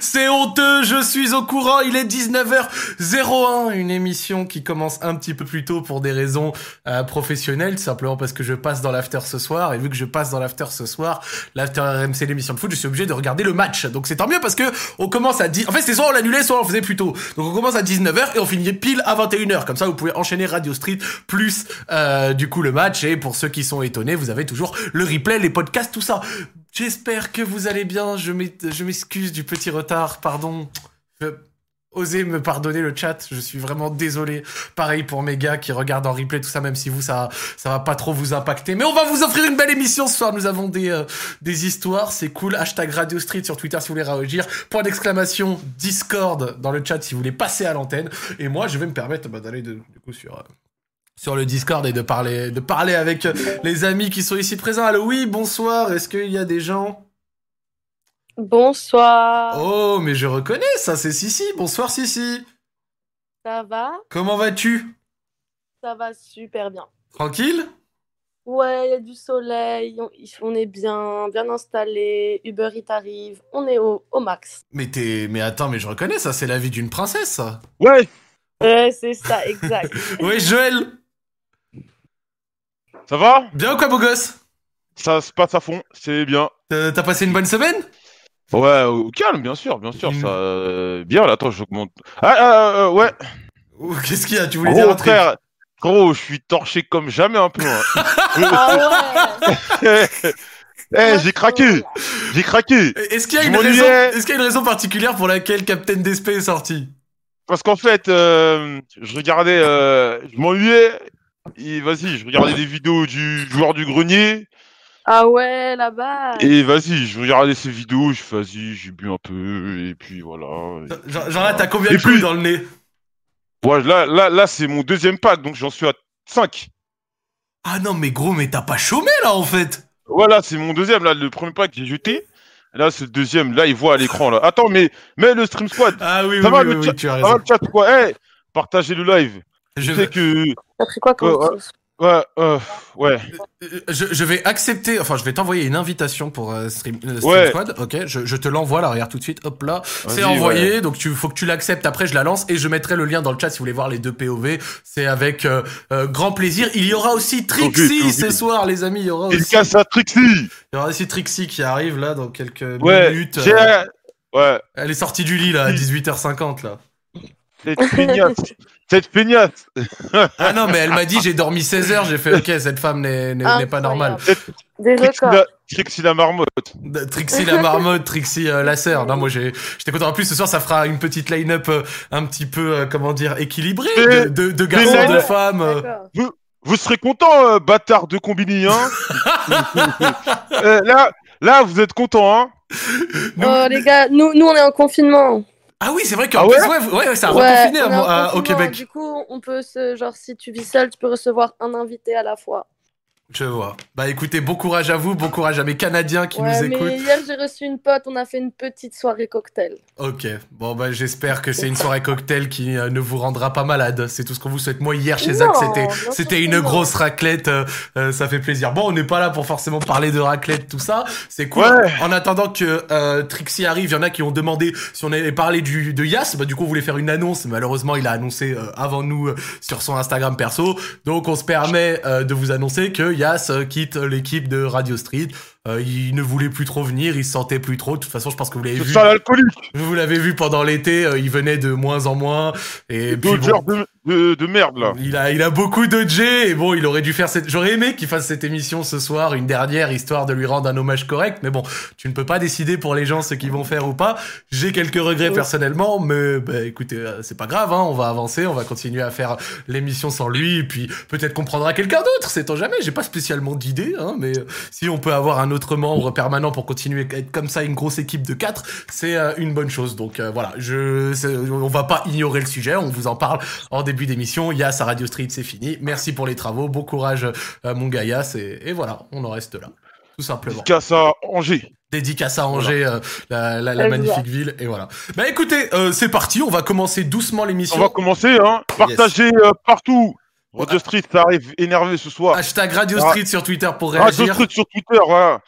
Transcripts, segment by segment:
c'est honteux, je suis au courant, il est 19h01, une émission qui commence un petit peu plus tôt pour des raisons euh, professionnelles, tout simplement parce que je passe dans l'after ce soir, et vu que je passe dans l'after ce soir, l'after RMC l'émission de foot, je suis obligé de regarder le match, donc c'est tant mieux parce que on commence à 10, en fait c'est soit on l'annulait, soit on le faisait plus tôt, donc on commence à 19h et on finit pile à 21h, comme ça vous pouvez enchaîner Radio Street plus euh, du coup le match, et pour ceux qui sont étonnés, vous avez toujours le replay, les podcasts, tout ça. J'espère que vous allez bien. Je m'excuse du petit retard, pardon. Je... Osez me pardonner le chat, je suis vraiment désolé. Pareil pour mes gars qui regardent en replay tout ça, même si vous ça ça va pas trop vous impacter. Mais on va vous offrir une belle émission ce soir. Nous avons des euh, des histoires, c'est cool. Hashtag Radio Street sur Twitter si vous voulez réagir. Point d'exclamation Discord dans le chat si vous voulez passer à l'antenne. Et moi je vais me permettre bah, d'aller du coup sur euh sur le Discord et de parler, de parler avec euh, les amis qui sont ici présents. Allô, oui, bonsoir. Est-ce qu'il y a des gens Bonsoir. Oh, mais je reconnais ça, c'est Sissi. Bonsoir, Sissi. Ça va Comment vas-tu Ça va super bien. Tranquille Ouais, il y a du soleil, on, on est bien, bien installé, Uber Eats arrive, on est au, au max. Mais t'es, mais attends, mais je reconnais ça, c'est la vie d'une princesse. ça. Ouais, Ouais, c'est ça, exact. Oui, Joël. ça va Bien ou quoi, beau gosse Ça se passe à fond, c'est bien. Euh, T'as passé une bonne semaine Ouais, au calme, bien sûr, bien sûr. Mm. Ça, euh, bien, là, attends, j'augmente. Ah, ah, euh, ouais, Ou Oh, Qu'est-ce qu'il y a Tu voulais dire gros un truc frère, gros, je suis torché comme jamais un peu. hein. ah ouais Eh, j'ai craqué, j'ai craqué. Est-ce qu'il y, a Je une m'ennuyais. raison- est-ce qu'il y a une raison particulière pour laquelle Captain Despé est sorti Parce qu'en fait, euh, je regardais, euh, je m'ennuyais. Et vas-y, je regardais des vidéos du joueur du grenier. Ah ouais, là-bas. Et vas-y, je regardais ces vidéos. Je fais, vas-y, j'ai bu un peu. Et puis voilà. Et puis, Genre genre là, t'as voilà. combien Et de coups puis- dans le nez Ouais, là, là, là c'est mon deuxième pack, donc j'en suis à 5. Ah non, mais gros, mais t'as pas chômé là en fait Voilà, c'est mon deuxième. Là, le premier pack, j'ai jeté. Là, c'est le deuxième. Là, il voit à l'écran. Là. Attends, mais, mais le Stream Squad, Ah oui, Ça oui, va, oui, le oui, chat- tu as ça raison. va, le chat, quoi Eh, Partagez le live. Je Je vais, sais que. T'as pris quoi comme Ouais, sauce Ouais, euh, ouais. je, je vais accepter, enfin, je vais t'envoyer une invitation pour euh, Stream, euh, Stream Ouais. Squad, ok Je, je te l'envoie, là, regarde tout de suite, hop là, c'est Vas-y, envoyé, donc tu faut que tu l'acceptes, après je la lance, et je mettrai le lien dans le chat si vous voulez voir les deux POV, c'est avec euh, euh, grand plaisir. Il y aura aussi Trixie Trop vite, trop ce vite. soir, les amis, il y aura Il aussi, casse à Trixie. il y aura aussi Trixie qui arrive, là, dans quelques Ouais. minutes. j'ai- Euh, Ouais. elle est sortie du lit, là, à 18h50, là. Cette feignasse. Cette feignasse. Ah non, mais elle m'a dit, j'ai dormi 16 heures, j'ai fait, ok, cette femme n'est n'est- n'est pas Incroyable. normale. Des Trixie records. la... Trixie la marmotte. De- Trixie la marmotte, Trixie euh, la sœur. Non, moi j'ai, j'étais content. En plus, ce soir, ça fera une petite line-up euh, un petit peu, euh, comment dire, équilibrée de, de, de garçons, de line-up. femmes. euh. D'accord. Vous serez content, euh, bâtard de combini, hein Euh, Là, là, vous êtes content, hein Nous- Oh les gars, nous, nous on est en confinement. Ah oui, c'est vrai qu'en Ah plus, ouais ouais, vous- ouais, ouais, ça a Ouais, reconfiné à on est mon- en à- au confinement, Québec. Du coup, on peut se genre si tu vis seul, tu peux recevoir un invité à la fois. Je vois. Bah écoutez, bon courage à vous, bon courage à mes Canadiens qui ouais, nous écoutent. mais hier j'ai reçu une pote, on a fait une petite soirée cocktail. Ok. Bon bah j'espère que c'est une soirée cocktail qui euh, ne vous rendra pas malade. C'est tout ce qu'on vous souhaite. Moi hier chez Zach, Non, c'était bien sûr c'était que une non. grosse raclette. euh, euh, ça fait plaisir. Bon, on n'est pas là pour forcément parler de raclette tout ça. C'est cool. Ouais. En attendant que euh, Trixie arrive, il y en a qui ont demandé si on avait parlé du de Yas. Bah du coup on voulait faire une annonce. Malheureusement il a annoncé euh, avant nous euh, sur son Instagram perso. Donc on se permet euh, de vous annoncer que Yas euh, quitte l'équipe de Radio Street. Euh, il ne voulait plus trop venir, il se sentait plus trop. De toute façon je pense que vous l'avez Je vu. sens l'alcoolique. Vous l'avez vu pendant l'été, euh, il venait de moins en moins. Et puis Dodger bon, de, de, de merde, là. il a, il a beaucoup dodgé. Et bon, il aurait dû faire cette. J'aurais aimé qu'il fasse cette émission ce soir, une dernière, histoire de lui rendre un hommage correct. Mais bon, tu ne peux pas décider pour les gens ce qu'ils vont faire ou pas. J'ai quelques regrets Euh, Oui. personnellement, mais bah, écoutez, euh, c'est pas grave. Hein, on va avancer, on va continuer à faire l'émission sans lui. Et puis peut-être qu'on prendra quelqu'un d'autre. Sait-on jamais. J'ai pas spécialement d'idée, hein, mais euh, si on peut avoir un autre membre permanent pour continuer à être comme ça une grosse équipe de quatre, c'est euh, une bonne chose. Donc euh, voilà, je, c'est- on va pas ignorer le sujet, on vous en parle en début d'émission. Il y a sa Radio Street, c'est fini. Merci pour les travaux, bon courage euh, mon Gaïa, c'est- et voilà, on en reste là. Tout simplement. Dédicace à Angers. Dédicace à Angers, euh, la, la- la Exact. magnifique ville, et voilà. Bah écoutez, euh, c'est parti, on va commencer doucement On va l'émission. commencer, hein. Partagez euh, partout. Radio Street, ça arrive énervé ce soir. Hashtag Radio Ah. Street sur Twitter pour Radio réagir. Street sur Twitter, voilà.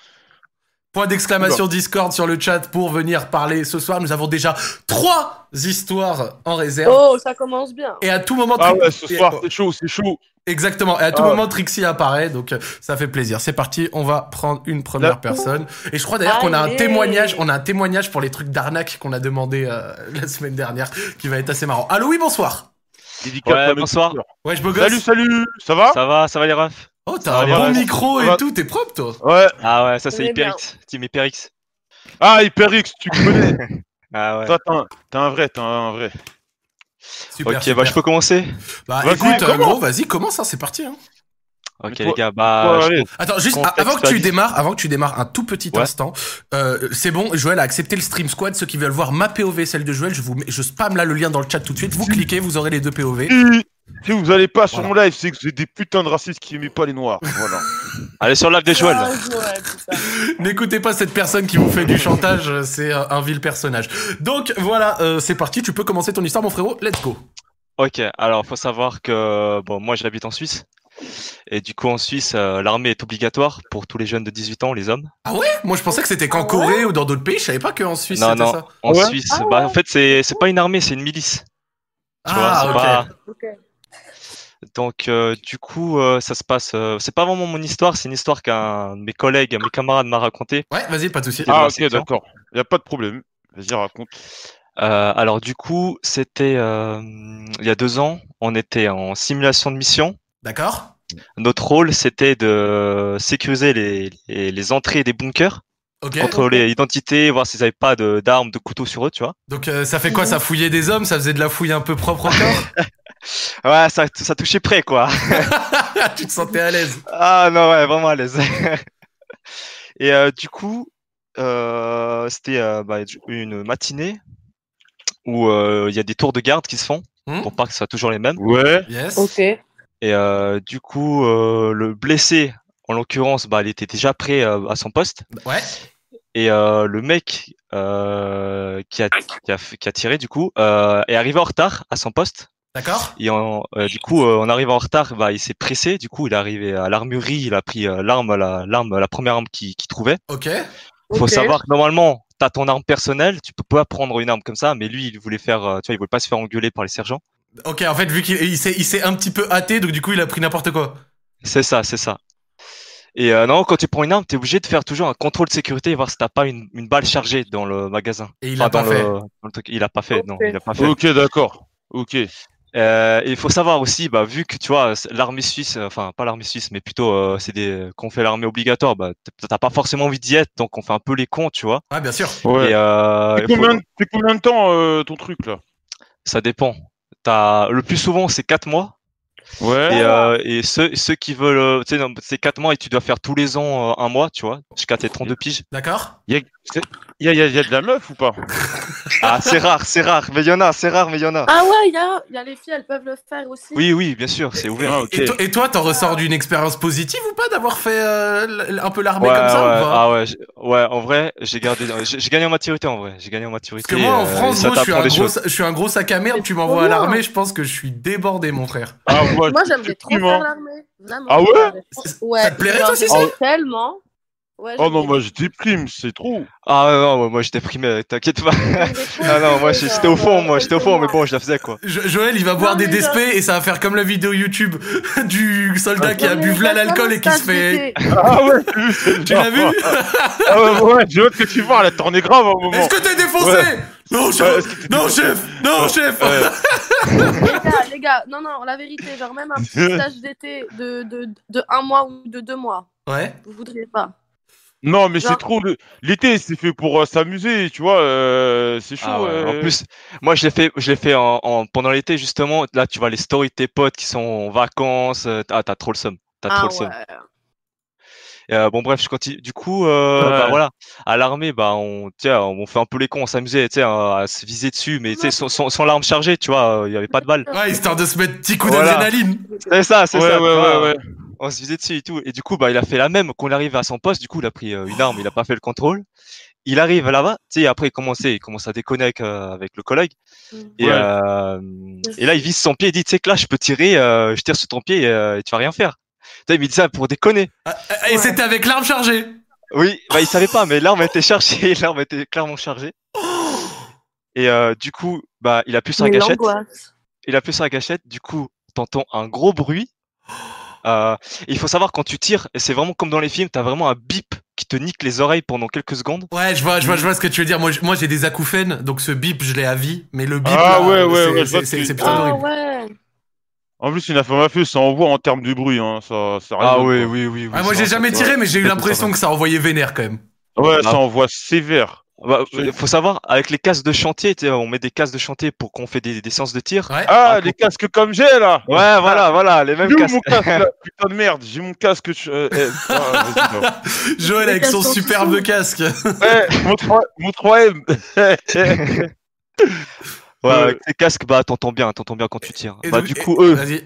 Point d'exclamation Discord sur le chat pour venir parler ce soir. Nous avons déjà trois histoires en réserve. Oh, ça commence bien. Et à tout moment, Ah Tri- ouais, ce et- soir, c'est chaud, c'est chaud. Exactement. Et à tout Ah ouais. moment, Trixie apparaît, donc euh, ça fait plaisir. C'est parti. On va prendre une première Là- personne. Et je crois d'ailleurs qu'on a un Allez. témoignage. On a un témoignage pour les trucs d'arnaque qu'on a demandé euh, la semaine dernière, qui va être assez marrant. Allô, oui, bonsoir. Dédicace Ouais, à mes bonsoir. auditeurs. Ouais, je beau gosse. Salut, salut, ça va Ça va, ça va les refs Oh, Ça t'as un va, bon ouais. micro Ça et va. tout. T'es propre, toi. Ouais. Ah ouais, ça c'est On est bien. Hyperix, Team Hyperix. Ah, HyperX, tu connais. Ah ouais. Toi, t'es un- t'es un vrai, t'es un vrai. Super. Ok, super. bah je peux commencer Bah, Vas-y, écoute, euh, commence. gros, vas-y, commence. Hein, c'est parti. hein. Mais Ok les toi- gars, bah... Ouais, je- allez. Attends, juste Contexte, a- avant que tu Alice. démarres, avant que tu démarres un tout petit Ouais. instant, euh, c'est bon, Joël a accepté le stream squad. Ceux qui veulent voir ma POV, celle de Joël, je vous mets- je spam là le lien dans le chat tout de suite. Vous cliquez, vous aurez les deux POV. Si- Si vous allez pas sur Voilà. mon live, c'est que vous êtes des putains de racistes qui aimaient pas les noirs. Voilà. Allez sur le live des Joël Ah, Joël, putain. N'écoutez pas cette personne qui vous fait du chantage, euh, c'est euh, un vil personnage. Donc voilà, euh, c'est parti, tu peux commencer ton histoire, mon frérot. Let's go. Ok, alors faut savoir que bon, moi j'habite en Suisse et du coup en Suisse euh, l'armée est obligatoire pour tous les jeunes de 18 ans, les hommes. Ah Moi, je pensais que c'était qu'en Ah ouais Corée ou dans d'autres pays. Je savais pas qu'en Suisse Non, c'était non. ça. En Ouais. Suisse, Ah bah ouais. en fait c'est c'est pas une armée, c'est une milice. Tu vois, Ah, c'est ok. pas- Ok. Donc euh, du coup euh, ça se passe. euh, c'est pas vraiment mon histoire, c'est une histoire qu'un de mes collègues, mes camarades m'a raconté. Ouais, vas-y, pas de souci. Ah, Ah, la ok, section. d'accord. Y a pas de problème. Vas-y, raconte. Euh, alors du coup c'était euh, il y a deux ans, on était en simulation de mission. D'accord. Notre rôle c'était de sécuriser les, les, les entrées des bunkers. Ok. contrôler l'identité, voir s'ils avaient pas de- d'armes, de couteaux sur eux, tu vois. Donc euh, ça fait Mmh. quoi Ça fouillait des hommes, ça faisait de la fouille un peu propre au corps. Ouais, ça, ça touchait près, quoi. tu te sentais à l'aise. Ah non, ouais, vraiment à l'aise. Et euh, du coup, euh, c'était euh, bah, du- une matinée où euh, il y a des tours de garde qui se font Hmm. pour pas que ce soit toujours les mêmes. Ouais. Yes. Ok. Et euh, du coup, euh, le blessé, en l'occurrence, bah, il était déjà prêt euh, à son poste. Ouais. Et euh, le mec euh, qui, a, qui, a, qui a tiré, du coup, euh, est arrivé en retard à son poste. D'accord. Et en- euh, du coup, euh, en arrivant en retard, bah, il s'est pressé. Du coup, il est arrivé à l'armurerie, il a pris euh, l'arme, la, l'arme, la première arme qu'il qu'il trouvait. Ok. Faut Ok. savoir que normalement, t'as ton arme personnelle, tu peux pas prendre une arme comme ça. Mais lui, il voulait faire, euh, tu vois, il voulait pas se faire engueuler par les sergents. Ok. En fait, vu qu'il il s'est il s'est un petit peu hâté, donc du coup il a pris n'importe quoi. C'est ça, c'est ça. Et euh, non, quand tu prends une arme, t'es obligé de faire toujours un contrôle de sécurité, voir si t'as pas une, une balle chargée dans le magasin. Et il Enfin, l'a pas dans fait. le, dans le truc. Il a pas fait, non, Ok. il a pas fait. Ok, d'accord. Ok. Euh, et il faut savoir aussi, bah, vu que tu vois c'est- l'armée suisse, euh, enfin pas l'armée suisse, mais plutôt euh, c'est des qu'on fait l'armée obligatoire, bah t- t'as pas forcément envie d'y être, donc on fait un peu les cons, tu vois. Ouais, bien sûr. Ouais. Et euh, C'est il faut- combien, de- c'est combien de temps euh, ton truc là ça dépend. T'as le plus souvent c'est quatre mois. Ouais. Et, euh, et ceux ceux qui veulent, euh, tu sais, non, c'est quatre mois et tu dois faire tous les ans euh, un mois, tu vois, jusqu'à tes 32 piges. D'accord. Y a, c'est- y a- y a- y a de la meuf ou pas Ah c'est rare, c'est rare, mais il y en a, c'est rare, mais il y en a. Ah ouais, il y a, il y a les filles, elles peuvent le faire aussi. Oui oui, bien sûr, c'est ouvert. Ah, ok. Et, to- et toi, t'en ressors d'une expérience positive ou pas d'avoir fait euh, l- un peu l'armée Ouais, comme ça ouais, ou pas ah ouais, j- ouais, en vrai, j'ai gardé, j'ai j'ai gagné en maturité en vrai, j'ai gagné en maturité. Parce que moi, en euh, et France, ça gros, je suis, t'apprend un des gros, choses. sa- je suis un gros sac à merde. Tu m'envoies trop à bien. l'armée, je pense que je suis débordé, mon frère. Ah, ouais, Moi, je- j'aimerais trop effectivement. faire l'armée. Vraiment. Ah ouais j'aimerais trop. Ça- Ouais. ça te plairait, toi, Sissi j'aimerais Tellement. Ouais, Oh non, j'aimerais- moi je déprime, c'est trop. Ah non, non, moi j'étais primé, t'inquiète pas. j'aimerais trop Ah non, moi faire, j'étais au fond, euh, moi j'étais au fond, mais quelques mois. bon, je la faisais quoi. Jo- Joël, il va boire Non, des mais DSP et ça va faire comme la vidéo YouTube du soldat qui a Non, bu mais v'là j'adore l'alcool le et qui se stage fait. d'été. Ah ouais Tu l'as vu Ah ouais, ouais, je vois que tu vois, elle a tourné grave à un moment. Est-ce que t'es défoncé Ouais. Non, Ouais, chef est-ce que t'es- Non, chef Non, chef Ouais. Les gars, les gars, non, non, la vérité, genre même un petit stage d'été de, de, de un mois ou de deux mois, Ouais. vous voudriez pas. Non, mais c'est Genre- trop. le- L'été, c'est fait pour euh, s'amuser, tu vois. euh, c'est chaud. Ah ouais, euh. En plus, moi je l'ai fait, je l'ai fait en, en- pendant l'été justement. Là, tu vois les stories de tes potes qui sont en vacances. euh, Ah, t'as trop le seum. T'as Ah trop le ouais. seum. Et, euh, bon, bref, je continue. Du coup, euh, Ouais. bah, voilà, à l'armée, bah, on, tiens, on fait un peu les cons, on s'amusait, tu sais, à, à se viser dessus, mais tu sais, sans, sans, sans l'arme chargée, tu vois, euh, il y avait pas de balle. Ouais, histoire de se mettre petit coup Voilà. d'adrénaline. C'est ça, c'est Ouais, ça. Ah. ouais, ouais, tu vois, ouais. on se visait dessus et tout. Et du coup, bah, il a fait la même. Qu'on arrive à son poste, du coup, il a pris euh, une arme, il a pas fait le contrôle. Il arrive là-bas, tu sais, après, il commence, il commence à déconner avec, euh, avec le collègue. Mm. Et, Ouais. euh, et là, il vise son pied et dit, tu sais que là, je peux tirer, euh, je tire sur ton pied et, euh, et tu vas rien faire. Tu sais, il me dit ça pour déconner. Ah, ah, Et Ouais. c'était avec l'arme chargée. Oui, bah, il savait pas, mais l'arme était chargée, l'arme était clairement chargée. Et euh, du coup, bah, il appuie sur la Mais gâchette. l'angoisse. Il appuie sur la gâchette, du coup, t'entends un gros bruit. Euh, et il faut savoir, quand tu tires, et c'est vraiment comme dans les films, t'as vraiment un bip qui te nique les oreilles pendant quelques secondes. Ouais, je vois, je vois, je vois ce que tu veux dire. Moi, j- moi, j'ai des acouphènes, donc ce bip, je l'ai à vie. Mais le bip, Ah là, ouais, ouais, c'est- ouais, je vois c'est ce c'est- que c'est tu- putain Ah d'horrible. ouais. En plus, une affaire m'a fait, ça envoie en termes de bruit, hein. Ça, ça Ah résonne, quoi. oui, oui, oui. oui, Ah, moi, ça, j'ai ça, jamais ça. tiré, mais j'ai eu Ouais, l'impression que ça envoyait vénère quand même. Ouais, Ah. ça envoie sévère. Bah, euh, faut savoir, avec les cases de chantier, tu sais, on met des cases de chantier pour qu'on fait des, des séances de tir. Ouais. Ah, Ah, les casques comme j'ai là. Ouais, voilà, voilà, les mêmes J'ai cases. mon casque là. Putain de merde, j'ai mon casque. Je... euh, eh, ah, vas-y, non. Joël avec son casques en superbe casque. Eh, mon 3- mon 3M. Ouais, Euh, avec les casques, bah t'entends bien, t'entends bien quand tu tires. Et bah donc- du et- coup eux, Vas-y.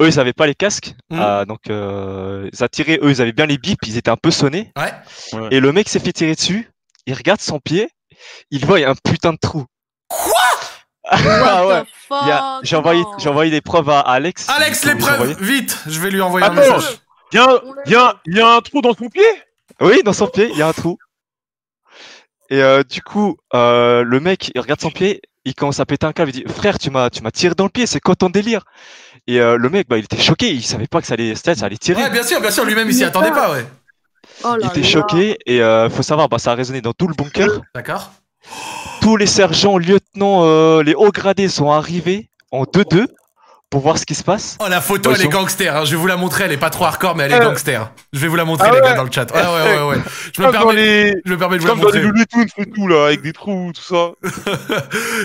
eux ils avaient pas les casques, Mhm. Ah, donc euh, ça tirait. Eux ils avaient bien les bips, ils étaient un peu sonnés. Ouais. Et le mec s'est fait tirer dessus, il regarde son pied, il voit il y a un putain de trou. Quoi Ah ouais. il y a- J'ai envoyé, j'ai envoyé des preuves à Alex. Alex, Je vais vous envoyer. l'épreuve, vite. Je vais lui envoyer un Attends. message. Il y, a un- y a un- y a un trou dans son pied Oui, dans son pied, il y a un trou. Et euh, du coup, euh, le mec, il regarde son pied, il commence à péter un câble, il dit Frère, tu m'as, tu m'as tiré dans le pied, c'est quoi ton délire Et euh, le mec, bah, il était choqué, il savait pas que ça allait, ça allait tirer. Ouais, bien sûr, bien sûr. Lui-même, il s'y Mais attendait pas. pas, ouais. il était choqué, et euh, faut savoir, bah, ça a résonné dans tout le bunker. D'accord. Tous les sergents, lieutenants, euh, les hauts gradés sont arrivés en 2-2 pour voir ce qui se passe. Oh, la photo, Ouais, elle est ils sont- gangster. hein. Je vais vous la montrer. Elle est pas trop hardcore, mais elle est Euh. gangster. Je vais vous la montrer, Ah les ouais. gars, dans le chat. Ouais, ouais, ouais, ouais. Je me Comme dans permets. les, Je me permets de vous la comme dans les montrer. Looney Tunes et tout là, avec des trous, tout ça.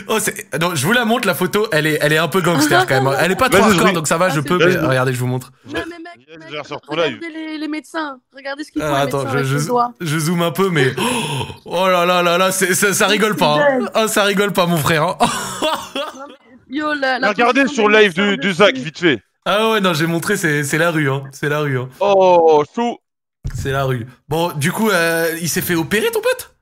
Oh, c'est- non, je vous la montre, la photo. Elle est, elle est un peu gangster quand même. Elle est pas trop Vas-y, je hardcore, vais- donc ça va, je Ah, peux. c'est Mais... bon. Regardez, je vous montre. Non mais mec, Je mec, vais faire sur ton live. regardez les, les médecins, regardez ce qu'ils font Alors, les Euh, attends, médecins je, avec je, les doigts. je zoome un peu, mais. Oh là là là là, c'est- ça, ça rigole pas. hein. Ah, ça rigole pas, mon frère. hein. Yo, la, la Regardez position sur des le live de, médecins de dessus. Zach, vite fait. Ah ouais, non, j'ai montré, c'est c'est la rue. Hein. C'est la rue. Hein. Oh, chaud. C'est la rue. Bon, du coup, euh, il s'est fait opérer, ton pote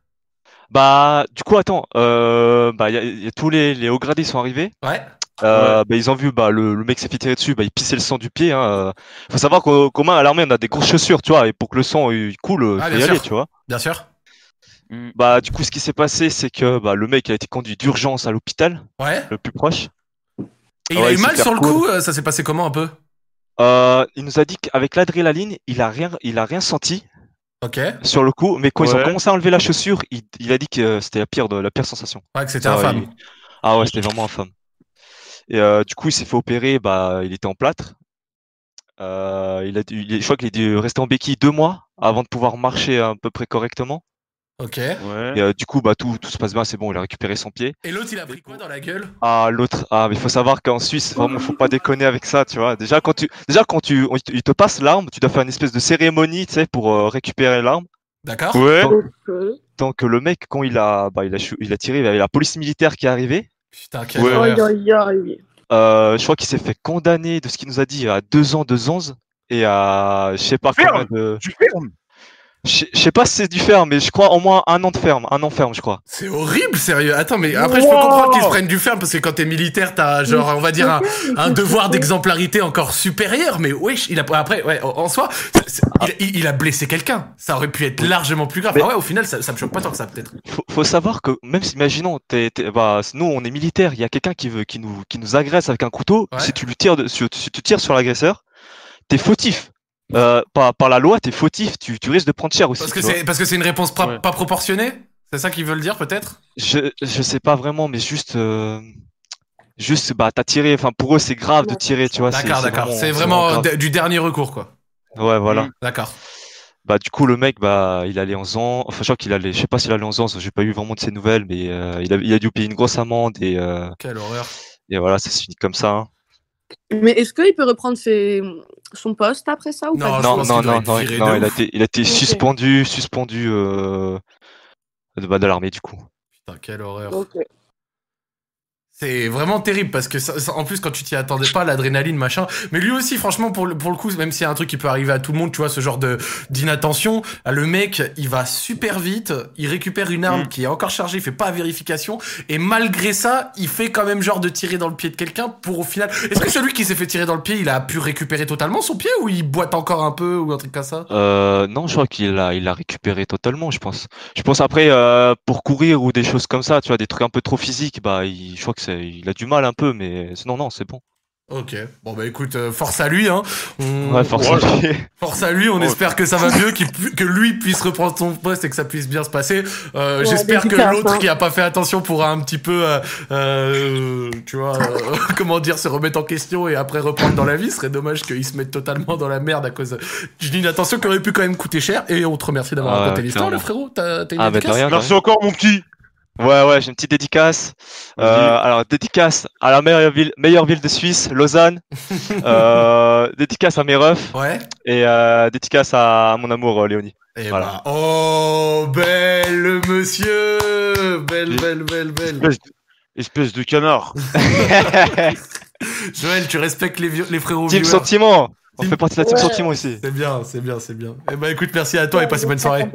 Bah, du coup, attends, euh, bah, il y a- il y a tous les, les hauts gradés sont arrivés. Ouais. Euh, bah, ils ont vu bah, le, le mec s'est fait tirer dessus, bah, il pissait le sang du pied. Hein. euh. Faut savoir qu'au qu'aux mains à l'armée, on a des grosses chaussures, tu vois, et pour que le sang euh, il coule, euh, Ah, faut y bien aller, sûr. tu vois. Bien sûr. Bah, du coup, ce qui s'est passé, c'est que bah, le mec a été conduit d'urgence à l'hôpital, Ouais. le plus proche. Ah Et il a Ouais, eu il mal s'est sur le fait coup euh, Ça s'est passé comment un peu Euh, il nous a dit qu'avec l'adrénaline, il a rien, il a rien senti Ok. Ouais, sur le coup, mais quand ils ont Ouais. commencé à enlever la chaussure, il, il a dit que euh, c'était la pire, de, la pire sensation. que c'était Ça, infâme. il- Ah ouais, c'était vraiment infâme. Et euh, du coup, il s'est fait opérer, bah, il était en plâtre. Euh, il a dû- il est- je crois qu'il est dû rester en béquille deux mois avant de pouvoir marcher à peu près correctement. Ok. Et Ouais. euh, du coup, bah, tout, tout se passe bien, c'est bon, il a récupéré son pied. Et l'autre, il a pris quoi dans la gueule Ah, l'autre, ah, mais il faut savoir qu'en Suisse, vraiment, faut pas déconner avec ça, tu vois. Déjà, quand tu, déjà, quand tu, on- il te passe l'arme, tu dois faire une espèce de cérémonie, tu sais, pour euh, récupérer l'arme. D'accord Ouais. Ok. Donc, le mec, quand il a, bah, il a, chou- il a tiré, il y avait la police militaire qui est arrivée. Putain, quelle Ouais. horreur. Aïe, aïe, aïe. Euh, je crois qu'il s'est fait condamner de ce qu'il nous a dit à deux ans de zonze et à, je sais pas Ferme. combien de, Tu fermes je je sais pas si c'est du ferme, mais je crois au moins un an de ferme, un an ferme, je crois. C'est horrible, sérieux. Attends, mais après, je peux Wow. comprendre qu'ils se prennent du ferme parce que quand t'es militaire, t'as genre, on va dire, un, un devoir d'exemplarité encore supérieur. Mais wesh, il a, après, ouais, en- en soi, c'est- c'est- il, il- il a blessé quelqu'un. Ça aurait pu être largement plus grave. Mais- Ah ouais, au final, ça, ça me choque pas tant que ça, peut-être. Faut, faut savoir que même si, imaginons, t'es, t'es- bah, nous on est militaire, il y a quelqu'un qui veut, qui nous, qui nous agresse avec un couteau. Ouais. Si tu lui tires, de- si, si tu tires sur l'agresseur, t'es fautif. Euh, par, par la loi, t'es fautif. Tu, tu risques de prendre cher aussi. Parce que tu vois. c'est, parce que c'est une réponse pra- Ouais. pas proportionnée. C'est ça qu'ils veulent dire, peut-être Je, je sais pas vraiment, mais juste, euh, juste, bah, t'as tiré. Enfin, pour eux, c'est grave de tirer, tu vois. c'est- D'accord, c'est d'accord. vraiment- C'est vraiment, euh, grave. d- du dernier recours, quoi. Ouais, voilà. Mm. D'accord. Bah, du coup, le mec, bah, il allait en Zan. Enfin, je crois qu'il allait. Je sais pas s'il allait en Zan. J'ai pas eu vraiment de ses nouvelles, mais euh, il a, il a dû payer une grosse amende et, euh, Quelle horreur. et voilà, ça se finit comme ça. hein. Mais est-ce qu'il peut reprendre ses... son poste après ça ou Non, pas je Non, pense non, qu'il doit non, être non, viré non, de il a ouf. été, il a été Ok. suspendu, suspendu euh, de, bah, de l'armée du coup. Putain, quelle horreur. Ok. C'est vraiment terrible parce que ça- ça- en plus quand tu t'y attendais pas l'adrénaline machin mais lui aussi franchement pour le, pour le coup même s'il y a un truc qui peut arriver à tout le monde tu vois ce genre de d'inattention ah, le mec il va super vite il récupère une arme Mm. qui est encore chargée il fait pas la vérification et malgré ça il fait quand même genre de tirer dans le pied de quelqu'un pour au final est-ce que celui qui s'est fait tirer dans le pied il a pu récupérer totalement son pied ou il boite encore un peu ou un truc comme ça Euh, non, je crois qu'il a, il a récupéré totalement, je pense. Je pense après, euh, pour courir ou des choses comme ça, tu vois, des trucs un peu trop physiques, bah, il- je crois que c'est, il a du mal un peu, mais sinon, non, c'est bon. ok bon bah écoute euh, force à lui hein On- Ouais, forcément. Force à lui, on Oh. espère que ça va mieux, qu'il pu- que lui puisse reprendre son poste et que ça puisse bien se passer. Euh, Ouais, J'espère des que super l'autre fins. qui a pas fait attention pourra un petit peu, euh, euh, tu vois, euh, comment dire, se remettre en question et après reprendre dans la vie. Ce serait dommage qu'il se mette totalement dans la merde à cause d'une attention qui aurait pu quand même coûter cher. Et on te remercie d'avoir Ah, raconté l'histoire, le clairement. frérot. Euh, T'as t'as une Ah, bah, de dédicace rien, de Merci encore, mon petit. Ouais, ouais, j'ai une petite dédicace. Euh, Vas-y. alors, dédicace à la meilleure ville, meilleure ville de Suisse, Lausanne. Euh, dédicace à mes refs Ouais. et euh, dédicace à mon amour, euh, Léonie. Et Voilà. bah, oh, belle monsieur, belle, Oui. belle, belle, belle. Espèce de- espèce de canard. Joël, tu respectes les, vieux- les frérots Team viewers. Sentiment! On Team- fait partie de la Team Ouais. Sentiment ici. C'est bien, c'est bien, c'est bien. Eh ben écoute, merci à toi et passe une bonne soirée.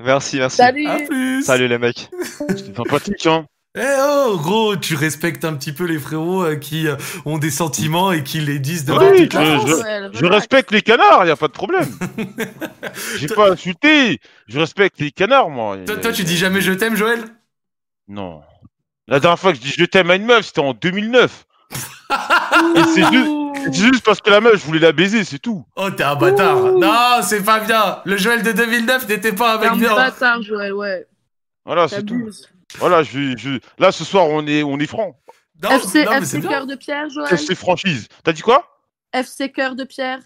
Merci, merci. Salut. À plus. Salut les mecs. C'est sympathique, hein. Eh oh, gros, tu respectes un petit peu les frérots euh, qui euh, ont des sentiments et qui les disent de Oui, manière je- toute la France. je- Joël, Je relax. respecte les canards, y a pas de problème. J'ai pas insulté. Je respecte les canards, moi. Toi, toi, tu dis jamais je t'aime, Joël Non. La dernière fois que je dis je t'aime à une meuf, c'était en 2009. Et c'est juste, c'est juste parce que la meuf, je voulais la baiser, c'est tout. Oh, t'es un bâtard. Ouh. Non, c'est pas bien. Le Joël de 2009 n'était pas T'es avec un nous. bâtard, Joël, ouais. Voilà, Ah, c'est tout. T'abuses. Voilà, je, je... là ce soir, on est, on est franc. Non, FC, non, mais c'est FC bien. cœur de pierre, Joël. C'est franchise. T'as dit quoi FC cœur de pierre.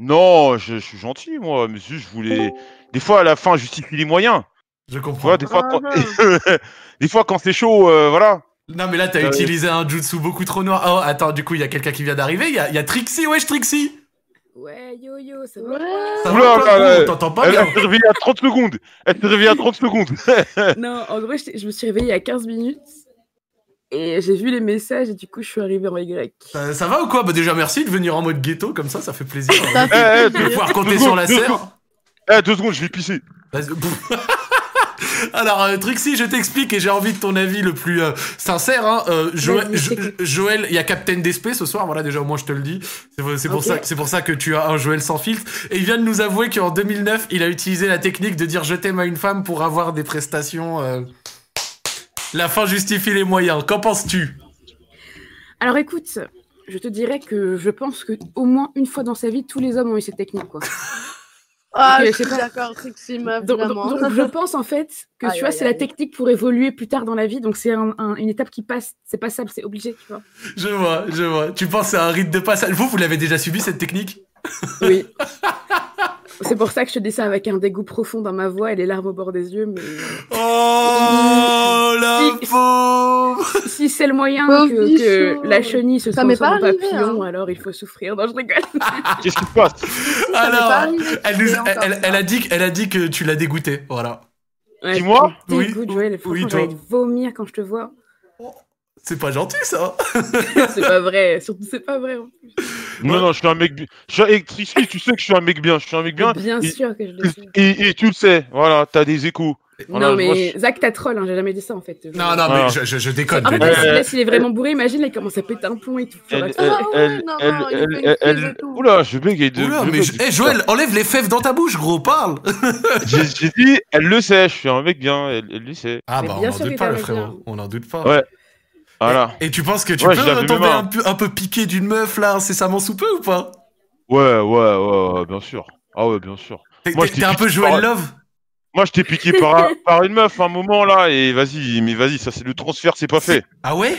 Non, je, je suis gentil, moi, monsieur. Je voulais. Des fois, à la fin, justifie les moyens. Je Tu comprends. vois, des fois, Ah, quand... des fois, quand c'est chaud, euh, voilà. Non, mais là, t'as Euh, utilisé un jutsu beaucoup trop noir. Oh, attends, du coup, il y a quelqu'un qui vient d'arriver. Il y, a- il y a Trixie. Wesh, Trixie. Ouais, yo yo, ça va Ouais. Ça Oula, va là, pas là. On t'entend pas Elle, bien. elle s'est réveillée à 30 secondes. Elle s'est réveillée à 30 secondes. Non, en vrai, j'étais- je me suis réveillée il y a 15 minutes et j'ai vu les messages et du coup, je suis arrivée en Y. Ça, ça va ou quoi Bah déjà, merci de venir en mode ghetto comme ça. Ça fait plaisir. Ça fait Eh, eh, de plaisir. pouvoir compter sur la serre. Eh, deux secondes, je vais pisser. Vas-y. Alors euh, Trixie, je t'explique et j'ai envie de ton avis le plus euh, sincère. Hein. Euh, Jo- Vas-y, Jo- t'écoute. Joël, il y a Captain Despé ce soir. Voilà déjà au moins je te le dis. C'est pour- C'est pour Ok. ça, c'est pour ça que tu as un Joël sans filtre. Et il vient de nous avouer qu'en 2009, il a utilisé la technique de dire je t'aime à une femme pour avoir des prestations. euh, La fin justifie les moyens. Qu'en penses-tu Alors écoute, je te dirais que je pense que au moins une fois dans sa vie, tous les hommes ont eu cette technique. Quoi. Ah, Ok, je je sais suis pas. d'accord, Trixie, meuf, Donc, donc- vraiment. donc, je pense en fait que Aïe, tu vois, aïe, c'est la aïe. technique pour évoluer plus tard dans la vie. Donc c'est un- un- une étape qui passe, c'est passable, c'est obligé, tu vois. Je vois, je vois. Tu penses à un rite de passage. Vous, vous l'avez déjà subi cette technique Oui. c'est pour ça que je te dis ça avec un dégoût profond dans ma voix et les larmes au bord des yeux. Mais euh, Oh la Si- pauvre si c'est le moyen Pauvre que, que bichon. la chenille se Ça transforme m'est pas en arrivé, papillon, hein. alors il faut souffrir. Non, je rigole. Qu'est-ce qui se passe Ça m'est Alors, pas arrivé, Elle, nous- Trixie, encore elle, elle- ça. elle a dit, elle a dit que tu l'as dégoûté, voilà. Ouais, Dis-moi. je te Oui. dégoûte, Joël. Franchement, Oui, j'ai toi. envie de vomir quand je te vois. C'est pas gentil ça. c'est pas vrai. Surtout, c'est pas vrai. hein. Non, non, je suis un mec bien. Je suis un- et Trixie, tu sais que je suis un mec bien. Je suis un mec bien. Bien Et- sûr que je Oh le Et, suis. et- et tu le sais, voilà, t'as des échos. Voilà, non, je- moi, mais je- Zach, t'as troll. Hein, j'ai jamais dit ça en fait. Je- Non, non, mais Voilà. je, je- je déconne. En fait, mais- Ouais, là, ouais, là, Ah, s'il est vraiment bourré, imagine, là, il commence à péter un plomb et tout. Elle, Faudrait- elle, Ah ouais, elle, non, elle, non, il elle, fait une elle- crise elle- et tout. Oula, je bégaye de. Oula, je mais bégaye je- de- Eh, Joël, enlève les fèves dans ta bouche, gros, parle. J'ai j'ai dit, elle le sait, je suis un mec bien, elle, elle le sait. Ah Mais bah, on bien en sûr doute qu'il pas, le t'aime frérot. bien. On en doute pas. Ouais. Voilà. Et tu penses que tu Ouais, je peux l'avais retomber même un un. peu, un peu piqué d'une meuf là, incessamment sous peu ou pas Ouais, ouais, ouais, ouais, bien sûr. Ah ouais, bien sûr. T'es Moi, t'es- je t'ai t'es un piqué peu Joël par- Love Moi, je t'ai piqué par, un- par une meuf à un moment là, et vas-y, mais vas-y, ça c'est le transfert, c'est pas fait. Ah ouais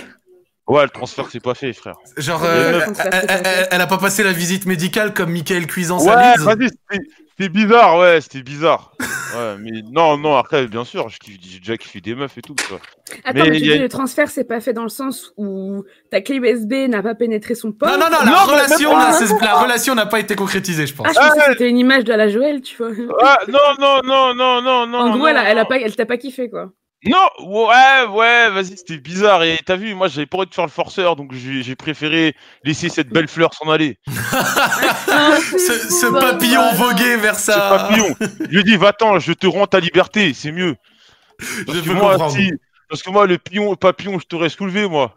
Ouais, le transfert, c'est pas fait, frère. Genre, Ouais, euh, je pense que ça, elle, c'est elle- elle- elle a pas passé la visite médicale comme Michael Cuisance à Ouais, Leeds vas-y, c'était- c'était bizarre, ouais, c'était bizarre. ouais, mais non, non, après, bien sûr, je kiffe- j'ai déjà kiffé des meufs et tout. tu vois. Attends, mais, Mais tu y a- dis le transfert, c'est pas fait dans le sens où ta clé USB n'a pas pénétré son port. Non, non, non, la Non, mais- relation, mais- là, c'est- la relation n'a pas été concrétisée, je pense. Ah, je pensais Ah, que c'était une image de la Joël, tu vois. Ah, non, non, non, non, non, non. en gros, non, elle, a, elle a non. pas, elle t'a pas kiffé, quoi. Non, ouais, ouais, vas-y, c'était bizarre. Et t'as vu, moi, j'avais pas envie de faire le forceur, donc j'ai j'ai préféré laisser cette belle fleur s'en aller. Ah, Ce, ce papillon vogué vers Ce sa... papillon. Je lui ai dit, va-t'en, je te rends ta liberté, c'est mieux. Parce Je que peux moi, comprendre. si- parce que moi, le pion, papillon, je t'aurais soulevé, moi.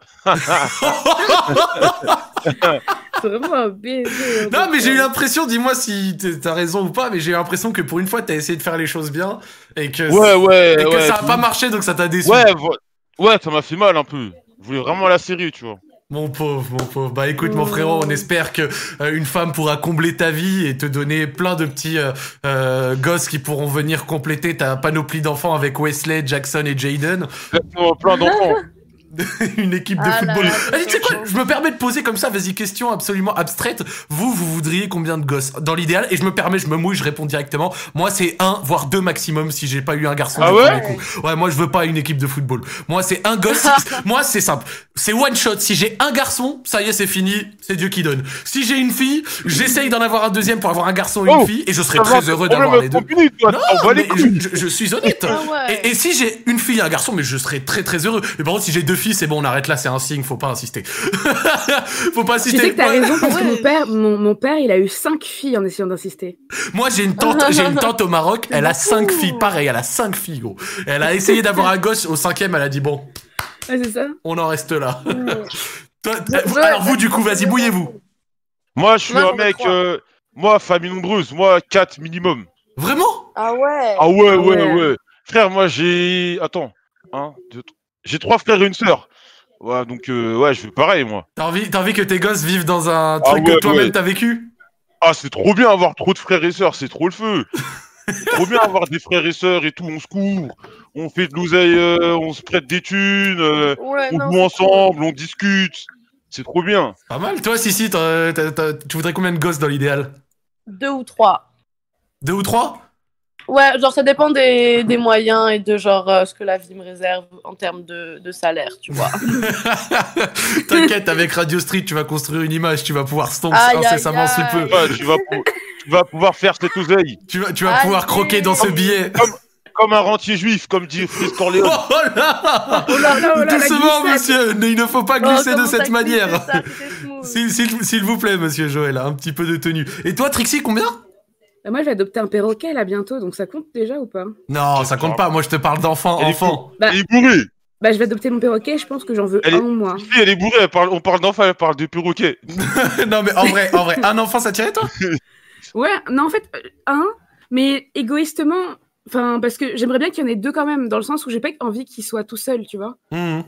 C'est vraiment un baiser. Non, mais euh, j'ai eu l'impression, dis-moi si t'es- t'as raison ou pas, mais j'ai eu l'impression que pour une fois, t'as essayé de faire les choses bien et que, Ouais, ouais, et que ouais. ça a tu- pas marché, donc ça t'a déçu. Ouais, vo- ouais, ça m'a fait mal un peu. Je voulais vraiment la série, tu vois. Mon pauvre, mon pauvre. Bah écoute, mon Mmh. frérot, on espère que euh, une femme pourra combler ta vie et te donner plein de petits euh, euh, gosses qui pourront venir compléter ta panoplie d'enfants avec Wesley, Jackson et Jaden. Exactement, Euh, plein d'enfants. une équipe de Ah là football. là, Allez, tu sais quoi Je me permets de poser comme ça, vas-y, question absolument abstraite. Vous, vous voudriez combien de gosses dans l'idéal Et je me permets, je me mouille, je réponds directement. Moi, c'est un, voire deux maximum si j'ai pas eu un garçon. Ah du ouais premier coup. Ouais, moi, je veux pas une équipe de football. Moi, c'est un gosse. si- moi, c'est simple. C'est one shot. Si j'ai un garçon, ça y est, c'est fini. C'est Dieu qui donne. Si j'ai une fille, j'essaye d'en avoir un deuxième pour avoir un garçon et une Oh, fille, et je serais Ça va, très heureux d'avoir problème les deux. continue, toi. On va les Mais couilles. je, je- je suis honnête. Ah ouais. Et, et si j'ai une fille et un garçon, mais je serais très très heureux. Mais par contre, si j'ai deux filles, c'est bon, on arrête là, c'est un signe, faut pas insister. faut Ah, pas Tu insister. sais que t'as Moi- raison parce que Ouais. mon père, mon, mon père, il a eu cinq filles en essayant d'insister. Moi, j'ai une tante, j'ai une tante au Maroc, elle a cinq filles, pareil, elle a cinq filles, gros. Elle a essayé d'avoir un gosse, au cinquième, elle a dit bon, Ah, c'est ça on en reste là. Toi, Ouais, vous- Alors vous, ouais. du coup, vas-y, bouillez-vous. Moi, je suis Moi, un j'en ai mec, trois. euh, moi, famille nombreuse, moi, 4 minimum. Vraiment Ah ouais. Ah ouais, ouais, ouais. Ouais. Frère, moi, j'ai. Attends. Un, deux, trois. J'ai trois frères et une sœur. Ouais, donc, euh, ouais, je fais pareil, moi. T'as envie, t'as envie que tes gosses vivent dans un truc Ah ouais, que toi-même ouais. t'as vécu Ah, c'est trop bien avoir trop de frères et sœurs, c'est trop le feu. C'est trop bien avoir des frères et sœurs et tout, on se court, on fait de l'oseille, euh, on se prête des thunes, euh, Ouais, on non, joue c'est ensemble, on discute. C'est trop bien. Pas mal. Toi, si si, t'as- t'as- t'as- tu voudrais combien de gosses dans l'idéal cool. Deux ou trois. Deux ou trois Ouais, genre ça dépend des, des moyens et de genre euh, ce que la vie me réserve en termes de, de salaire, tu vois. T'inquiète, avec Radio Street, tu vas construire une image, tu vas pouvoir stomp Aïe, aïe, incessamment sous peu. aïe. Ouais, tu, vas pou- tu vas pouvoir faire cette oseille Tu vas, tu vas Ah, pouvoir Aïe. croquer dans ce billet. comme un rentier juif, comme dit Fritz Oh Corleone. là Oh là là, oh là, la glissade. Doucement, monsieur, il ne faut pas Oh, glisser de comment cette t'as manière. glissé ça, c'était smooth. S'il s'il- s'il vous plaît, monsieur Joël, un petit peu de tenue. Et toi, Trixie, combien Bah, Moi, j'ai adopté un perroquet là bientôt, donc ça compte déjà ou pas Non, ça compte pas. Moi, je te parle d'enfant, Elle est enfant. Bah- Elle est bourrée. Bah, je vais adopter mon perroquet, je pense que j'en veux Elle est- un au moins. Si, elle est bourrée, elle parle- on parle d'enfant, elle parle de perroquet. non, mais en vrai, en vrai, un enfant, ça tirait toi Ouais, non, en fait, euh, un, mais égoïstement, enfin, parce que j'aimerais bien qu'il y en ait deux quand même, dans le sens où j'ai pas envie qu'il soit tout seul, tu vois. Mhm.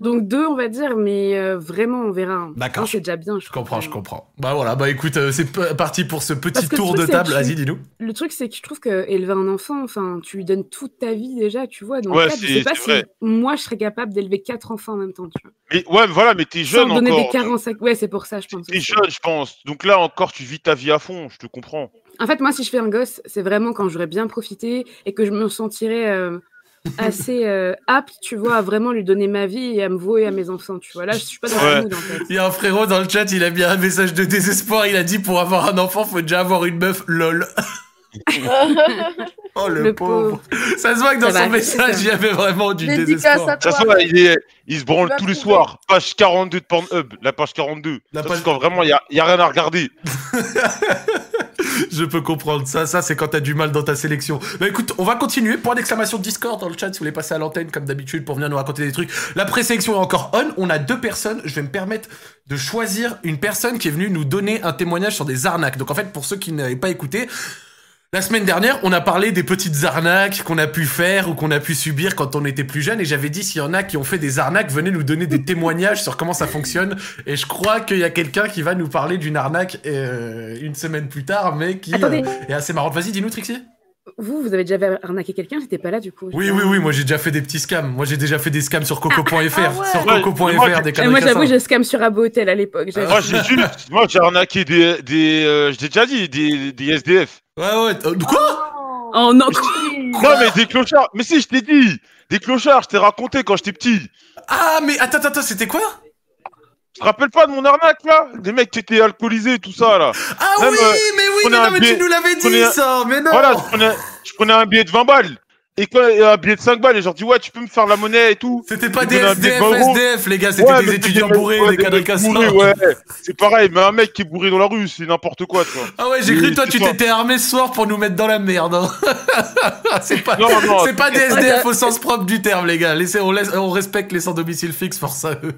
Donc deux, on va dire, mais euh, vraiment, on verra. un. D'accord. Un, C'est déjà bien, je Je comprends, je comprends. Bah voilà, bah écoute, euh, c'est p- parti pour ce petit Parce que le tour de truc, c'est table. que- Vas-y, dis-nous. Le truc, c'est que je trouve que élever un enfant, enfin, tu lui donnes toute ta vie déjà, tu vois. Donc Ouais, quatre, je c'est- sais pas c'est si vrai. moi, je serais capable d'élever quatre enfants en même temps, tu vois. Mais ouais, mais voilà, mais t'es jeune Sans donner encore. des carences. à- Ouais, c'est pour ça, je pense. T'es aussi. jeune, je pense. Donc là encore, tu vis ta vie à fond, je te comprends. En fait, moi, si je fais un gosse, c'est vraiment quand j'aurais bien profité et que je me sentirais euh, assez euh, apte, tu vois, à vraiment lui donner ma vie et à me vouer à mes enfants, tu vois. Là, je suis pas dans Ouais. le mood, en fait. Il y a un frérot dans le chat, il a mis un message de désespoir. Il a dit pour avoir un enfant, faut déjà avoir une meuf. Lol. Oh le, Le pauvre. pauvre. Ça se voit que dans Ça son va, c'est message, ça. il y avait vraiment du Dédicace désespoir. à Ça toi. se voit, il, est, il se branle Tu vas tous les trouver. soirs. Page 42 de Pornhub, la page 42. La Ça, page- c'est quand vraiment, il n'y a, y a rien à regarder. Je peux comprendre ça. Ça, c'est quand t'as du mal dans ta sélection. Bah écoute, on va continuer. Point d'exclamation Discord dans le chat si vous voulez passer à l'antenne comme d'habitude pour venir nous raconter des trucs. La présélection est encore on. On a deux personnes. Je vais me permettre de choisir une personne qui est venue nous donner un témoignage sur des arnaques. Donc en fait, pour ceux qui n'avaient pas écouté, la semaine dernière, on a parlé des petites arnaques qu'on a pu faire ou qu'on a pu subir quand on était plus jeune. Et j'avais dit, s'il y en a qui ont fait des arnaques, venez nous donner des témoignages sur comment ça fonctionne. Et je crois qu'il y a quelqu'un qui va nous parler d'une arnaque euh, une semaine plus tard, mais qui Attendez. euh, est assez marrante. Vas-y, dis-nous, Trixie. Vous, vous avez déjà arnaqué quelqu'un, j'étais pas là du coup. Oui, oui, oui, moi j'ai déjà fait des petits scams. Moi j'ai déjà fait des scams sur coco.fr. ah, ouais. Ouais, Sur moi, coco.fr, des Et conneries moi, comme j'avoue, ça. j'ai scam sur Abo Hotel à l'époque. j'avoue. Moi, j'ai juste, moi, j'ai arnaqué des, des euh, je t'ai déjà dit, des, des SDF. Ouais, ouais. euh, quoi Oh, Oh non, Non, mais des clochards. Mais si, je t'ai dit, des clochards, je t'ai raconté quand j'étais petit. Ah, mais attends, attends, attends, c'était quoi Tu te rappelles pas de mon arnaque, là? Des mecs qui étaient alcoolisés et tout ça, là. Ah Même, oui, euh, mais oui, mais prenez non, un mais billet- tu nous l'avais dit prenez un- ça, mais non Voilà, je prenais, je prenais un billet de 20 balles. Et quand il y a un billet de 5 balles, et genre, dis, ouais, tu peux me faire la monnaie et tout. C'était pas Il des donnait un billet de SDF, 20 euros. SDF, les gars, c'était Ouais, des mais étudiants mecs- bourrés, ouais, des cadres casseurs. bourrés, ouais. C'est pareil, mais un mec qui est bourré dans la rue, c'est n'importe quoi, tu vois. Ah ouais, j'ai Oui, cru que toi, tu c'est ça. t'étais armé ce soir pour nous mettre dans la merde. hein. c'est pas, Non, non, c'est pas des SDF au sens propre du terme, les gars. Laissez, on, laisse, on respecte les sans domicile fixe pour ça. eux.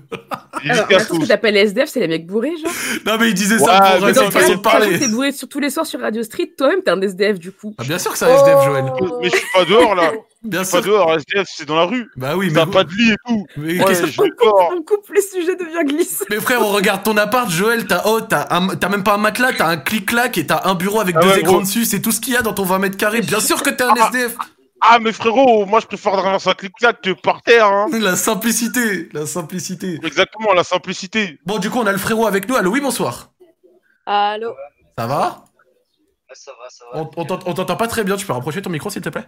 Il Alors, casse attends, ce que t'appelles SDF, c'est les mecs bourrés, genre. Non, mais ils disaient Ouais, ça pour mais euh, dans cette le Parce que façon de quand parler. t'es bourré sur tous les soirs sur Radio Street, toi-même t'es un SDF du coup. Ah, bien sûr que c'est un SDF, Joël. tout. Mais je suis pas dehors, là. Bien Je suis pas sûr. dehors, SDF, c'est dans la rue. Bah oui, mais, T'as pas de lit et tout. mais Ouais, qu'est-ce- je vais dehors. On coupe, le sujet devient glisse. mais frère, on regarde ton appart, Joël, t'as oh, t'as un- t'as même pas un matelas, t'as un clic-clac et t'as un bureau avec Ah deux ouais, écrans gros. dessus, c'est tout ce qu'il y a dans ton 20 mètres carrés. Bien sûr que t'es un Ah. SDF. Ah, mais frérot, moi je préfère dormir sur un clic-clac que par terre, hein. La simplicité, la simplicité. Exactement, la simplicité. Bon, du coup, on a le frérot avec nous. Allô, oui, bonsoir. Allô Ça va ça va, ça va. On, on t'ent- on t'entend pas très bien, tu peux rapprocher ton micro s'il te plaît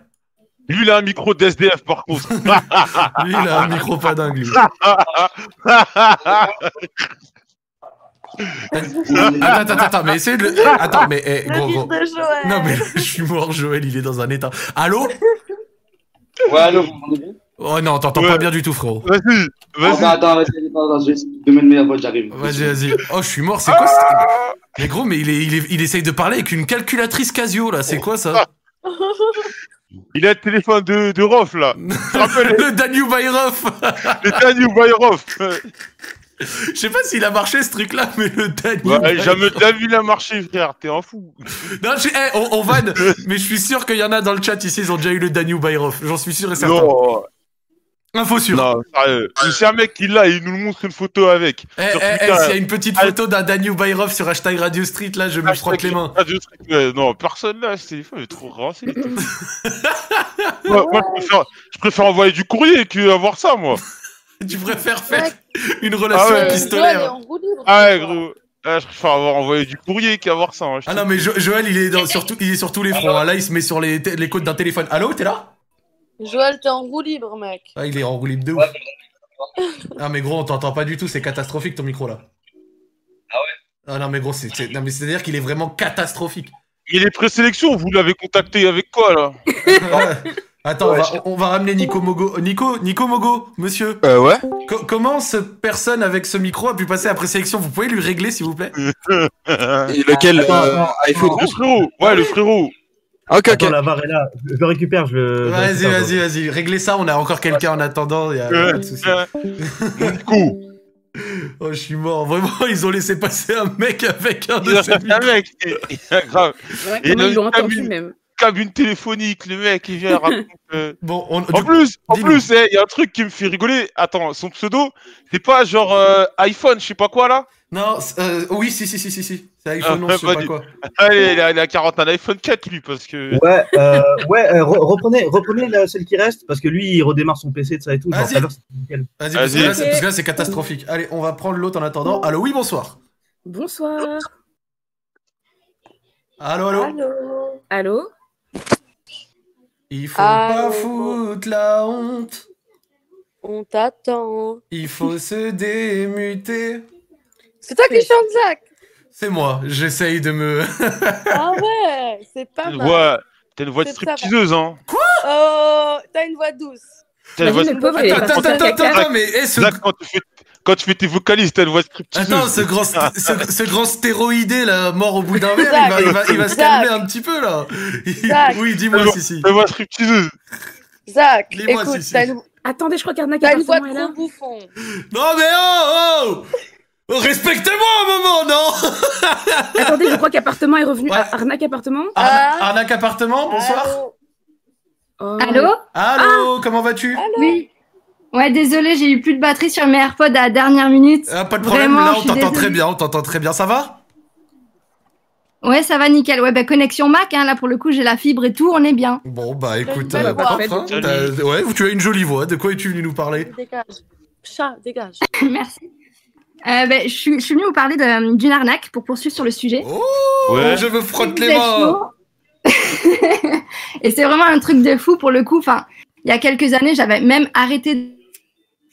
Lui, il a un micro d'SDF par contre. Lui, il a un micro pas dingue, lui. Attends, attends, attends, mais essayez de le. Attends, mais eh, Le gros, fils gros. de Joël Non, mais je suis mort, Joël, il est dans un état. Allô Ouais, allô, vous m'entendez bien Ah, bah, Oh non, t'entends pas Ouais. bien du tout, frérot. Vas-y, Attends, vas-y. attends, vas-y, vas-y, vas-y, je vais essayer de donner le meilleur vote, j'arrive. Vas-y, vas-y. Oh, je suis mort, c'est quoi Ah ce- Mais gros, mais il, est, il, est- il essaye de parler avec une calculatrice Casio, là, c'est quoi ça Il a le téléphone de, de Rof là. Je te rappelle Le Danube Iroff le dernier by Rof. Je sais pas s'il a marché ce truc-là, mais le Danube. Ouais, jamais de la vie il a marché, frère. T'es un fou. Non, je... eh, on, on vanne, mais je suis sûr qu'il y en a dans le chat ici, ils ont déjà eu le Danube Iroff. J'en suis sûr et certain. Non, Info sûre. non, sérieux. Si un mec qui l'a, il nous montre une photo avec. Eh, eh, Sur eh, Twitter, s'il y a une petite Ah. photo d'un Danube Iroff sur hashtag Radio Street, là, je me frotte les mains. Ah, je sais que- euh, Non, personne là, c'est il est trop rincé. et tout. moi, moi, je, préfère, je préfère envoyer du courrier que avoir ça, moi. Tu préfères faire une relation Ah ouais. au pistolet. Joël est hein. en roue libre. Ah ouais, gros. Ah, je préfère avoir envoyé du courrier qu'avoir ça. hein, je Ah te non, mais Jo- Joël, il est, dans, sur tout- il est sur tous les fronts. hein. Là, il se met sur les, t- les côtes d'un téléphone. Allô, t'es là Joël, t'es en roue libre, mec. Ah, il est en roue libre de ouf. Ah, mais gros, on t'entend pas du tout. C'est catastrophique ton micro là. Ah ouais Ah non, mais gros, c'est c'est- non, mais c'est-à-dire qu'il est vraiment catastrophique. Mais les présélections, vous l'avez contacté avec quoi là Attends, on Ouais, va- je- on, on va ramener Nico Mogo. Nico, Nico Mogo, monsieur. Euh, ouais. co- comment cette personne avec ce micro a pu passer après sélection Vous pouvez lui régler, s'il vous plaît Et lequel Attends, euh, attends, iPhone Le frérot Ouais, le frérot Ah, Ok, Attends, ok. la barre est là. Euh, Je je récupère, je le. Vas-y, je le récupère, vas-y, vas-y. Réglez ça. On a encore quelqu'un en attendant. Y a Euh, pas de souci. euh, Mon Nico Oh, je suis mort. Vraiment, ils ont laissé passer un mec avec un Il de a ces fait un micros. mec et- et- grave, Voilà Et comment le ils l'ont entendu Camus. même. Cabine téléphonique, le mec, il vient raconter. euh. Bon, on, En plus, en dis-nous. plus, eh, il y a un truc qui me fait rigoler. Attends, son pseudo, c'est pas genre euh, iPhone, je sais pas quoi là Non, c'est- euh, oui, si, si, si, si, si. C'est iPhone, Ah, non, je sais bah, pas dis- quoi. Allez, il a, il a 40, un iPhone 4 lui, parce que. pardon. Ouais, euh, ouais euh, re- reprenez, reprenez la- celle qui reste parce que lui il redémarre son PC de ça et tout. genre, Vas-y. tout à l'heure, c'était nickel. Vas-y, parce, que Vas-y. là, c'est- parce que là, c'est catastrophique. Allez, on va prendre l'autre en attendant. Allô, oui, bonsoir. Bonsoir. Allô, allô. Allô Allô Il faut pas Allô. foutre la honte. oh, On t'attend. Il faut se démuter. C'est toi qui chante, Zach C'est moi, j'essaye de me. Ah ouais C'est pas T'as une mal. voix, t'as une voix de C'est ça, stripteaseuse, hein Oh, t'as une voix douce. T'as une voix Imagine, de le pauvre, il est Attends, parti attends, faire attends, attends, caca. mais eh, ce... Zach, quand tu fais, quand tu fais tes vocalises, t'as une voix de stripteaseuse. Attends, ce grand, st- ce, ce grand stéroïdé là, mort au bout d'un verre, il va, il va, il va se Zach. calmer un petit peu là. Zach. Oui, dis-moi Bonjour. si, si. Une voix de stripteaseuse. Zach, Dis-moi, écoute, Sissi. t'as une, Attendez, je crois qu'Arnaque t'as une voix appartement est de là. gros bouffon. Non, mais oh, oh Respectez-moi un moment, non Attendez, je crois qu'appartement est revenu. Ouais. Ah, Arnaque appartement Arna- Ah. Arnaque appartement, bonsoir. Allô. Oh. Ah, Allô Allô, comment vas-tu Allô Oui. Ouais, désolé, j'ai eu plus de batterie sur mes AirPods à la dernière minute. Ah, Pas de problème, Vraiment, là je on suis t'entend désolée. très bien, on t'entend très bien, ça va Ouais, ça va nickel. Ouais, bah connexion Mac, hein, là pour le coup, j'ai la fibre et tout, on est bien. Bon, bah écoute, belle euh, voix. propre, hein. Salut. T'as- ouais, tu as une jolie voix, de quoi es-tu venu nous parler Dégage. Chat, dégage. Merci. Euh, bah, je suis je suis venue vous parler de- d'une arnaque pour poursuivre sur le sujet. Oh, Ouais. Je me frotte Si vous les êtes mains chaud. Et c'est vraiment un truc de fou pour le coup. Enfin, il y a quelques années, j'avais même arrêté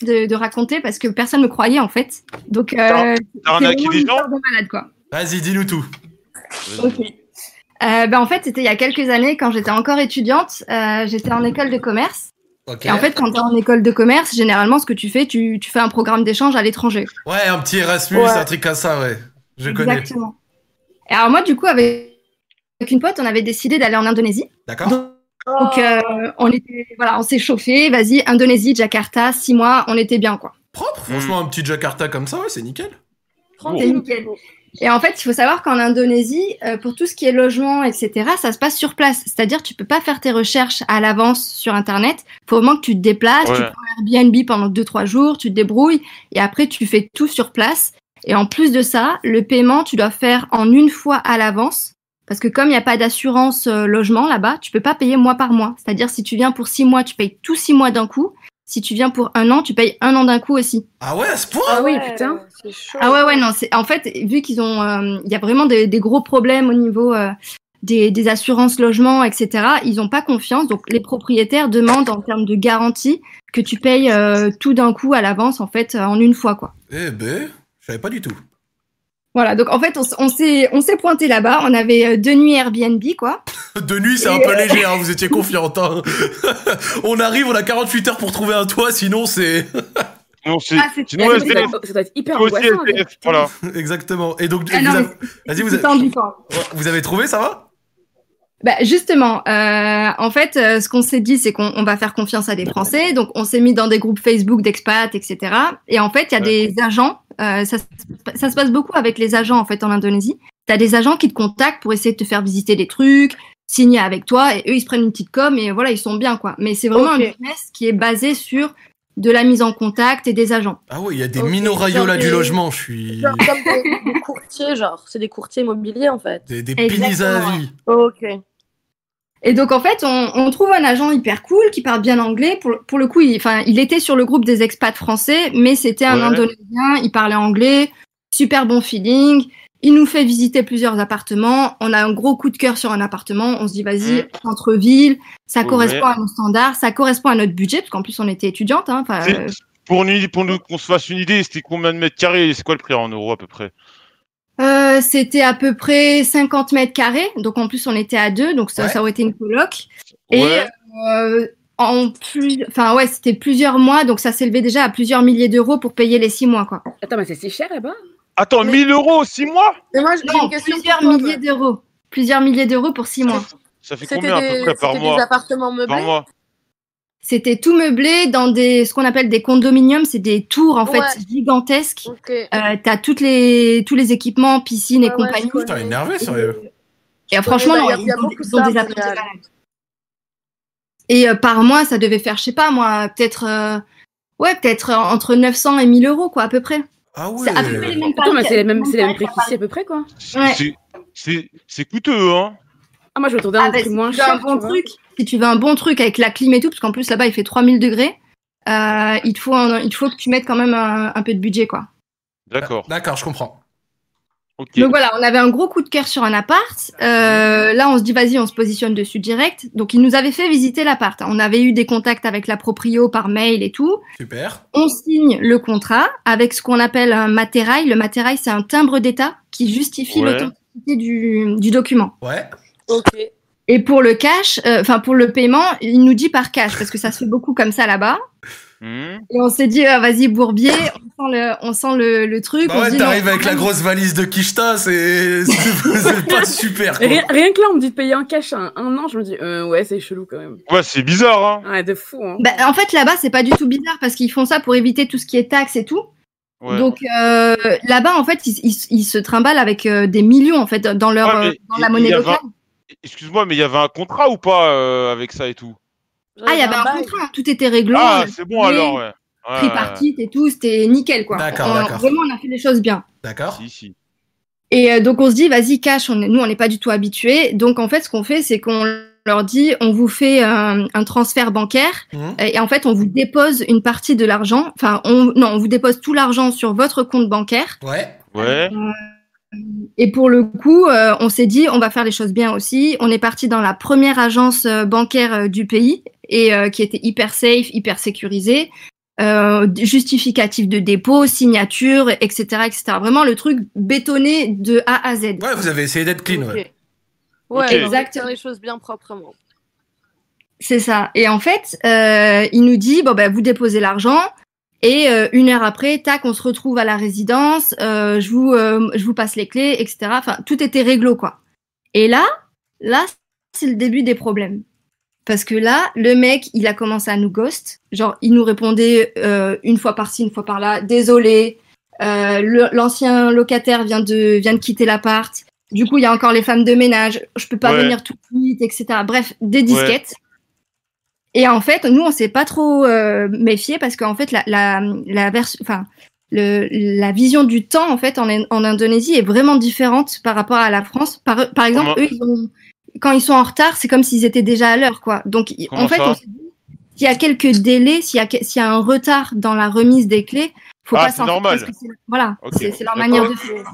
de, de raconter parce que personne ne me croyait en fait. Donc, euh, T'as c'est arnaqué vraiment des une gens histoire de malade quoi. Vas-y, dis-nous tout. Ok. Euh, ben, en fait, c'était il y a quelques années, quand j'étais encore étudiante, euh, j'étais en école de commerce. Ok. Et en fait, quand t'es en école de commerce, généralement, ce que tu fais, tu, tu fais un programme d'échange à l'étranger. Ouais, un petit Erasmus, Ouais. un truc comme ça, ouais. Je connais. Exactement. Et alors moi, du coup, avec, avec une pote, on avait décidé d'aller en Indonésie. D'accord Donc, euh, on était, voilà, on s'est chauffé. Vas-y, Indonésie, Jakarta, six mois, on était bien, quoi. Propre, franchement, un petit Jakarta comme ça, ouais, c'est nickel. Tranquille. nickel. Et en fait, il faut savoir qu'en Indonésie, euh, pour tout ce qui est logement, etc., ça se passe sur place. C'est-à-dire, tu peux pas faire tes recherches à l'avance sur Internet. Faut au moment que tu te déplaces, tu Ouais. prends Airbnb pendant deux, trois jours, tu te débrouilles, et après, tu fais tout sur place. Et en plus de ça, le paiement, tu dois faire en une fois à l'avance. Parce que comme il n'y a pas d'assurance euh, logement là-bas, tu peux pas payer mois par mois. C'est-à-dire, si tu viens pour six mois, tu payes tous six mois d'un coup. Si tu viens pour un an, tu payes un an d'un coup aussi. Ah ouais, à ce point Ah oui, putain. C'est chaud. Ah ouais, ouais, non, c'est en fait, vu qu'ils ont, euh, il y a vraiment des, des gros problèmes au niveau euh, des, des assurances logement, etc. Ils n'ont pas confiance, donc les propriétaires demandent en termes de garantie que tu payes euh, tout d'un coup à l'avance, en fait, euh, en une fois, quoi. Eh ben, je savais pas du tout. Voilà, donc en fait, on, s- on s'est, on s'est pointé là-bas, on avait euh, deux nuits Airbnb, quoi. De nuit, c'est un peu euh, léger, hein, vous étiez confiante. hein. on arrive, on a 48 heures pour trouver un toit, sinon c'est... Sinon, c'est. Ah, c'est- Sinon, Ouais, ça, doit SDF. être, ça doit être hyper Toi aussi, angoissant. avec- SDF. Voilà. Exactement. Et donc, Ah vous, non, avez... Vas-y, vous, C'est avez... tendu, quoi. Oh, vous avez trouvé, ça va Bah justement, euh, en fait, euh, ce qu'on s'est dit, c'est qu'on on va faire confiance à des Français. Donc, on s'est mis dans des groupes Facebook d'expats, etc. Et en fait, il y a des agents. euh, ça, se- ça se passe beaucoup avec les agents en fait en Indonésie. T'as des agents qui te contactent pour essayer de te faire visiter des trucs, signer avec toi, et eux ils se prennent une petite com et voilà ils sont bien quoi. Mais c'est vraiment Ok. un business qui est basé sur de la mise en contact et des agents. Ah ouais, il y a des Ok, minorayos là genre du des- logement, je suis... Genre Comme des, des courtiers, genre. C'est des courtiers immobiliers, en fait. Des, des Exactement. pénis à la vie. Ok. Et donc en fait, on, on trouve un agent hyper cool qui parle bien anglais. Pour, pour le coup, il, enfin, il était sur le groupe des expats français, mais c'était un Ouais. Indonésien, il parlait anglais, super bon feeling. Il nous fait visiter plusieurs appartements. On a un gros coup de cœur sur un appartement. On se dit, vas-y, Mm. Mhm. centre-ville, ça Ouais. correspond à nos standards, ça correspond à notre budget, parce qu'en plus, on était étudiante. Hein, Ah, enfin, C'est- euh, Pour, nous- pour nous qu'on se fasse une idée, c'était combien de mètres carrés et c'est quoi le prix en euros à peu près Euh, c'était à peu près 50 mètres carrés, donc en plus on était à deux, donc ça, Ouais. ça aurait été une coloc. Et Ouais. euh, en plus, enfin ouais, c'était plusieurs mois, donc ça s'élevait déjà à plusieurs milliers d'euros pour payer les six mois, quoi. Attends, mais c'est si cher là-bas Attends, 1000 euros, 6 mois Et moi, j'ai Non, une question. plusieurs pour toi, milliers d'euros, plusieurs milliers d'euros pour six mois. Ça fait C'était combien à peu des, près par c'était mois des appartements Par meublés. mois. C'était tout meublé dans des, ce qu'on appelle des condominiums, c'est des tours en Ouais. fait gigantesques. Ok. Euh, T'as toutes les tous les équipements, piscine et Ouais, ouais, compagnie. je connais. Putain, énervé, sérieux. Et euh, franchement, Ouais, non, bah, y a- ils y a ont- beaucoup ils ont ça, des c'est apports de réel. malade. Et euh, par mois, ça devait faire, je sais pas, moi, peut-être, euh, ouais, peut-être euh, entre 900 et 1000 euros, quoi, à peu près. Ah C'est à peu près ouais les mêmes Attends, mais tarifs. c'est les mêmes, c'est les mêmes prix qu'ici à peu près quoi. C'est- Ouais. c'est- C'est c'est coûteux, hein Ah, moi je m'attendais à Ah, un bah, truc si moins tu veux cher. un bon tu vois. truc, si tu veux un bon truc avec la clim et tout, parce qu'en plus là-bas il fait 3000 degrés, euh, il, te faut un- il te faut que tu mettes quand même un, un peu de budget, quoi. D'accord. D'accord, je comprends. Ok. Donc voilà, on avait un gros coup de cœur sur un appart. Euh, là, on se dit, vas-y, on se positionne dessus direct. Donc, il nous avait fait visiter l'appart. On avait eu des contacts avec la proprio par mail et tout. Super. on signe le contrat avec ce qu'on appelle un matérail. Le matérail, c'est un timbre d'État qui justifie Ouais. l'authenticité du, du document. Ouais. Ok. Et pour le cash, euh, enfin pour le paiement, il nous dit par cash parce que ça se fait beaucoup comme ça là-bas. Hmm. Et on s'est dit, ah, vas-y Bourbier, on sent le, on sent le, le truc. Bah on se ouais, dit, t'arrives non, avec la grosse valise de Kishta, c'est c'est- c'est pas super. quoi. Rien, rien que là, on me dit de payer en cash un, un an, je me dis, euh, ouais, c'est chelou quand même. Ouais, c'est bizarre, hein Ouais, de fou, hein. Bah, en fait, là-bas, c'est pas du tout bizarre parce qu'ils font ça pour éviter tout ce qui est taxes et tout. Ouais. Donc euh, là-bas, en fait, ils, ils- ils se trimballent avec euh, des millions en fait dans leur Ouais, Ah, mais euh, dans il- la il y monnaie a locale. Excuse-moi, mais il y avait un contrat ou pas euh, avec ça et tout Ah, il y avait J'avais un bail. contrat, hein, tout était réglé. Ah, c'est bon mais- alors, ouais. Ouais, tripartite et tout, c'était nickel quoi. D'accord, On- d'accord. Vraiment, on a fait les choses bien. D'accord. Si, si. Et euh, donc on se dit, vas-y, cash, on est- nous on n'est pas du tout habitués. Donc en fait, ce qu'on fait, c'est qu'on leur dit, on vous fait un, un transfert bancaire Mhm. et, et en fait, on vous dépose une partie de l'argent. Enfin, on, non, on vous dépose tout l'argent sur votre compte bancaire. Ouais. Ouais. Et pour le coup, euh, on s'est dit, on va faire les choses bien aussi. On est parti dans la première agence euh, bancaire euh, du pays et euh, qui était hyper safe, hyper sécurisée. Euh, justificatif de dépôt, signature, etc., etc. Vraiment le truc bétonné de A à Z. Ouais, vous avez essayé d'être clean, ouais. Ok. Ouais, Ok. Exact. faire les choses bien proprement. C'est ça. Et en fait, euh, il nous dit bon ben vous déposez l'argent et euh, une heure après, tac, on se retrouve à la résidence. euh, je vous, euh, je vous passe les clés, etc. Enfin, tout était réglo quoi. Et là, là, c'est le début des problèmes. Parce que là, le mec, il a commencé à nous ghost. Genre, il nous répondait euh, une fois par-ci, une fois par-là. Désolé, euh, le- l'ancien locataire vient de, vient de quitter l'appart. Du coup, il y a encore les femmes de ménage. Je peux pas Ouais. venir tout de suite, etc. Bref, des disquettes. Et en fait, nous, on s'est pas trop euh, méfié parce qu'en fait, la, la, la version, enfin, le, la vision du temps en fait en, In- en Indonésie est vraiment différente par rapport à la France. Par, par exemple, Comment- eux, ils ont quand ils sont en retard, c'est comme s'ils étaient déjà à l'heure, quoi. Donc, i- Comment en fait, ça on s'est dit, s'il y a quelques délais, s'il y a, que- s'il y a un retard dans la remise des clés, faut Ah, pas c'est s'en normal. parce que c'est- Voilà, Ok, c'est- c'est leur d'accord. manière de faire.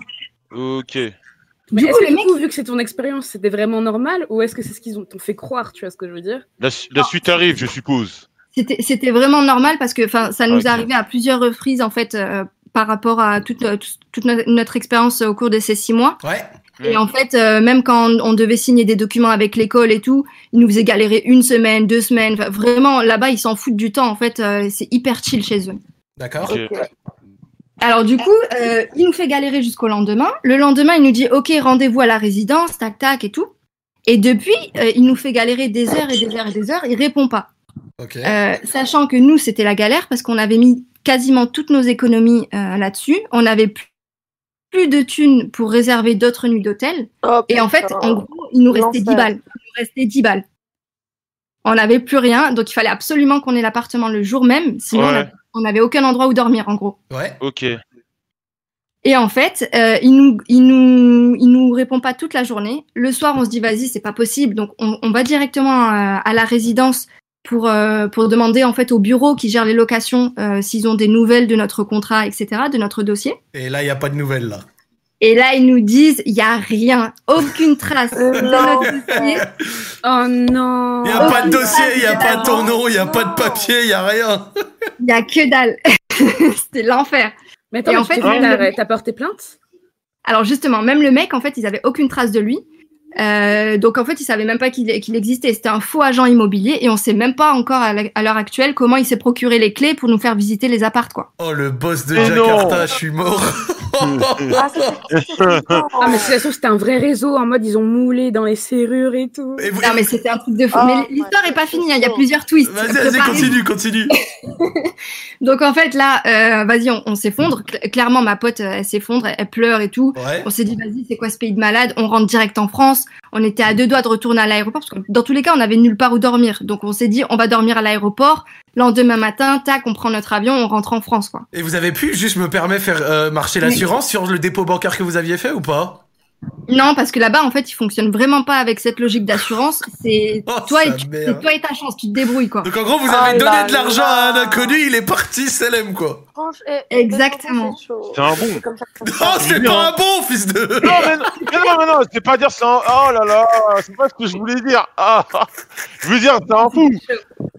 Euh, Ok. Mais Du est-ce coup, que le du mec- coup, vu que c'est ton expérience, c'était vraiment normal ou est-ce que c'est ce qu'ils ont- t'ont fait croire, tu vois ce que je veux dire La, su- la suite arrive, je suppose. C'était, c'était vraiment normal parce que, enfin, ça nous Ok. est arrivé à plusieurs reprises en fait euh, par rapport à toute, euh, toute- toute no- notre expérience euh, au cours de ces six mois. Ouais. Et en fait, euh, même quand on, on devait signer des documents avec l'école et tout, ils nous faisaient galérer une semaine, deux semaines. Enfin, vraiment, là-bas, ils s'en foutent du temps. En fait, euh, c'est hyper chill chez eux. D'accord. Ok. Alors du coup, euh, il nous fait galérer jusqu'au lendemain. Le lendemain, il nous dit OK, rendez-vous à la résidence, tac tac et tout. Et depuis, euh, il nous fait galérer des heures et des heures et des heures. Il répond pas. Ok. Euh, sachant que nous, c'était la galère parce qu'on avait mis quasiment toutes nos économies euh, là-dessus. On n'avait plus, plus de thunes pour réserver d'autres nuits d'hôtel. Oh, Et en fait, putain. en gros, il nous restait 10 L'enfer. balles. Il nous restait 10 balles. On n'avait plus rien, donc il fallait absolument qu'on ait l'appartement le jour même, sinon on Ouais. avait- on n'avait aucun endroit où dormir, en gros. Ouais. Ok. Et en fait, euh, il nous, il nous, il nous répond pas toute la journée. Le soir, on se dit vas-y, c'est pas possible. Donc on, on va directement à, à la résidence pour euh, pour demander en fait au bureau qui gère les locations euh, s'ils ont des nouvelles de notre contrat, etc., de notre dossier. Et là, il y a pas de nouvelles là. Oh, Et là, ils nous disent il y a rien, aucune trace de Euh, notre non. dossier. Oh non Oh Il y a pas de aucune dossier, il y a trace, pas de ton nom, il y a non. pas de papier, il y a rien. Il y a que dalle. C'était l'enfer. Mais attends, Et mais en tu t'es fait, fait, même t'as- le- t'as porté plainte Alors justement, même le mec, en fait, ils avaient aucune trace de lui. Euh, donc en fait, ils savaient même pas qu'il qu'il existait. C'était un faux agent immobilier et on sait même pas encore à la- à l'heure actuelle comment il s'est procuré les clés pour nous faire visiter les appartes quoi. Oh le boss de Mais Jakarta, non. je suis mort. Ah, ça, c'est- c'est flippant. Ah, mais de toute façon, c'était un vrai réseau en mode ils ont moulé dans les serrures et tout. Ah. Et vous- Non mais c'était un truc de fou. Ah, Oh mais l'histoire my est pas God, finie, hein, il y a chaud. plusieurs twists. Vas-y, vas-y, Préparez-vous. continue, continue. Donc en fait là, euh, vas-y, on, on s'effondre. Cl- clairement, ma pote, euh, elle s'effondre, elle, elle pleure et tout. Mm. Ouais. On s'est dit vas-y, c'est quoi ce pays de malade On rentre direct en France. On était à deux doigts de retourner à l'aéroport parce que dans tous les cas, on avait nulle part où dormir. Donc on s'est dit on va dormir à l'aéroport. Lendemain matin, tac, on prend notre avion, on rentre en France quoi. Et vous avez pu, juste je me permets, faire euh, marcher l'assurance sur le dépôt bancaire que vous aviez fait ou pas Non, parce que là-bas, en fait, ils fonctionnent vraiment pas avec cette logique d'assurance. C'est Oh, toi, sa et tu- mère. c'est toi et ta chance, tu te débrouilles, quoi. Donc en gros, Oh, vous Ah Oh avez donné là de l'argent à là. un inconnu, il est parti, CLM quoi. Franche- eh, Exactement. c'est chaud. C'est un bon. C'est comme ça que Oh, ça se passe. c'est pas un bon fils de. Non, mais non, mais non, mais non, c'est pas dire ça. Oh là là, c'est pas ce que je voulais dire. Ah, je veux dire, c'est un fou.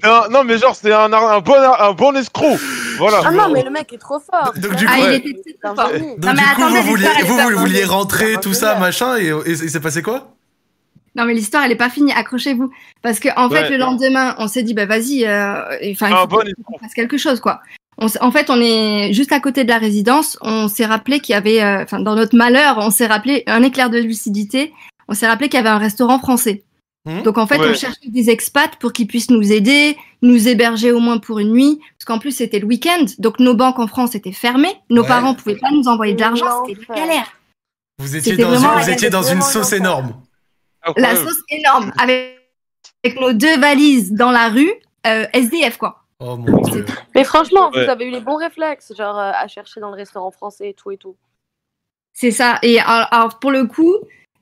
C'est un- non, mais genre, c'est un, ar- un, bon, ar- un bon escroc. Voilà. Ah non, mais le mec est trop fort. Donc, du Ah, coup, il ouais. était C'est un très fort. génie. Donc mais du coup, attendez, vous vouliez, l'histoire, elle est vous, pas vous vouliez terminée. rentrer, Ah, tout ça, génial. machin, et, et il s'est passé quoi Non, mais l'histoire, elle est pas finie. Accrochez-vous. Parce que, en fait, Ouais. le lendemain, on s'est dit, bah, vas-y, euh, enfin, il Un faut bon qu'on escroc. fasse quelque chose, quoi. On s- en fait, on est juste à côté de la résidence. On s'est rappelé qu'il y avait, euh, enfin, dans notre malheur, on s'est rappelé un éclair de lucidité. On s'est rappelé qu'il y avait un restaurant français. Mhm. Donc, en fait, on Ouais. cherchait des expats pour qu'ils puissent nous aider, nous héberger au moins pour une nuit. Parce qu'en plus, c'était le week-end. Donc, nos banques en France étaient fermées. Nos Ouais. parents pouvaient pas nous envoyer de l'argent. C'était une L'enfer. galère. Vous étiez C'était dans, vraiment une, la vous étiez galère, dans une vraiment sauce l'enfer. énorme. Ah, ouais. la sauce énorme avec, avec nos deux valises dans la rue, euh, SDF quoi. Oh mon dieu. Mais franchement, vous Ouais. avez eu les bons réflexes, genre euh, à chercher dans le restaurant français et tout et tout. C'est ça. Et alors, alors, pour le coup,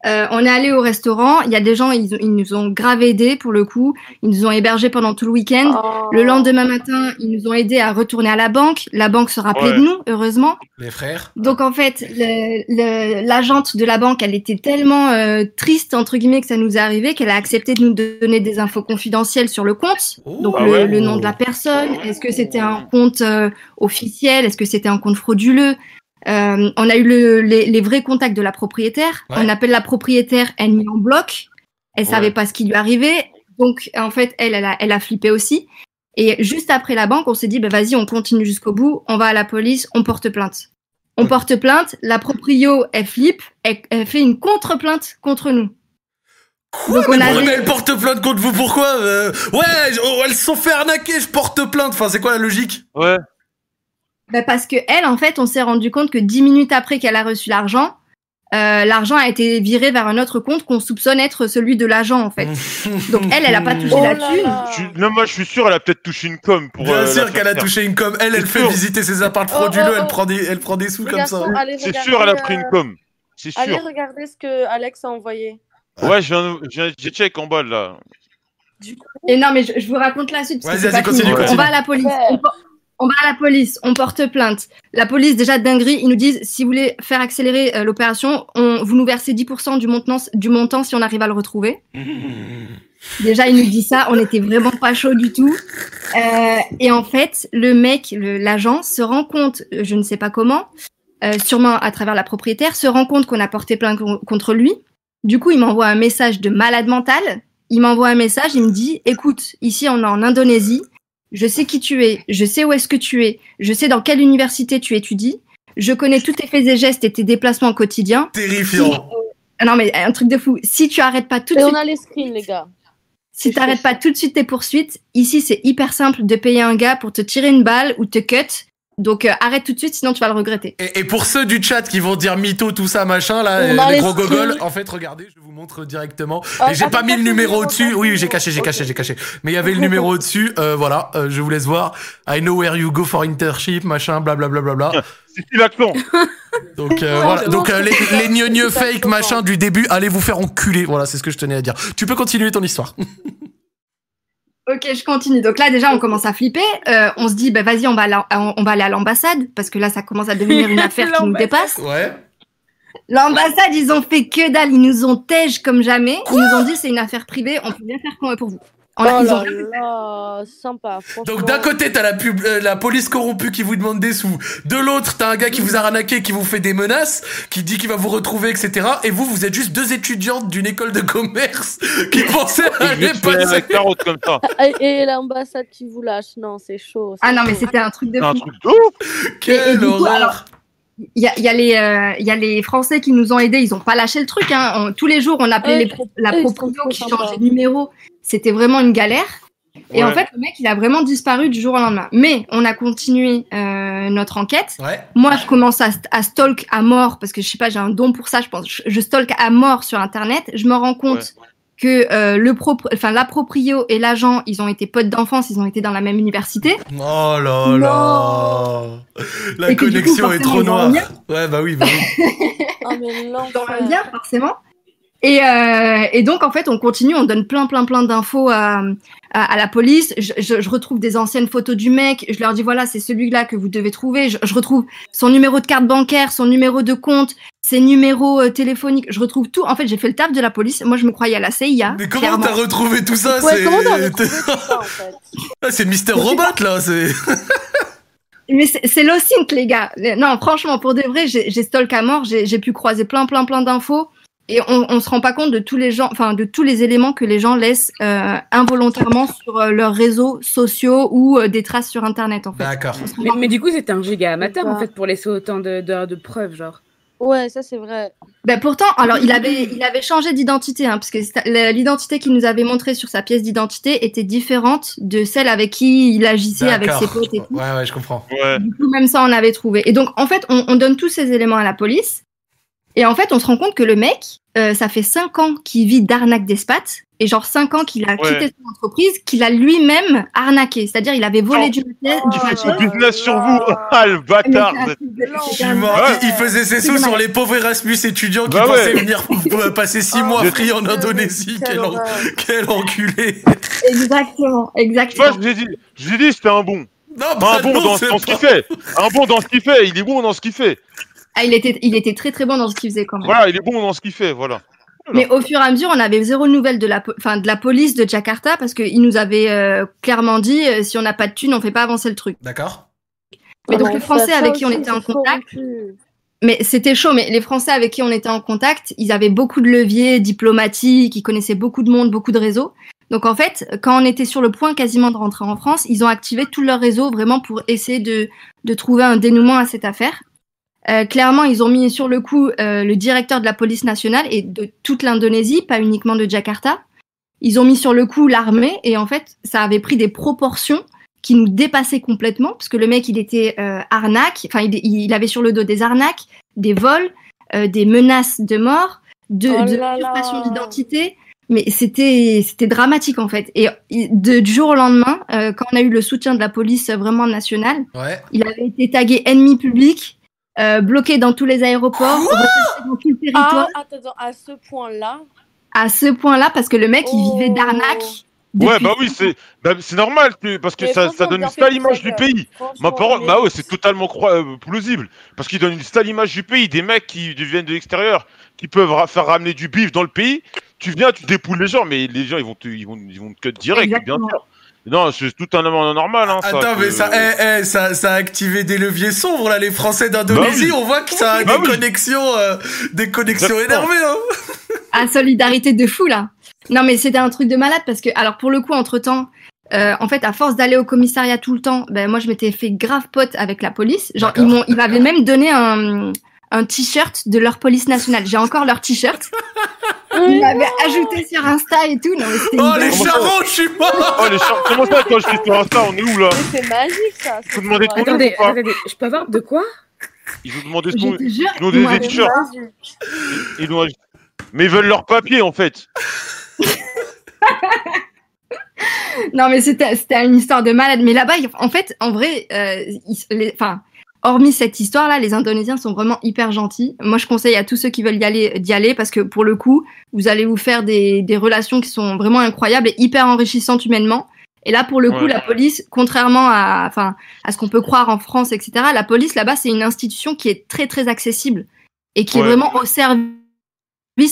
euh, on est allé au restaurant. Il y a des gens, ils, ont- ils nous ont grave aidés pour le coup. Ils nous ont hébergés pendant tout le week-end. Oh. Le lendemain matin, ils nous ont aidés à retourner à la banque. La banque se rappelait Ouais. de nous, heureusement. Les frères Donc en fait, le- le- l'agente de la banque, elle était tellement euh, triste entre guillemets que ça nous est arrivé qu'elle a accepté de nous donner des infos confidentielles sur le compte. Oh. Donc Ah le, ouais. le nom de la personne, est-ce que c'était un compte euh, officiel, est-ce que c'était un compte frauduleux. Euh, on a eu le- les, les vrais contacts de la propriétaire. Ouais. On appelle la propriétaire, elle nous en bloque. Elle savait pas ce qui lui arrivait. Donc, en fait, elle, elle a, elle a flippé aussi. Et juste après la banque, on s'est dit, bah, vas-y, on continue jusqu'au bout, on va à la police, on porte plainte. On porte plainte, la proprio, elle flippe, elle, elle fait une contre-plainte contre nous. Quoi Donc, mais on avait- bon, mais elle porte plainte contre vous, pourquoi euh, Ouais, j- oh, elles se sont fait arnaquer, je porte plainte. Enfin, c'est quoi la logique Ouais. Bah, parce que elle, en fait, on s'est rendu compte que dix minutes après qu'elle a reçu l'argent, euh, l'argent a été viré vers un autre compte qu'on soupçonne être celui de l'agent, en fait. Donc elle, elle a pas touché Oh la là thune. là. Je suis- Non, moi, je suis sûr, elle a peut-être touché une com pour. Bien euh, la sûr faire qu'elle a taire. touché une com. Elle, elle C'est fait sûr. visiter ses apparts Oh, frauduleux, oh, oh. Elle, prend des, elle prend des sous Les comme ça. garçons, allez C'est regarder, sûr, elle a pris euh, une com. C'est Allez sûr. regarder ce que Alex a envoyé. Ouais, j'ai un- j'ai un- j'ai check en bas là. Du coup, Et non, mais je, je vous raconte la suite. parce que Vas-y, c'est vas-y, pas fini. continue, on continue. va à la police. Ouais. On, por- on va à la police. On porte plainte. La police, déjà dinguerie, ils nous disent si vous voulez faire accélérer euh, l'opération, on- vous nous versez 10% du montant, du montant si on arrive à le retrouver. Déjà, il nous dit ça. On était vraiment pas chaud du tout. Euh, et en fait, le mec, le- l'agent, se rend compte, euh, je ne sais pas comment, euh, sûrement à travers la propriétaire, se rend compte qu'on a porté plainte con- contre lui. Du coup, il m'envoie un message de malade mental. Il m'envoie un message, il me dit Écoute, ici on est en Indonésie, je sais qui tu es, je sais où est-ce que tu es, je sais dans quelle université tu étudies, je connais tous tes faits et gestes et tes déplacements quotidiens. Terrifiant. Ah Non mais un truc de fou, si tu arrêtes pas tout de et suite, on a les screens, les gars. si t'arrêtes pas tout de suite tes poursuites, ici c'est hyper simple de payer un gars pour te tirer une balle ou te cut. Donc euh, arrête tout de suite, sinon tu vas le regretter. Et, et pour ceux du chat qui vont dire mytho, tout ça, machin, là, euh, On a les les gros gogoles, screens. en fait, regardez, je vous montre directement. Oh, Ah, Et j'ai ah, pas t'as mis le caché numéro au-dessus. t'as Oui, le j'ai caché, j'ai numéro. caché, Ok. j'ai caché. Mais il y avait le numéro au-dessus. euh, voilà, euh, je vous laisse voir. I know where you go for internship, machin, blablabla. Bla, bla, bla. C'est qui l'accent Donc euh, Ouais, voilà. je Donc pense euh, que les, c'est les ça, gneugneux c'est ça, fake je machin comprends. du début, allez vous faire enculer. Voilà, c'est ce que je tenais à dire. Tu peux continuer ton histoire. Ok, je continue. Donc là, déjà, on commence à flipper. Euh, on se dit, bah, vas-y, on va, aller- on va aller à l'ambassade, parce que là, ça commence à devenir une affaire bah, qui nous L'ambassade. dépasse. Ouais. L'ambassade, ils ont fait que dalle, ils nous ont tège comme jamais. ils nous ont dit c'est une affaire privée, on peut bien faire qu'on pour vous. On Oh a- ils ont- là là, sympa. Donc d'un franchement. côté t'as la pub, euh, la police corrompue qui vous demande des sous. De l'autre t'as un gars qui vous a ranaqué, qui vous fait des menaces, qui dit qu'il va vous retrouver, etc. Et vous vous êtes juste deux étudiantes d'une école de commerce qui pensaient Je vais aller te faire passer. avec la carotte comme ça. Ah, Et, et l'ambassade qui vous lâche, non, c'est chaud. c'est Ah non, mais chaud. c'était un truc de C'est un fou. truc de Et- ouf. et Quelle du coup, horreur alors- Il y a, il y a les, euh, il y a les Français qui nous ont aidés, ils ont pas lâché le truc. hein. On- tous les jours, on appelait Ouais, les pro- la eux, ils sont proprio trop qui sympas. changeait de numéro. C'était vraiment une galère. Et en Ouais. fait, le mec, il a vraiment disparu du jour au lendemain. Mais on a continué euh, notre enquête. Ouais. Moi, je commence à, st- à stalk à mort parce que je sais pas, j'ai un don pour ça. Je pense, je, je stalk à mort sur Internet. Je me rends compte que euh, le propre, enfin la proprio et l'agent, ils ont été potes d'enfance, ils ont été dans la même université. Oh là là. La Et que du coup, connexion est forcément, trop ils ont un noire. lien. Ouais bah oui. Bah oui. Ah, mais Dans l'enfer. le lien, forcément. Et, euh, et donc, en fait, on continue, on donne plein, plein, plein d'infos à, à, à la police. Je, je- je retrouve des anciennes photos du mec. Je leur dis, voilà, c'est celui-là que vous devez trouver. Je, je retrouve son numéro de carte bancaire, son numéro de compte, ses numéros euh, téléphoniques. Je retrouve tout. En fait, j'ai fait le taf de la police. Moi, je me croyais à la CIA. Mais comment clairement. t'as retrouvé tout ça Ouais, C'est- Ah, comment t'as retrouvé tout ça, en fait C'est Mister Robot là. C'est. Mais c'est c'est l'OSINT, les gars. Mais Non, franchement, pour de vrai, j'ai j'ai stalk à mort. J'ai j'ai pu croiser plein, plein, plein d'infos. Et on, on se rend pas compte de tous les gens, enfin, de tous les éléments que les gens laissent euh, involontairement sur euh, leurs réseaux sociaux ou euh, des traces sur Internet, en fait. D'accord. On se rend Mais, pas compte. mais du coup, c'était un giga amateur en Pourquoi fait pour laisser autant de, de, de preuves, genre. Ouais, ça c'est vrai. Ben, pourtant, alors, il avait, il avait changé d'identité, hein, parce que c'est- la- l'identité qu'il nous avait montrée sur sa pièce d'identité était différente de celle avec qui il agissait avec ses D'accord. potes et tout. Ouais ouais je comprends. Ouais. Du coup, même ça, on avait trouvé. Et donc, en fait, on, on donne tous ces éléments à la police. Et en fait, on se rend compte que le mec, euh, ça fait 5 ans qu'il vit d'arnaque d'espace. Et genre 5 ans qu'il a Ouais. quitté son entreprise, qu'il a lui-même arnaqué. C'est-à-dire, il avait volé Oh. du matériel. Oh. Il fait son là business sur là. vous. Ah, le Mais c'est bâtard. un vous êtes- truc de- Je c'est Je suis un- mort. Ouais. Il il faisait ses C'est sous sur dommage. les pauvres Erasmus étudiants qui Bah pensaient ouais. venir euh, passer six Ah, mois je- free en Indonésie. Quel, en- horreur. quel enculé. Exactement, exactement. Moi, je vous ai dit, je vous ai dit, c'était un bon. Non, bah Un bon non, dans, c'est dans ce pas- qu'il fait. Un bon dans ce qu'il fait. Il est bon dans ce qu'il fait. Ah, il, était, il était très très bon dans ce qu'il faisait quand même. Voilà, il est bon dans ce qu'il fait. Voilà. Mais au fur et à mesure, on avait zéro nouvelle de la, po- enfin, de la police de Jakarta parce qu'ils nous avaient euh, clairement dit euh, si on n'a pas de thunes, on fait pas avancer le truc. D'accord. Mais Ah donc, non, le Français ça, ça avec qui on aussi, était en c'est contact, corrompu. mais c'était chaud. Mais les Français avec qui on était en contact, ils avaient beaucoup de leviers diplomatiques, ils connaissaient beaucoup de monde, beaucoup de réseaux. Donc en fait, quand on était sur le point quasiment de rentrer en France, ils ont activé tout leur réseau vraiment pour essayer de, de trouver un dénouement à cette affaire. Euh, clairement, ils ont mis sur le coup euh, le directeur de la police nationale et de toute l'Indonésie, pas uniquement de Jakarta. Ils ont mis sur le coup l'armée et en fait, ça avait pris des proportions qui nous dépassaient complètement parce que le mec, il était euh, arnaque, enfin, il, il avait sur le dos des arnaques, des vols, euh, des menaces de mort, de, Oh de là là. usurpation d'identité. Mais c'était c'était dramatique en fait. Et de, du jour au lendemain, euh, quand on a eu le soutien de la police euh, vraiment nationale, Ouais. il avait été tagué ennemi public, euh, bloqué dans tous les aéroports, recherché dans tout le territoire. Ah, attends, attends, à ce point-là. À ce point-là, parce que le mec, il vivait Oh. d'arnaque. Ouais, depuis- bah oui, c'est bah, c'est normal que- parce que Mais ça, ça franchement, donne bien une fait de sale image du faire, pays. franchement, Ma parole, mais- bah ouais, c'est totalement croi- euh, plausible. Parce qu'ils donnent une sale image du pays. Des mecs qui viennent de l'extérieur, qui peuvent ra- faire ramener du bif dans le pays. Tu viens, tu dépouilles les gens, mais les gens, ils vont te, ils vont, ils vont te cut direct, bien Exactement. sûr. Non, c'est tout un amendement normal. Hein, Attends, mais que- ça, eh, eh, ça, ça a activé des leviers sombres, là, les Français d'Indonésie. Bah On voit que ça a Bah des, oui. connexions, euh, des connexions Exactement. énervées. à Hein. Ah, solidarité de fou là. Non mais c'était un truc de malade parce que alors pour le coup entre temps, en fait à force d'aller au commissariat tout le temps, ben moi je m'étais fait grave pote avec la police. Genre ils D'accord. m'ont, ils m'avaient même donné un un t-shirt de leur police nationale. J'ai encore leur t-shirt. Ils m'avaient ajouté sur Insta et tout. Non, mais c'était une Oh, les dinguerie. Comment ça charros, je suis mort Oh, les chars, comment ça, toi, je suis sur Insta, on est où là Mais c'est magique ça. Faut demander c'est ton nom. Attendez, vrai. ou pas attendez, je peux avoir de quoi Ils ont demandé ce je qu'on. te jure. Ils ont ils m'ont hein. des appelé- t-shirts. Ils nous ont- Mais ils veulent leur papier, en fait. Non, mais c'était c'était une histoire de malade. Mais là-bas, ils- en fait, en vrai, euh, ils- les- enfin, hormis cette histoire-là, les Indonésiens sont vraiment hyper gentils. Moi, je conseille à tous ceux qui veulent y aller d'y aller parce que pour le coup, vous allez vous faire des, des relations qui sont vraiment incroyables et hyper enrichissantes humainement. Et là, pour le coup, Ouais. la police, contrairement à, enfin, à ce qu'on peut croire en France, etc., la police là-bas, c'est une institution qui est très très accessible et qui Ouais. est vraiment au service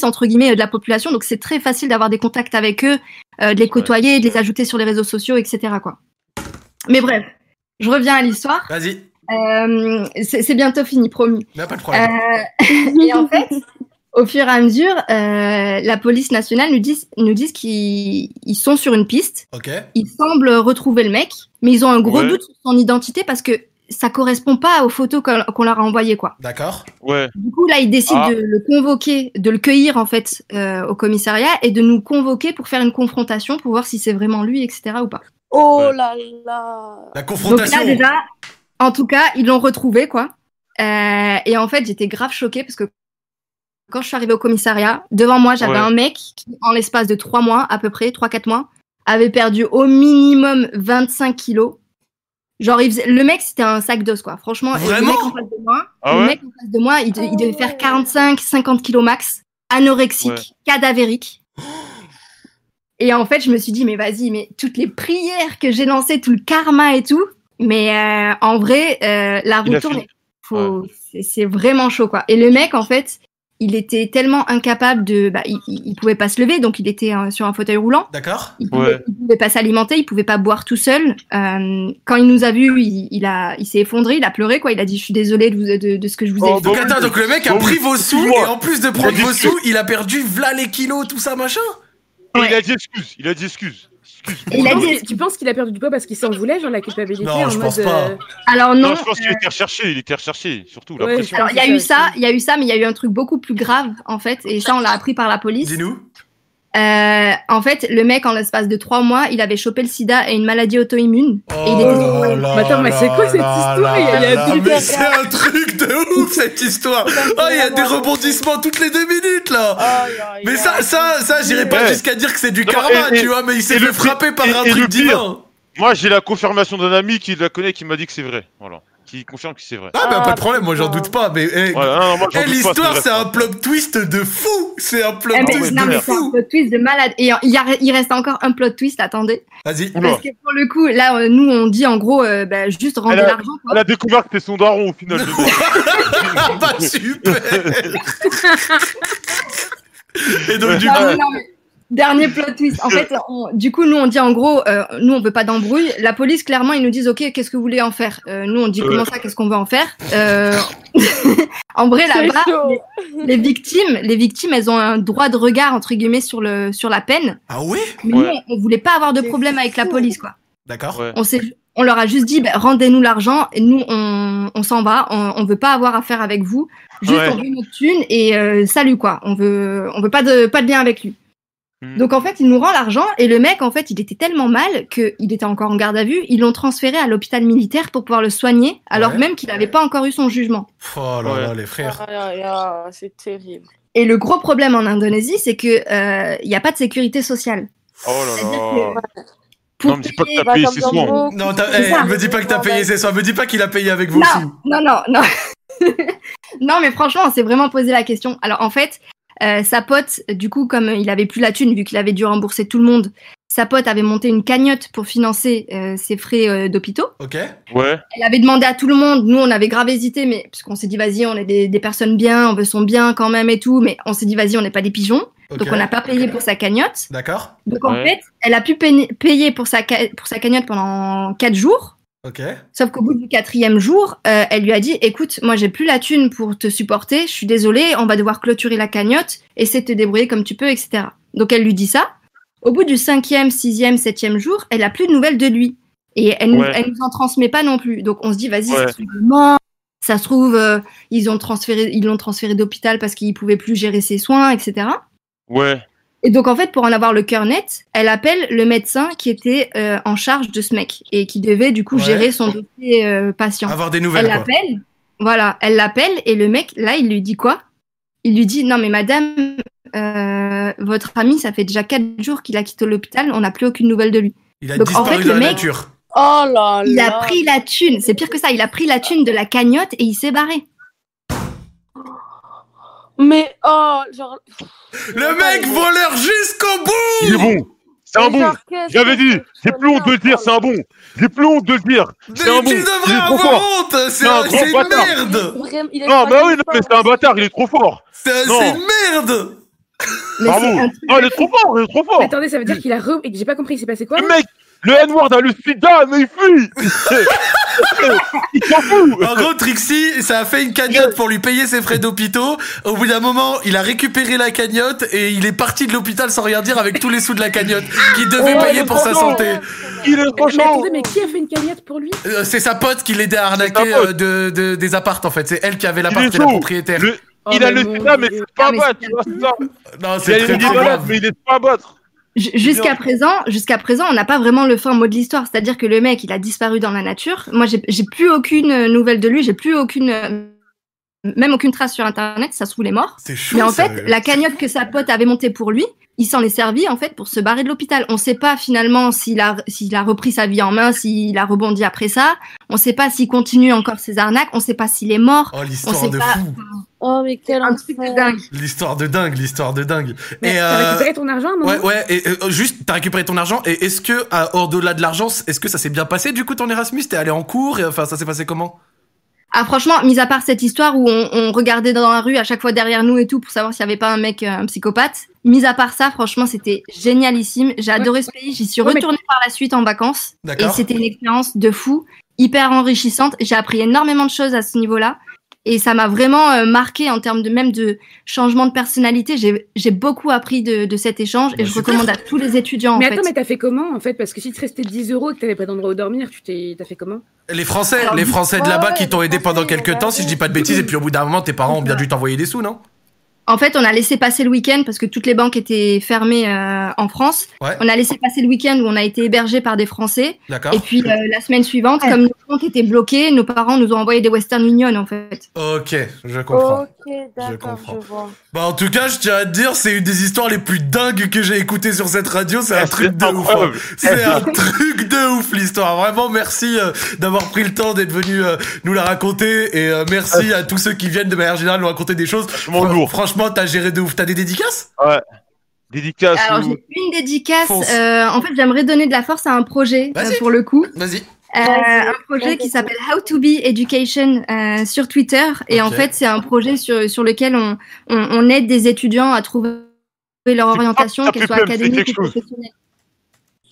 entre guillemets euh, de la population. Donc, c'est très facile d'avoir des contacts avec eux euh, de les côtoyer, de les ajouter sur les réseaux sociaux, etc. Quoi. Mais bref, je reviens à l'histoire. Vas-y, Euh, c'est c'est bientôt fini, promis. n'a pas de problème. Euh, et en fait, au fur et à mesure, euh, la police nationale nous dit, nous disent qu'ils ils sont sur une piste. Ok. Ils semblent retrouver le mec, mais ils ont un gros Ouais. doute sur son identité parce que ça correspond pas aux photos qu'on qu'on leur a envoyées, quoi. D'accord. Ouais. Du coup, là, ils décident Ah. de le convoquer, de le cueillir en fait euh, au commissariat et de nous convoquer pour faire une confrontation pour voir si c'est vraiment lui, etc. ou pas. Oh là là. La Donc là confrontation. déjà, en tout cas, ils l'ont retrouvé quoi. Euh, et en fait, j'étais grave choquée parce que quand je suis arrivée au commissariat, devant moi, j'avais Ouais. un mec qui, en l'espace de trois mois à peu près, trois quatre mois, avait perdu au minimum 25 kilos. Genre, il faisait- le mec, c'était un sac d'os quoi. Franchement, et le Vraiment mec en face de moi, Ah le ouais mec en face de moi, il, de- il devait Oh. faire 45, 50 kilos max, anorexique, cadavérique. Et en fait, je me suis dit, mais vas-y, mais toutes les prières que j'ai lancées, tout le karma et tout, mais euh, en vrai, euh, la Il a roue tourne. fini. Faut- c'est- C'est vraiment chaud, quoi. Et le mec, en fait, il était tellement incapable de, bah, il, il il pouvait pas se lever, donc il était euh, sur un fauteuil roulant. D'accord. Il pouvait, Ouais. il pouvait pas s'alimenter, il pouvait pas boire tout seul. Euh, quand il nous a vus, il, il a, il s'est effondré, il a pleuré, quoi. Il a dit, je suis désolé de, vous- de, de ce que je vous ai Oh, fait. bah Donc oui. attends, donc le mec a Bah oui. pris vos sous Excuse-moi. et en plus de prendre Bah, vos excuse. sous, il a perdu v'là les kilos, tout ça, machin. Et Ouais. Il a dit excuse. Il a dit excuse. Excuse. Il a Tu penses dit- qu'il- Tu penses qu'il a perdu du poids parce qu'il s'en voulait, genre la culpabilité Non, en je mode. pense pas. euh, Alors non. Non, je pense qu'il était recherché. Il était recherché, surtout. La Ouais, pression. Alors il y a C'est eu ça, ça, il y a eu ça, mais il y a eu un truc beaucoup plus grave en fait, et ça on l'a appris par la police. Dis-nous. Euh, en fait, le mec en l'espace de trois mois, il avait chopé le sida et une maladie auto-immune. et il était Oh là là Mais attends, mais c'est quoi là cette Ah là histoire Il y a- il y a là un là. bébé. Mais c'est un truc de ouf cette histoire. Ah, il y a des rebondissements toutes les deux minutes là. Aïe, aïe, Mais ça, aïe. ça, ça, j'irai pas Ouais. jusqu'à dire que c'est du Non, karma, et- et- tu vois, mais il s'est et le fait pire- frapper par et- un et le truc pire. divin. Moi, j'ai la confirmation d'un ami qui la connaît, qui m'a dit que c'est vrai. Voilà. Qui confirme que c'est vrai. Ah, bah Ah, pas de problème, moi j'en putain. doute pas, mais. eh, Voilà, non, non, Hein, moi, j'en eh, doute pas, l'histoire, vrai. c'est un plot twist de fou! C'est un plot Eh, mais- ouais, twist non, de mais c'est un fou! plot twist de malade. Et il, y a- il reste encore un plot twist, attendez. Vas-y. Oula. Parce que pour le coup, là, euh, nous, on dit en gros, euh, bah, juste rendez Elle a- l'argent. quoi. Elle a découvert que t'es son daron au final. le mec. Ah bah super Et donc du Ah Non, coup, mais non, mais- Dernier plot twist. En fait, on- du coup, nous, on dit en gros, euh, nous, on veut pas d'embrouille. La police, clairement, ils nous disent, OK, qu'est-ce que vous voulez en faire Euh, Nous, on dit, Ouais. comment ça, qu'est-ce qu'on veut en faire Euh, En vrai, C'est là-bas, chaud. les- les victimes, les victimes, elles ont un droit de regard entre guillemets sur le sur la peine. Ah ouais Mais Ouais. nous, on voulait pas avoir de C'est problème avec la fou. police, quoi. D'accord. Ouais. On s'est- on leur a juste dit, bah, rendez-nous l'argent et nous, on, on s'en va. On, on veut pas avoir affaire avec vous. Juste, Ouais. on veut notre thune et euh, salut, quoi. On veut, on veut pas de pas de lien avec lui. Hmm. Donc en fait, il nous rend l'argent et le mec, en fait, il était tellement mal qu'il était encore en garde à vue. Ils l'ont transféré à l'hôpital militaire pour pouvoir le soigner, alors Ouais. même qu'il n'avait pas encore eu son jugement. Oh là Ouais. là, les frères. Ah là là, c'est terrible. Et le gros problème en Indonésie, c'est que euh, il n'y a pas de sécurité sociale. Oh là là. Pour Non, me dis pas que payer- t'as payé ses soins. Non, t'as- C'est eh, ça. me dis pas que t'as payé ses soins, me dis pas qu'il a payé avec vous aussi. Non, non, non. non, mais franchement, on s'est vraiment posé la question. Alors, en fait, euh, sa pote, du coup, comme il avait plus la thune, vu qu'il avait dû rembourser tout le monde, sa pote avait monté une cagnotte pour financer euh, ses frais euh, d'hôpitaux. Ok Ouais. Elle avait demandé à tout le monde. Nous, on avait grave hésité, mais parce qu'on s'est dit, vas-y, on est des, des personnes bien, on veut son bien quand même et tout. Mais on s'est dit, vas-y, on n'est pas des pigeons. ok. Donc, on n'a pas payé pour sa cagnotte. D'accord Donc, en Ouais. fait, elle a pu peine- payer pour sa, ca- pour sa cagnotte pendant quatre jours. Ok. Sauf qu'au bout du quatrième jour, euh, elle lui a dit Écoute, moi j'ai plus la thune pour te supporter, je suis désolée, on va devoir clôturer la cagnotte, essaie de te débrouiller comme tu peux, etc. Donc elle lui dit ça. Au bout du cinquième, sixième, septième jour, elle a plus de nouvelles de lui. Et elle, nous- Ouais. elle nous en transmet pas non plus. Donc on se dit Vas-y, ça Ouais. se trouve, il ment. ça se trouve, euh, ils ont transféré- ils l'ont transféré d'hôpital parce qu'il pouvait plus gérer ses soins, etc. Ouais. Et donc, en fait, pour en avoir le cœur net, elle appelle le médecin qui était euh, en charge de ce mec et qui devait, du coup, Ouais. gérer son dossier euh, patient. Avoir des elle nouvelles, quoi. l'appelle, voilà, elle l'appelle et le mec, là, il lui dit quoi Il lui dit Non, mais madame, euh, votre ami, ça fait déjà quatre jours qu'il a quitté l'hôpital, on n'a plus aucune nouvelle de lui. Il a Donc, en disparu fait, de le la mec- nature. Oh là là. Il a pris la thune, c'est pire que ça, il a pris la thune de la cagnotte et il s'est barré. Mais oh, genre. Le mec voleur jusqu'au bout Il est bon. C'est un bon. J'avais dit. J'ai plus honte de le dire, c'est un bon. J'ai plus honte de le dire. C'est un bon. Tu Il devrais est trop avoir fort. honte C'est Non, un- gros c'est une bâtard. merde Non, mais oui, non, mais c'est un bâtard, il est trop fort. C'est Non. c'est une merde Mais Bravo. c'est un- Non, il est trop fort, il est Mais trop fort. attendez, ça veut dire qu'il a re... et que j'ai pas compris, il s'est passé quoi Le mec, le N-word a le sida, mais il fuit. il s'en fout. En gros, Trixie, ça a fait une cagnotte pour lui payer ses frais d'hôpitaux. Au bout d'un moment, il a récupéré la cagnotte et il est parti de l'hôpital sans rien dire avec tous les sous de la cagnotte qu'il devait Oh, payer le pour sa cochon. santé. Il est trop Mais chaud. attendez, mais qui a fait une cagnotte pour lui Euh, C'est sa pote qui l'aidait à sa arnaquer pote. euh, de, de- des appartes en fait. C'est elle qui avait l'appart est et la chaud. propriétaire. Le- Oh, il a le sida, mais c'est pas à mais battre, c'est- tu vois, c'est ça. Non, Il c'est a très il est très malade, grave. mais il est pas à battre. J- Jusqu'à présent, jusqu'à présent, on n'a pas vraiment le fin mot de l'histoire. C'est-à-dire que le mec, il a disparu dans la nature. Moi, j'ai j'ai plus aucune euh, nouvelle de lui. J'ai plus aucune, euh, même aucune trace sur Internet. Ça se trouve, il est mort. C'est chaud. Mais en fait, sérieux. la cagnotte que sa pote avait montée pour lui, il s'en est servi en fait pour se barrer de l'hôpital. On ne sait pas finalement s'il a, s'il a repris sa vie en main, s'il a rebondi après ça. On ne sait pas s'il continue encore ses arnaques. On ne sait pas s'il est mort. Oh, on l'histoire sait de pas. fou. Oh, mais quel Un truc de enfer. dingue. L'histoire de dingue, l'histoire de dingue. Mais et t'as euh, récupéré ton argent, non Ouais, ouais, et euh, juste, t'as récupéré ton argent, et est-ce que, à- au-delà de l'argent, est-ce que ça s'est bien passé du coup ton Erasmus T'es allé en cours, et enfin, ça s'est passé comment Ah franchement, mis à part cette histoire où on, on regardait dans la rue à chaque fois derrière nous et tout pour savoir s'il n'y avait pas un mec, euh, un psychopathe, mis à part ça, franchement, c'était génialissime. J'ai adoré ce pays, j'y suis Ouais, mais- retournée par la suite en vacances et D'accord. c'était une expérience de fou, hyper enrichissante. J'ai appris énormément de choses à ce niveau-là et ça m'a vraiment euh, marqué en termes de même de changement de personnalité. J'ai j'ai beaucoup appris de, de cet échange et Bah, je super. recommande à tous les étudiants. Mais en fait. attends, mais t'as fait comment en fait Parce que si te restait 10 euros et que t'avais pas d'endroit où dormir, tu t'es, t'as fait comment Les Français, Alors, les Français de ouais, là-bas ouais, qui t'ont les aidé pendant Français, quelques ouais. temps, si je dis pas de bêtises, et puis au bout d'un moment, tes parents ont bien dû t'envoyer des sous, non En fait, on a laissé passer le week-end parce que toutes les banques étaient fermées euh, en France. Ouais. On a laissé passer le week-end où on a été hébergé par des Français. D'accord. Et puis euh, la semaine suivante, Ouais. comme nos comptes étaient bloqués, nos parents nous ont envoyé des Western Union en fait. Ok, je comprends. Ok, d'accord, je, comprends. vois. Bah, en tout cas, je tiens à te dire, c'est une des histoires les plus dingues que j'ai écoutées sur cette radio, c'est un truc de ouf. hein. Eh, incroyable. Eh, C'est un truc de ouf l'histoire. Vraiment, merci euh, d'avoir pris le temps d'être venu euh, nous la raconter et euh, merci à tous ceux qui viennent de manière générale nous raconter des choses. Eh. Franchement Fran- lourd. Franchement, t'as géré de ouf. T'as des dédicaces Dédicace. Alors ou- j'ai une dédicace. Fonce. euh, en fait, j'aimerais donner de la force à un projet euh, Vas-y. pour le coup. Vas-y. Euh, Vas-y, un projet vas-y. qui s'appelle How to be Education euh, sur Twitter. Et en Ok. fait, c'est un projet sur, sur lequel on, on, on aide des étudiants à trouver leur C'est orientation, pas- qu'elle soit c'est quelque académique ou chose. professionnelle.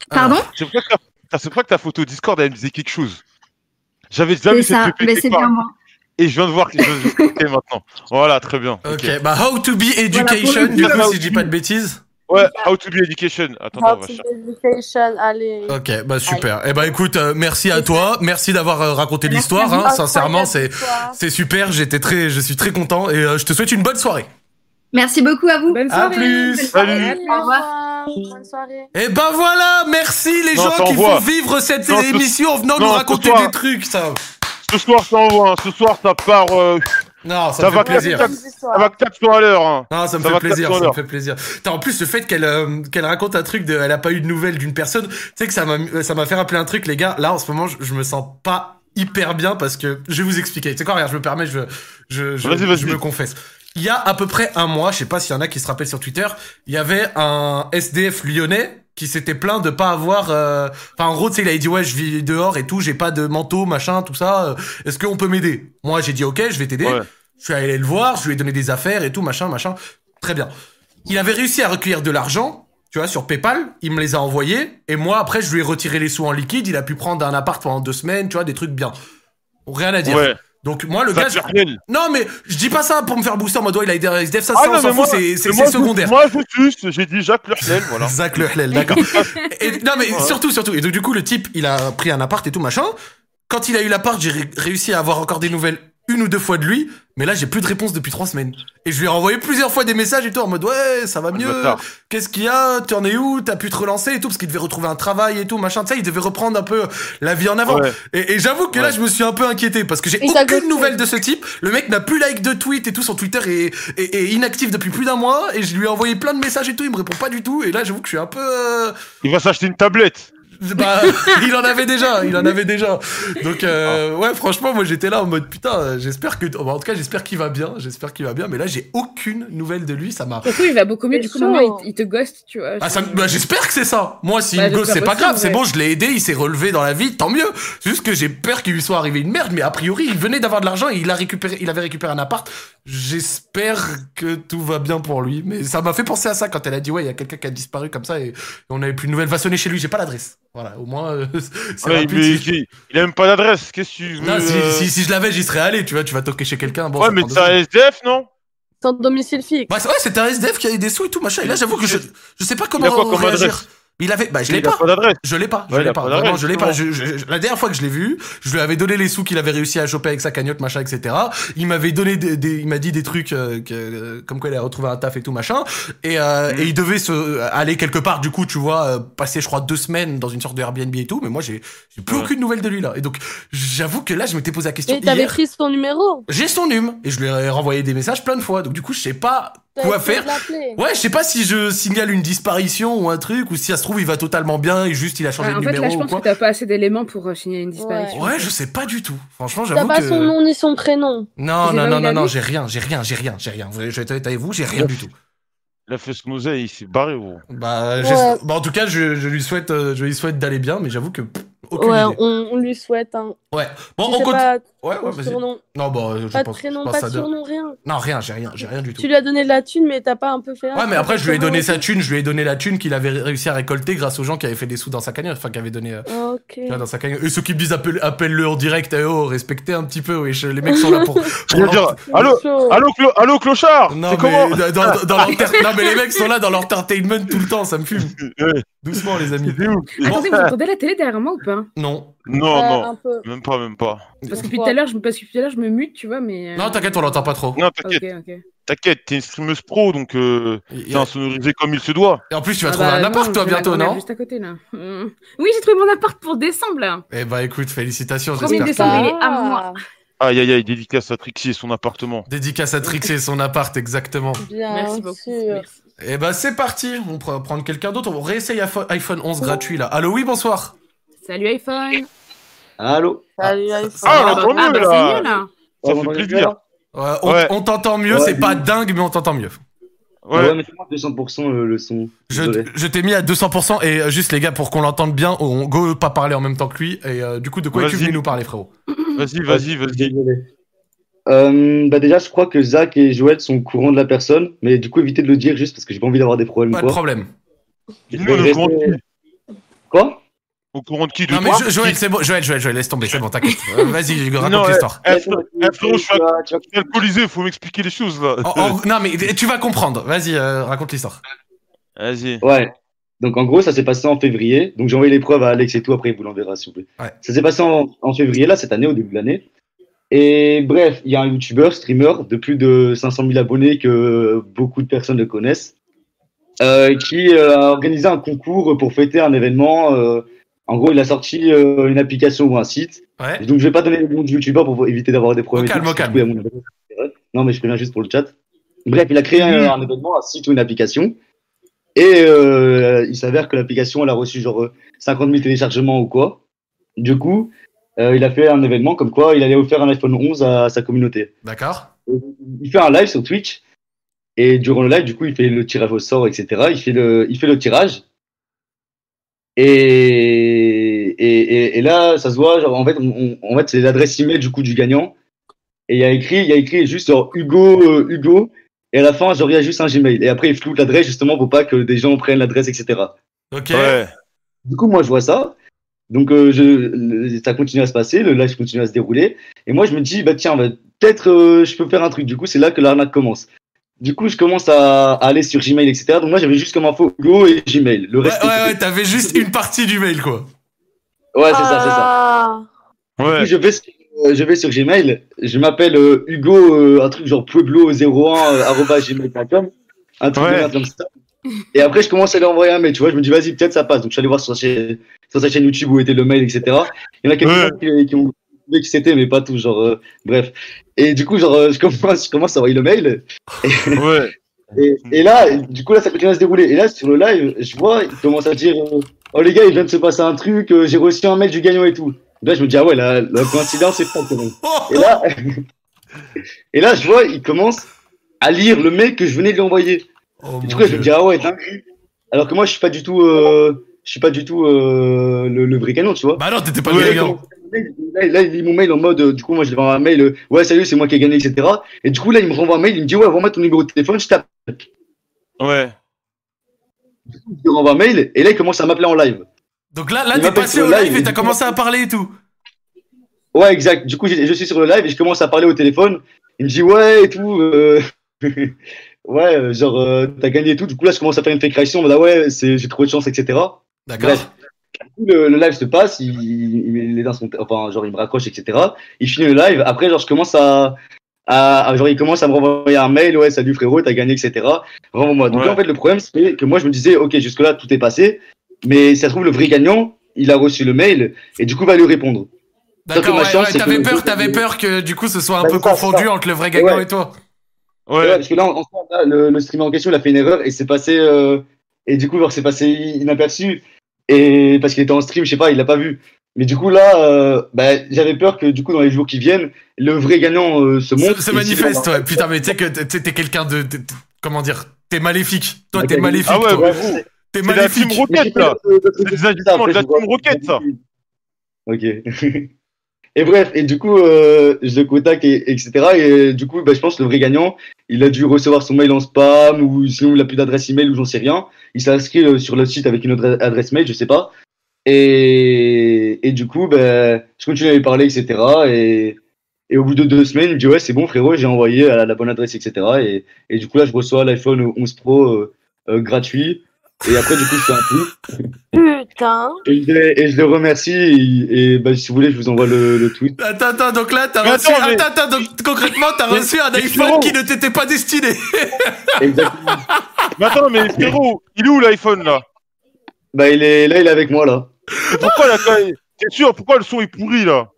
Pardon C'est pour ça que ta- t'as- c'est pour ça que ta photo Discord, elle me disait quelque chose. J'avais déjà C'est vu cette ça, pépé mais quelque c'est part. bien moi. Et je viens de voir quelque chose de ok maintenant. Voilà, très bien. Ok, bah How to be Education, du coup, si je dis pas de bêtises. Ouais, How to be Education. Attends, on How va to chercher. Education, allez. Ok, bah super. Eh bah écoute, euh, merci à toi, merci d'avoir euh, raconté Merci l'histoire. à hein. vous. Sincèrement, c'est Bonsoir. c'est super. J'étais très, je suis très content et euh, je te souhaite une bonne soirée. Merci beaucoup à vous. Bonne À soirée. plus. Au Salut, revoir. Bonne soirée. Et ben voilà, merci les Non, gens qui t'envoies. font vivre cette Non, ce- émission en venant non, nous ce raconter soir. des trucs. Ça, Ce soir, ça envoie. hein. Ce soir, ça part. euh, non, ça, Ça me fait va, plaisir. Capitaine. Ça va 400 à l'heure. hein. Non, Ah, ça me Ça fait va, plaisir, quatre ça me heures. fait plaisir. Putain, en plus, le fait qu'elle euh, qu'elle raconte un truc de, elle a pas eu de nouvelles d'une personne, tu sais que ça m'a ça m'a fait rappeler un truc, les gars. Là, en ce moment, je, je me sens pas hyper bien parce que je vais vous expliquer. Tu sais quoi, regarde, je me permets, je je je, Vas-y, vas-y. je me confesse. Il y a à peu près un mois, je sais pas s'il y en a qui se rappellent sur Twitter, il y avait un SDF lyonnais qui s'était plaint de pas avoir euh, enfin en gros tu sais il a dit ouais je vis dehors et tout j'ai pas de manteau machin tout ça euh, est-ce qu'on peut m'aider moi j'ai dit ok je vais t'aider Ouais. je suis allé le voir je lui ai donné des affaires et tout machin machin très bien il avait réussi à recueillir de l'argent tu vois sur PayPal il me les a envoyés et moi après je lui ai retiré les sous en liquide il a pu prendre un appart pendant deux semaines tu vois des trucs bien rien à dire Ouais. donc moi le Ça gars te je- fait rien. non mais je dis pas ça pour me faire booster en mode ouais, il a aidé un SDF ça, Ah ça on non, mais s'en moi- fout c'est c'est- mais moi, c'est secondaire je- Moi, je juste, j'ai dit Jacques Lurtel, voilà. Zach Le Hellel, d'accord. Et- non, mais Ouais. surtout, surtout. Et donc, du coup, le type, il a pris un appart et tout, machin. Quand il a eu l'appart, j'ai ré- réussi à avoir encore des nouvelles une ou deux fois de lui. Mais là, j'ai plus de réponse depuis trois semaines. Et je lui ai envoyé plusieurs fois des messages et tout en mode, ouais, ça va Le mieux. bâtard. Qu'est-ce qu'il y a? T'en es où? T'as pu te relancer et tout? Parce qu'il devait retrouver un travail et tout, machin. Tu sais, il devait reprendre un peu la vie en avant. Ouais. Et, et j'avoue que là, Ouais. je me suis un peu inquiété parce que j'ai Il t'a aucune ghosté. nouvelle de ce type. Le mec n'a plus like de tweet et tout. Son Twitter est, est- est inactif depuis plus d'un mois. Et je lui ai envoyé plein de messages et tout. Il me répond pas du tout. Et là, j'avoue que je suis un peu. euh, Il va s'acheter une tablette. bah, il en avait déjà, il en avait déjà. Donc euh, ouais, franchement, moi j'étais là en mode putain, euh, j'espère que, oh, bah, en tout cas, j'espère qu'il va bien, j'espère qu'il va bien. Mais là, j'ai aucune nouvelle de lui, ça m'a. Surtout, il va beaucoup mieux. Du coup, C'est maintenant, chaud. il, il te ghost, tu vois. Ah, ça, C'est- me- bah, j'espère que c'est ça. Moi, si Bah, une gosse, j'espère c'est pas aussi, grave, ouais. c'est bon, je l'ai aidé, il s'est relevé dans la vie, tant mieux. C'est juste que j'ai peur qu'il lui soit arrivé une merde, mais a priori, il venait d'avoir de l'argent et il a récupéré, il avait récupéré un appart. J'espère que tout va bien pour lui, mais ça m'a fait penser à ça quand elle a dit ouais, il y a quelqu'un qui a disparu comme ça et, et on n'avait plus de nouvelles. Va sonner chez lui, j'ai pas l'adresse. Voilà, au moins, euh, c'est Ouais, rapide. mais il, il a même pas d'adresse. Qu'est-ce que tu veux Non, si, euh, si, si je l'avais, j'y serais allé, tu vois, tu vas toquer chez quelqu'un. Bon, Ouais, ça mais prend deux c'est un secondes. SDF, non Sans domicile fixe. Bah, c'est- ouais, c'était un SDF qui avait des sous et tout, machin. Et là, j'avoue que je, je sais pas comment quoi comme réagir. adresse Il avait, bah, je l'ai Il a pas. pas d'adresse. Je l'ai pas, je Ouais, il l'ai a pas, pas vraiment, d'adresse, je l'ai pas. Je- je- je- la dernière fois que je l'ai vu, je lui avais donné les sous qu'il avait réussi à choper avec sa cagnotte, machin, etc. Il m'avait donné des, des- il m'a dit des trucs euh, que, euh, comme quoi il a retrouvé un taf et tout machin. Et, euh, Mm. et il devait se aller quelque part, du coup, tu vois, euh, passer, je crois, deux semaines dans une sorte de Airbnb et tout. Mais moi, j'ai, j'ai plus Ouais. aucune nouvelle de lui là. Et donc, j'avoue que là, je m'étais posé la question. Et t'avais hier. pris son numéro. J'ai son num et je lui ai renvoyé des messages plein de fois. Donc du coup, je sais pas T'as quoi essayé faire. de l'appeler. Ouais, je sais pas si je signale une disparition ou un truc ou si ça se trouve il va totalement bien et juste il a Euh, changé Ah, en de fait, numéro là, je ou pense quoi. que t'as pas assez d'éléments pour euh, signaler une disparition. Ouais, je sais pas du tout. Franchement, T'as j'avoue pas que son nom ni son prénom. non, J'ai non, pas non, eu non, la non, liste. j'ai rien, j'ai rien, j'ai rien, j'ai rien. Vous- Je vais être honnête avec vous, j'ai rien du tout. Il a fait ce moseille, il s'est barré, gros. Bah, Ouais. j'es- bah, en tout cas, je, je lui souhaite, euh, je lui souhaite d'aller bien, mais j'avoue que pff, aucune ouais, idée. on, on lui souhaite. Hein. Bon, Je on sais continue. pas, Ouais, ouais, ton vas-y. surnom. Non, bah, euh, je Pas de pense, je prénom, pense pas ça de doit- surnom, rien. Non, rien, j'ai rien, j'ai rien du tout. Tu lui as donné de la thune, mais t'as pas un peu fait. ah, Ouais, mais après, je lui ai donné sa c'est thune, je lui ai donné la thune qu'il avait réussi à récolter grâce aux gens qui avaient fait des sous dans sa cagnotte, enfin, qui avaient donné, euh, pas un Ah, Ok. tu vois, dans sa cagnotte. Et ceux qui me disent appelle- appelle-le en direct, eh oh, respectez un petit peu, oui, je- les mecs sont là pour. Je veux dire, allô, Chaud. allô, Clo- allô, Clochard Non, C'est mais, comment dans, dans- dans Ah, l'entertainment- non, mais les mecs sont là dans l'entertainment tout le temps, ça me fume. Ouais, Doucement, les amis. c'est ouf. Attendez, vous entendez la télé derrière moi ou pas Non. Non, Euh, non, un peu. même pas, même pas. Parce que depuis tout à l'heure, je me parce que depuis tout à l'heure, je me mute, tu vois, mais. euh, Non, t'inquiète, on l'entend pas trop. Non, Ok, Ah, t'inquiète, ok. t'inquiète, t'es une streameuse pro, donc euh, Et, t'es insonorisé comme il se doit. et en plus, tu vas Ah trouver bah un non, appart, je toi, vais la bientôt, prendre non Juste à côté, là. Mm. Oui, j'ai trouvé mon appart pour décembre, là. Eh bah, écoute, félicitations, Premier j'espère décembre, que. il est à Ah, moi. Aïe, aïe, aïe, dédicace à Trixie et son appartement. Dédicace à Trixie et son appart, exactement. Bien Merci beaucoup. sûr. Merci. Eh bah, c'est parti, on pourra prendre quelqu'un d'autre, on réessaye iPhone- iPhone 11 gratuit là. Allô, oui, bonsoir. Salut iPhone. Allô Salut, Ah, iPhone. Ah, bah, l'entend ah, mieux, bah, là. c'est mieux, là. Ça Ouais, fait on plaisir. rigole, hein. Ouais, Euh, on Ouais. on t'entend mieux, Ouais, c'est pas dis- dingue, mais on t'entend mieux. Ouais, Ouais, mais c'est moins de 200% euh, le, le son. Je, Désolé. je t'ai mis à 200% et euh, juste les gars pour qu'on l'entende bien, on go pas parler en même temps que lui et euh, du coup de quoi es-tu Vas-y. venu nous parler frérot vas-y, vas-y, vas-y. Désolé. Euh, bah déjà, je crois que Zach et Joël sont au courant de la personne, mais du coup, évitez de le dire juste parce que j'ai pas envie d'avoir des problèmes. Pas de quoi. problème. Dis-nous, on est Restez- au courant de tout. Quoi Au courant de qui de Non mais toi Jo- Joël, Qui- c'est bon, Joël, Joël, Joël, laisse tomber, c'est bon, t'inquiète. Euh, Vas-y, raconte Non, l'histoire. eh, fr- eh, frérot, je suis Tu vas- tu vas- alcoolisé, faut m'expliquer les choses là. En- en- non mais tu vas comprendre, vas-y, euh, raconte l'histoire. Vas-y. Ouais. Donc en gros, ça s'est passé en février. Donc j'ai envoyé les preuves à Alex et tout, après il vous l'enverra s'il vous plaît. Ouais. Ça s'est passé en, en février, là, cette année, au début de l'année. Et bref, il y a un YouTuber, streamer de plus de 500 000 abonnés que beaucoup de personnes le connaissent, euh, qui euh, a organisé un concours pour fêter un événement. euh, en gros, il a sorti euh, une application ou un site. Ouais. Donc je vais pas donner le nom du YouTuber pour éviter d'avoir des Au problèmes. et calme, tout, au calme. parce que, oui, à mon avis, Non, mais je préviens juste pour le chat. Bref, il a créé un, un événement, un site ou une application. Et euh, il s'avère que l'application, elle a reçu genre euh, 50 000 téléchargements ou quoi. Du coup, euh, il a fait un événement comme quoi il allait offrir un iPhone 11 à sa communauté. D'accord Il fait un live sur Twitch. Et durant le live, du coup, il fait le tirage au sort, etc. Il fait le, il fait le tirage. Et, et, et- et là, ça se voit, genre, en fait, on- on- en fait c'est l'adresse email du coup du gagnant. Et il y a écrit, il y a écrit juste genre Hugo, euh, Hugo. Et à la fin, genre, il y a juste un Gmail. Et après, il floute l'adresse justement pour pas que des gens prennent l'adresse, etc. Ok. Ouais. Du coup, moi, je vois ça. Donc, euh, je, le- ça continue à se passer, le live continue à se dérouler. Et moi, je me dis, bah tiens, bah, peut-être euh, je peux faire un truc. Du coup, c'est là que l'arnaque commence. Du coup, je commence à, à aller sur Gmail, etc. Donc, moi, j'avais juste comme info Hugo et Gmail. Le Ouais, reste, ouais, ouais, t'avais juste une partie du mail quoi. ouais, c'est ça, c'est Ah, ça. Du coup, Ouais. je vais, sur, euh, je vais sur Gmail, je m'appelle euh, Hugo, euh, un truc genre Pueblo01, euh, arobase gmail.com, un truc de Ouais. merde comme ça. Et après, je commence à lui envoyer un mail, tu vois, je me dis, vas-y, peut-être ça passe. Donc, je suis allé voir sur sa, chaîne, sur sa chaîne YouTube où était le mail, etc. Il y en a quelques-uns qui, qui ont trouvé qui c'était, mais pas tous, genre, euh, bref. Et du coup, genre, euh, je commence, je commence à envoyer le mail, Ouais. et, et là, du coup, là, ça continue à se dérouler. Et là, sur le live, je vois, il commence à dire euh, Oh les gars, il vient de se passer un truc, euh, j'ai reçu un mail du gagnant et tout. Là, je me dis Ah ouais, la, la coïncidence est forte quand même. Oh, Et là, et là, je vois, il commence à lire le mail que je venais de lui envoyer. oh, Et du mon coup, là, je Dieu. me dis Ah ouais, dingue. Alors que moi, je suis pas du tout, euh, je suis pas du tout euh, le, le vrai canon, tu vois. Bah non, t'étais pas Et là, le il gagnant. commence à lire le mail. Là, il lit mon mail en mode, euh, du coup, moi, je lui envoie un mail, euh, ouais, salut, c'est moi qui ai gagné, etc. Et du coup, là, il me renvoie un mail, il me dit, ouais, renvoie-moi ton numéro de téléphone, je tape Ouais. il lui renvoie un mail et là il commence à m'appeler en live. Donc là, là Il t'es m'appelle passé sur au le live, live et il t'as dit- commencé à parler et tout. Ouais, exact. Du coup, j'ai- je suis sur le live et je commence à parler au téléphone. Il me dit ouais et tout. euh, ouais, euh, genre euh, t'as gagné et tout. Du coup là, je commence à faire une fake réaction. en mode, Ah ouais, c'est- j'ai trop de chance, etc. D'accord. Bref. Du coup, Le, le live se passe, il, il- les uns sont, enfin, genre, il me raccroche, etc. Il finit le live. Après, genre, je commence à, à, à- genre, il commence à me renvoyer un mail. Ouais, salut frérot, t'as gagné, etc. Renvoie-moi. Donc, Ouais. là, en fait, le problème, c'est que moi, je me disais, ok, jusque-là, tout est passé. Mais si ça se trouve, le vrai gagnant, il a reçu le mail et du coup, va lui répondre. Surtout, D'accord, ma ouais, chance, ouais, c'est t'avais que- peur, t'avais peur que du coup ce soit un Bah, peu c'est ça, c'est confondu entre le vrai gagnant Ouais. et toi. Ouais, Ouais. parce que là, en en soi, là, le, le streamer en question, il a fait une erreur et c'est passé, euh, et du coup, genre, c'est passé inaperçu. Et parce qu'il était en stream, je sais pas, il l'a pas vu. Mais du coup, là, euh, bah, j'avais peur que, du coup, dans les jours qui viennent, le vrai gagnant euh, se montre. Se, se Et manifeste, sinon, ouais. Putain, mais tu sais que t'es- t'es t'es quelqu'un de. t'es- t'es- comment dire T'es maléfique. Toi, bah, t'es bah, maléfique. Ah ouais, toi. ouais, bah, vous. T'es C'est la team maléfique. Mais Rocket j'ai là. pas le- le truc C'est des ça, agissements de après, la je vois- team Rocket ça. Ok. et bref, et du coup, euh, je le contacte, et, etc. Et euh, du coup, bah, je pense que le vrai gagnant, il a dû recevoir son mail en spam, ou sinon il a plus d'adresse email, ou j'en sais rien. Il s'est inscrit euh, sur le site avec une autre adre- adresse mail, je sais pas. Et, et du coup, bah, je continue à lui parler, etc. Et, et au bout de deux semaines, il me dit Ouais, c'est bon, frérot, j'ai envoyé à la bonne adresse, etc. Et, et du coup, là, je reçois l'iPhone 11 Pro euh, euh, gratuit. Et après, du coup, je fais un plus. Putain. Et je, le- et je le remercie. Et, et, bah, si vous voulez, je vous envoie le, le tweet. Attends, attends, donc là, t'as Mais reçu. attends, mais- Attends, attends, donc concrètement, t'as Mais- reçu un mais iPhone Florent- qui ne t'était pas destiné. Exactement. Mais attends, mais frérot, il est où l'iPhone là bah, il est là, il est avec moi là. Et Pourquoi la T'es sûr Pourquoi le son est pourri là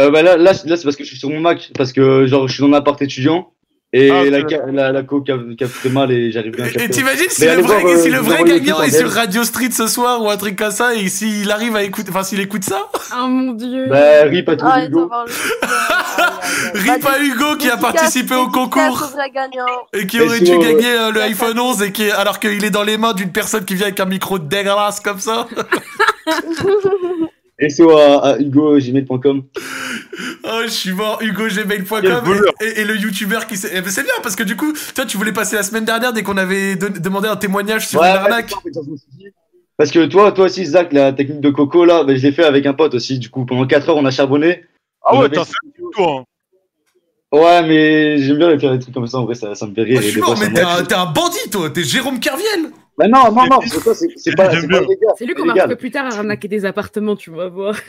Euh, bah, là, là, c'est- là, c'est parce que je suis sur mon Mac, parce que genre, je suis dans un appart étudiant et Ah, ok. la, ca- la, la co cap- capte mal et j'arrive bien à Et et capter. t'imagines si, Mais le allez vrai, voir, euh, si le vous vrai envoyez gagnant tout, est bordel. sur Radio Street ce soir ou un truc comme ça et s'il arrive à écouter, enfin s'il écoute ça, Oh mon dieu. Bah, rip à tous Ah, les ils gars. vont voir le film. rip à Hugo qui a participé au concours Dédicace au vrai gagnant. et qui Et aurait si dû on- gagner euh, le iPhone 11 et qui, alors qu'il est dans les mains d'une personne qui vient avec un micro dégueulasse comme ça. Et c'est à, à hugo.gmail.com. Oh, je suis mort, Quel hugogmail.com voleur. et, et le youtubeur qui s'est. eh ben, C'est bien parce que du coup, toi, tu voulais passer la semaine dernière dès qu'on avait don- demandé un témoignage sur une arnaque. mais je me suis dit- Parce que toi, toi aussi, Zach, la technique de Coco, là, ben, je l'ai fait avec un pote aussi. Du coup, pendant 4 heures, on a charbonné. Ah On ouais, avait- t'as 5 minutes, toi. hein. Ouais, mais j'aime bien faire des trucs comme ça. En vrai, ça, ça me fait rire. Oh, je et suis des mort, fois, ça mais me t'es marche. un, t'es un bandit, toi. T'es Jérôme Carviel. Bah non, non, non, parce que toi, c'est c'est pas, J'aime c'est bien. pas légal. C'est lui qu'on légal. marque plus tard à ramaquer des appartements, tu vas voir.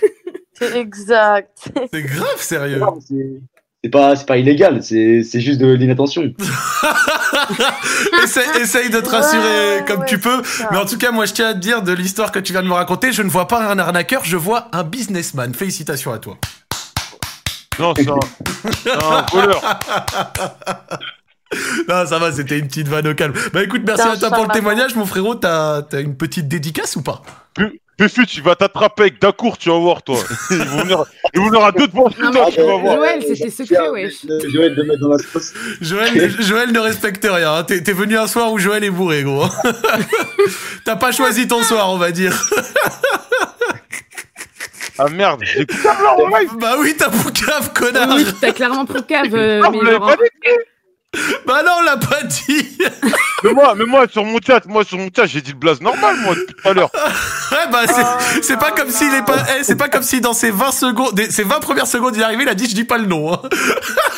C'est exact. C'est grave sérieux. Non, c'est- C'est pas, c'est pas illégal, c'est c'est juste de l'inattention. essaye, essaye de te rassurer Ouais, comme ouais, tu peux. c'est ça. Mais en tout cas, moi, je tiens à te dire de l'histoire que tu viens de me raconter, je ne vois pas un arnaqueur, je vois un businessman. Félicitations à toi. Non, c'est un... c'est un voleur. Non, ça va, c'était une petite vanne au calme. Bah écoute, merci Putain, à toi pour le ça va. témoignage, mon frérot. T'as t'as une petite dédicace ou pas Péfu, tu vas t'attraper avec Dacour, tu vas voir, toi. Ils vont venir, ils vont venir à deux devant Non, toi, mais- tu vas voir. Joël, c'était secret, wesh. Je Joël de mettre dans la sauce. Joël, Joël ne respecte rien. hein. T'es t'es venu un soir où Joël est bourré, gros. T'as pas choisi ton soir, on va dire. Ah merde, j'ai coupé Ah, Bah oui, t'as poucave, connard. Oui, t'as clairement pour cave, euh, Ah, vous mais l'avez Laurent. pas dit Bah non, on l'a pas dit. mais moi, mais moi, sur mon chat, moi, sur mon chat, j'ai dit le blaze normal, moi, depuis tout à l'heure. Ouais, bah c'est- c'est pas comme s'il est pas. eh, c'est pas comme si dans ses 20 secondes, des- ses 20 premières secondes, il est arrivé, il a dit je dis pas le nom. hein.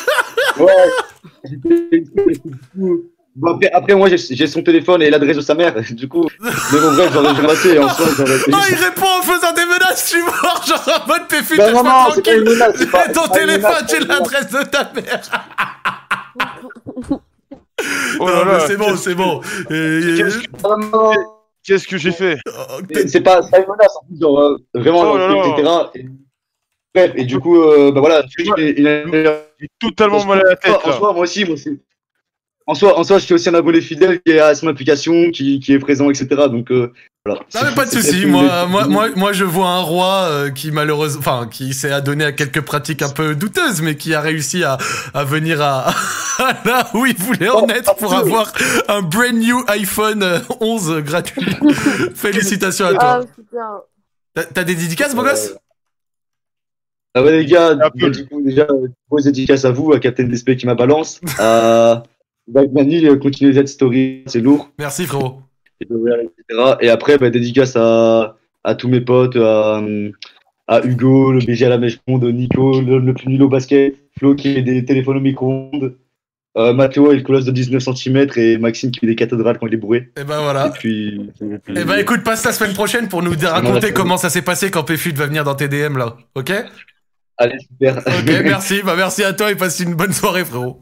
Ouais. J'étais- j'étais fou. Bon, après, après, moi, j'ai- j'ai son téléphone et l'adresse de sa mère. Du coup, mais bon, bref, j'aurais ramassé et en soi, j'aurais fait. Non, Oh, il répond en faisant des menaces, je suis mort, genre en mode péfu, Bah, laisse-moi non, non, c'est pas une tranquille. menace. c'est pas- Mets ton c'est pas une téléphone, menace, j'ai c'est pas une menace. l'adresse de ta mère. Oh Non, là mais là, c'est bon, c'est bon. Et- qu'est-ce que- Non, non, non, Qu'est-ce que j'ai fait oh, c'est- t'es- C'est pas, c'est pas une menace, en plus, genre, euh, vraiment, Oh là là. etc. Et- Bref, et du coup, euh, bah voilà, il a- il a- J'ai totalement mal à la tête, En là. soi, moi aussi, moi aussi. En soi, en soi, je suis aussi un abonné fidèle qui est à son application, qui, qui est présent, etc. Donc euh, voilà. Non mais pas de C'est- souci. c'est- Moi, moi, moi, moi, je vois un roi euh, qui malheureusement, enfin, qui s'est adonné à quelques pratiques un peu douteuses, mais qui a réussi à, à venir à, à là où il voulait Oh, en être pour avoir un brand new iPhone euh, 11 gratuit. Félicitations à toi. Euh, Ah, putain. T'as- T'as des dédicaces, beau gosse euh, Ah ouais, les gars, Ah, peu. du coup, déjà, euh, grosse dédicace à vous, à Captain DSP qui m'a balance, à Bagmani, euh, continuez cette story, c'est lourd, Merci frérot. et de rire, etc. Et après, bah, dédicace à, à tous mes potes, à, euh, à Hugo, le BG à la mèche ronde, Nico, le, le plus nul au basket, Flo qui fait des téléphones au micro-ondes, euh, Mathéo et le colosse de 19 cm, et Maxime qui fait des cathédrales quand il est bourré. Et ben voilà. Et puis. Et ben écoute, passe la semaine prochaine pour nous raconter comment ça s'est passé quand Péfut va venir dans tes DM là. Ok Allez, super. Ok. Merci. Bah merci à toi et passe une bonne soirée frérot.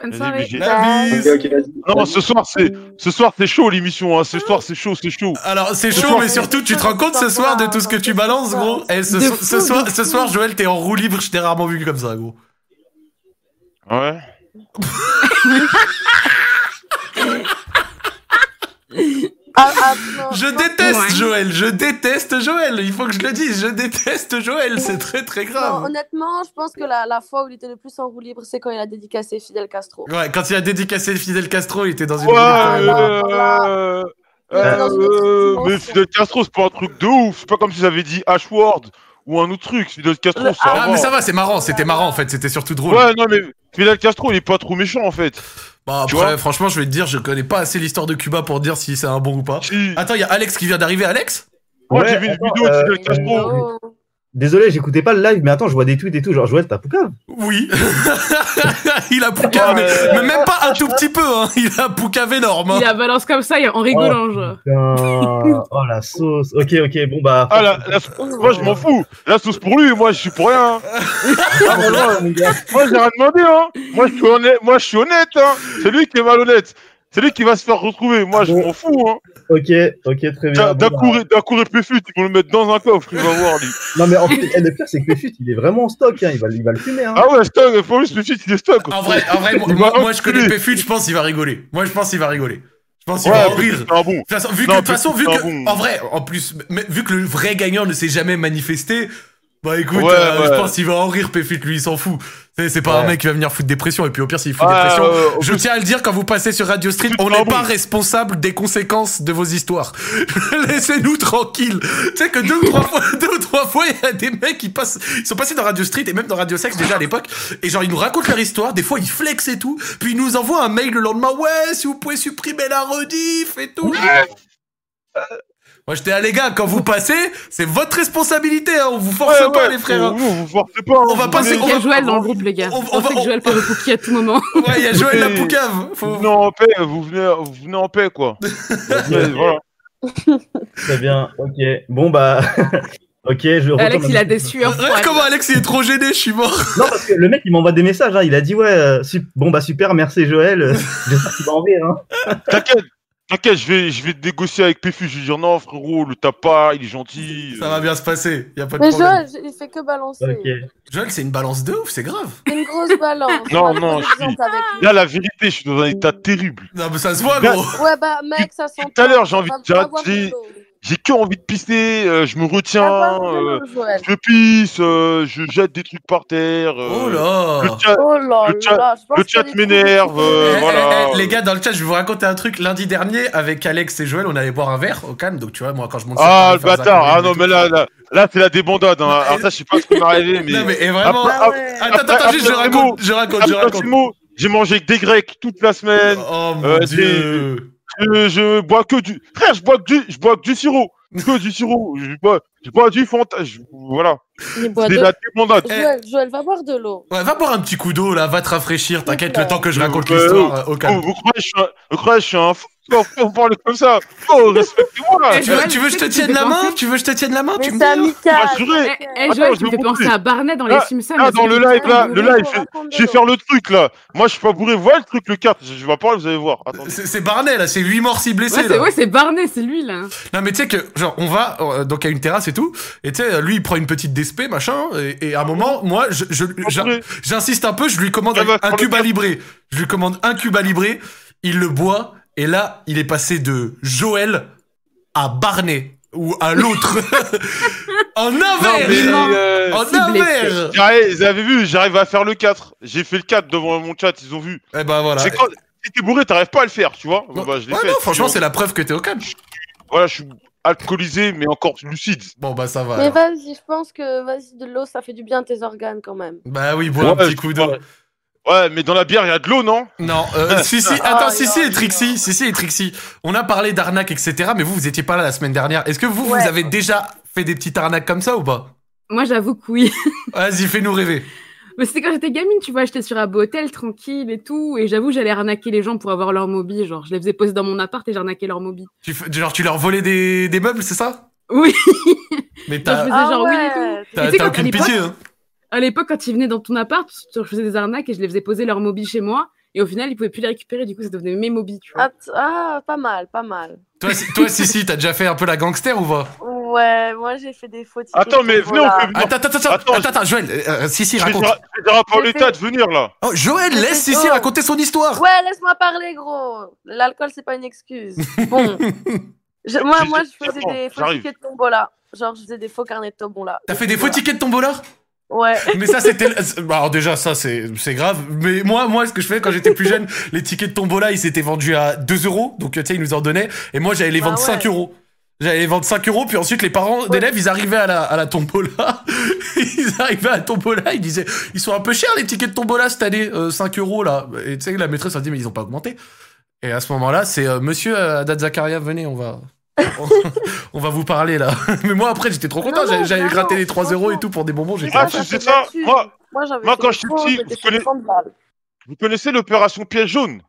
Bonne Vas-y, soirée. BG. La Ok, bise. ok, vas-y. Non, ce soir, c'est, ce soir, c'est chaud, l'émission, hein. Ce soir, c'est chaud, c'est chaud. Alors c'est chaud, soir- mais surtout tu te rends compte ce soir de tout ce que tu balances, gros. Eh, ce, De so- fou, ce de soir, fou. ce soir, Joël, t'es en roue libre. Je t'ai rarement vu comme ça, gros. Ouais. Ah, ah, non, Je non, déteste Ouais. Joël. Je déteste Joël. Il faut que je le dise. Je déteste Joël. C'est très très non, grave. hein. honnêtement, je pense que la, la fois où il était le plus en roue libre, c'est quand il a dédicacé Fidel Castro. Ouais, quand il a dédicacé Fidel Castro, il était dans une. Ouais, Ah, roue libre. là, euh, là. euh, Non, non, euh, non, mais non. Fidel Castro, c'est pas un truc de ouf. C'est pas comme si j'avais dit Ashword ou un autre truc. Fidel Castro, Le- ça Ah, va. mais ça va, c'est marrant, c'était marrant en fait, c'était surtout drôle. Ouais, non, mais Fidel Castro, il est pas trop méchant, en fait. Bah, Tu après, vois franchement, je vais te dire, je connais pas assez l'histoire de Cuba pour dire si c'est un bon ou pas. Si- Attends, il y a Alex qui vient d'arriver, Alex Moi, Ouais, Oh, j'ai vu une attends, vidéo de euh, Fidel Castro. Oh. Désolé, j'écoutais pas le live, mais attends, je vois des tweets et tout. Genre, Joël, t'as poucave. Oui. il a poucavé, Ouais. mais, mais même pas un tout petit peu, hein. Il a poucavé énorme. hein. Il la balance comme ça et en rigolant, genre. Putain. Oh la sauce. Ok, ok, bon bah. Ah, la, la sauce- moi, je m'en fous. La sauce pour lui, moi, je suis pour rien. hein. Ah, voilà, mon gars. Moi, j'ai rien demandé, hein. Moi, je suis honnête. Moi, je suis honnête, hein. C'est lui qui est malhonnête. C'est lui qui va se faire retrouver. Moi, je m'en fous, hein. Ok, ok, très bien. D'un Bon, bah, coup, d'un coup, Péfut, ils vont le mettre dans un coffre, il va voir, lui. Non, mais en fait, eh, le pire, c'est que le fut, il est vraiment en stock. Hein. Il, va, il va le fumer. Hein. Ah ouais, stock, faut juste le shit, il est stock. En vrai, en vrai, moi, Il moi- m'a moi, je connais enculé. Péfut, je pense qu'il va rigoler. Moi, je pense qu'il va rigoler. Je pense qu'il Ouais, va en Péfut, rire. c'est un bon. De toute façon, vu que, Non, de toute façon, vu Péfut, que, c'est un bon. en vrai, en plus, mais- vu que le vrai gagnant ne s'est jamais manifesté, bah écoute, Ouais, euh, je ouais. pense qu'il va en rire, Péfut, lui, il s'en fout. C'est c'est pas un Ouais. mec qui va venir foutre des pressions, et puis au pire, s'il fout des Ah, Ouais, pressions, ouais, ouais. Je tiens à le dire quand vous passez sur Radio Street, Tout on en n'est pas bruit. responsable des conséquences de vos histoires. Laissez-nous tranquilles. Tu sais que deux ou trois fois, deux ou trois fois, il y a des mecs qui passent, ils sont passés dans Radio Street et même dans Radio Sex déjà à l'époque. Et genre, ils nous racontent leur histoire. Des fois, ils flexent et tout. Puis ils nous envoient un mail le lendemain. Ouais, si vous pouvez supprimer la rediff et tout. Moi, j'étais à les gars, quand vous passez, c'est votre responsabilité, hein, on vous force Ouais, pas, ouais, les frères. hein. vous- vous- vous forcez pas. On va vous pas voulez- se- Il y a Joël dans le groupe, les gars. on- on On va- sait que Joël peut vous qui à tout moment. Ouais, il y a Joël la Mais- poucave. Vous Faut... venez en paix, vous venez, vous venez en paix, quoi. Ouais, voilà. Très bien, ok. Bon, bah. ok, je retourne. Alex, à- il a des sueurs Regarde froides. comment Alex, il est trop gêné, je suis mort. Non, parce que le mec, il m'envoie des messages. hein. Il a dit, ouais, euh, sup- bon, bah super, merci Joël. Euh, J'espère que tu vas en rire. Hein. T'inquiète, t'inquiète, je vais, je vais négocier avec Péfu. Je vais dire non, frérot, le tape pas, il est gentil. euh. Ça va bien se passer, y a pas de Mais problème. Joël, il fait que balancer. Ok. Joël, c'est une balance de ouf, c'est grave. C'est une grosse balance. Non, On va non, je être suis- exigeante avec lui. Là, la vérité, je suis dans un état terrible. Non, mais ça se voit, Bah- gros. Ouais, bah, mec, ça sent. Tout à l'heure, j'ai envie Va- de dire, va voir j'ai- Milo. J'ai que envie de pisser, euh, je me Va retiens, voir euh, Milo, Joël. je pisse, euh, je jette des trucs par terre. euh, Oh là. le chat- Oh là le chat- là, je pense le qu'il chat y a des m'énerve, trucs- euh, Eh, eh, voilà. eh, les gars, dans le chat, je vais vous raconter un truc. Lundi dernier, avec Alex et Joël, on allait boire un verre au calme. Donc, tu vois, moi, quand je monte sur Ah, Paris, le faire des bâtard, accords ah et non, tout. mais là, là, là c'est la débandade. Hein. Alors, ça, je sais pas ce qui m'est arrivé, mais. Non, mais et vraiment. Ah Après- Attends, attends, attends, après- juste, je après- raconte, je raconte, Après je ce raconte. mot, J'ai mangé que des grecs toute la semaine. Oh mon Euh, dieu. Je, je bois que du. Frère, je bois que du, je bois que du sirop. Que du sirop. Je bois, je bois du fanta. je- Voilà. Il boit C'est de la débandade. Joël, Joël, va boire de l'eau. Eh, Ouais, va boire un petit coup d'eau là, va te rafraîchir. T'inquiète, le temps que je raconte Euh, l'histoire euh, au Oh, calme. vous croyez que je suis un- vous croyez que je suis un. fou Vous parlez comme ça. Oh, respectez-moi. Eh, Tu veux, Joël, Euh, tu veux que je te tu tienne fais la main penser- Tu veux que je te tienne la main Mais Tu me c'est dis amical. Eh, eh, Assuré. Ah, Attends, Joël, je tu me vais fais penser montrer. à Barney dans les Là- Simpsons. là, Ah, dans le live, là, le live, Faut raconter de Je vais l'eau. faire le truc là. Moi, je suis pas bourré. Voilà le truc, le carte. Je, je vais en parler, vous allez voir. Attendez. C'est c'est Barnet là, c'est 8 morts, 6 blessés Ouais, là. c'est ouais, c'est Barney, c'est lui là. Non mais tu sais que genre on va euh, donc à une terrasse et tout et tu sais lui il prend une petite DSP machin et, et à un moment moi je je- Je suis j'in- pas bourré. j'insiste un peu je lui commande Ça va, un, un Eh ben, prends le Cuba cœur. Libre je lui commande un Cuba Libre il le boit et là il est passé de Joël à Barney ou à l'autre en un verre mais- Non. euh, en c'est un blessé. verre J'arrive- Vous avez vu, j'arrive à faire le 4. J'ai fait le 4 devant mon chat, ils ont vu. et ben voilà C'est quand si t'es bourré, t'arrives pas à le faire, tu vois. Bon, Non, bah, je l'ai ouais, fait. non, franchement, c'est Sinon, la preuve que t'es au calme. Voilà, je suis alcoolisé, mais encore lucide. Bon, bah ça va. Mais alors. vas-y, je pense que vas-y, de l'eau, ça fait du bien à tes organes quand même. Bah oui, bois Ouais, un petit je- coup d'eau. ouais. Ouais, mais dans la bière, il y a de l'eau, non Ah, Non, euh, si, si, attends, Oh, si, si, non, et Trixie, non. si, si, et Trixie. On a parlé d'arnaque, etc., mais vous, vous étiez pas là la semaine dernière. Est-ce que vous, Ouais. vous avez déjà fait des petites arnaques comme ça ou pas Moi, j'avoue que oui. Vas-y, fais-nous rêver. Mais c'était quand j'étais gamine, tu vois, j'étais sur un beau hôtel, tranquille et tout. Et j'avoue, j'allais arnaquer les gens pour avoir leur mobi. Genre, je les faisais poser dans mon appart et j'arnaquais leur mobi. Tu, f- genre, tu leur volais des, des meubles, c'est ça Oui. Mais Genre, je t'as faisais genre oui et tout. ouais. t'as- tu sais, t'as quand aucune à l'époque- pitié, hein À l'époque, quand ils venaient dans ton appart, je faisais des arnaques et je les faisais poser leur mobi chez moi. Et au final, ils pouvaient plus les récupérer. Du coup, ça devenait mes mobis, tu vois. Ah, t- ah, pas mal, pas mal. Toi, si, toi, si, si, t'as déjà fait un peu la gangster ou pas Ouais, moi j'ai fait des fautes. Attends, mais venez, on fait venir. Attends, attends, attends, attends, Attends, attends, Joël, euh, euh, si, si, Je vais raconte. dire- je vais dire à Paul J'ai État fait- de venir là. Oh, Joël, Je laisse fais- Sissi oh. raconter son histoire Ouais, laisse-moi parler, gros. L'alcool, c'est pas une excuse. Bon. Je- moi, J'ai- moi, je j'ai- faisais attends, des faux j'arrive. tickets de tombola. Genre, je faisais des faux carnets de tombola. T'as fait des faux tickets de tombola Ouais. Mais ça, c'était. le- bah, Alors, déjà, ça, c'est c'est grave. Mais moi, moi, ce que je fais quand j'étais plus jeune, les tickets de tombola, ils s'étaient vendus à 2 euros. Donc, tu sais, ils nous en donnaient. Et moi, j'allais les Bah vendre ouais. 5 euros. J'allais les vendre 5 euros. Puis ensuite, les parents d'élèves, ils arrivaient à la, à la tombola. ils arrivaient à la tombola. Ils disaient Ils sont un peu chers, les tickets de tombola cette année. euh, 5 euros, là. Et tu sais, la maîtresse a dit Mais ils ont pas augmenté. Et à ce moment-là, c'est euh, Monsieur euh, Haddad Zakaria, venez, on va. on- On va vous parler là. Mais moi après j'étais trop Non, content, non, j'avais- j'avais vraiment, gratté les 3 euros et franchement. tout pour des bonbons. j'étais Ah, ça, c'est c'est ça. là-dessus. Moi, Moi, j'avais moi, fait quand des j'étais faux, petit, mais des je faux de connais- 30 balles. Vous connaissez l'opération piège jaune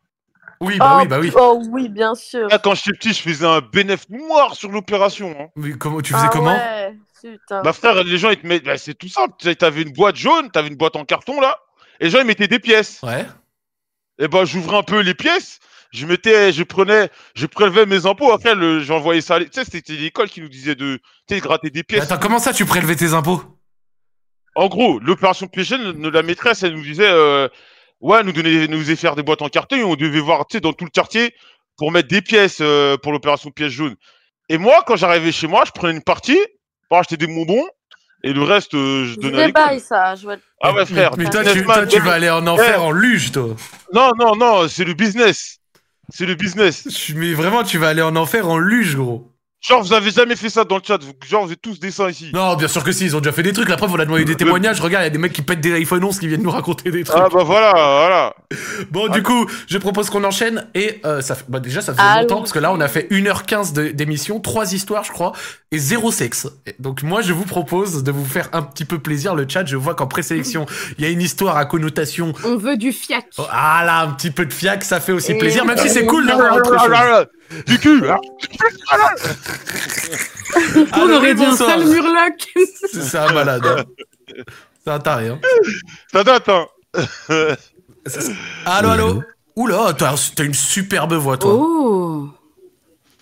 Oui, bah oh, oui, bah oui. Oh oui, bien sûr. Là, quand j'étais petit, je faisais un bénéf noir sur l'opération. hein. Mais comment tu faisais Ah comment ouais, putain. Bah frère, les gens, ils te mettent... bah, c'est tout simple. Tu sais, T'avais une boîte jaune, t'avais une boîte en carton là. Et les gens, ils mettaient des pièces. Ouais. Et ben, j'ouvrais un peu les pièces. Je mettais, je prenais, je prélevais mes impôts. Après, le- j'envoyais ça. à l'é- Tu sais, c'était l'école qui nous disait de, tu sais, de gratter des pièces. Attends, comment ça tu prélevais tes impôts En gros, l'opération piégée, la maîtresse, elle nous disait, euh, ouais, elle nous donnait, elle nous faisait faire des boîtes en carton et on devait voir, tu sais, dans tout le quartier pour mettre des pièces euh, pour l'opération pièce jaune. Et moi, quand j'arrivais chez moi, je prenais une partie pour acheter des bonbons et le reste, euh, je Je donnais à les l'école. baille, ça. Je vais... Ah ouais, frère. Mais toi tu, businessman, toi, tu business- vas aller en enfer en luge, toi. Non, non, non, c'est le business. C'est le business. Tu- Mais vraiment, tu vas aller en enfer en luge, gros. Genre, vous avez jamais fait ça dans le chat. vous- Genre, vous êtes tous des saints ici. Non, bien sûr que si, ils ont déjà fait des trucs. La preuve, on a demandé des Le- témoignages. Regarde, il y a des mecs qui pètent des iPhone 11 qui viennent nous raconter des trucs. Ah bah voilà, voilà. Bon, du coup, je propose qu'on enchaîne. Et euh, ça fait- bah, déjà, ça fait Ah, longtemps oui. parce que là, on a fait 1h15 de- d'émission, trois histoires, je crois, et zéro sexe. Et donc, moi, je vous propose de vous faire un petit peu plaisir. Le chat, je vois qu'en présélection, il y a une histoire à connotation. On veut du fiac. Oh, Ah là, un petit peu de fiac, ça fait aussi Et- plaisir, même si c'est cool d'avoir autre chose. Du cul. hein. on Alors, aurait oui, dit un bonsoir. sale murloc. C'est c'est un malade. hein. C'est un taré. Hein. Ça date, hein. Allô, allô Oula, t'as t'as une superbe voix, toi. oh.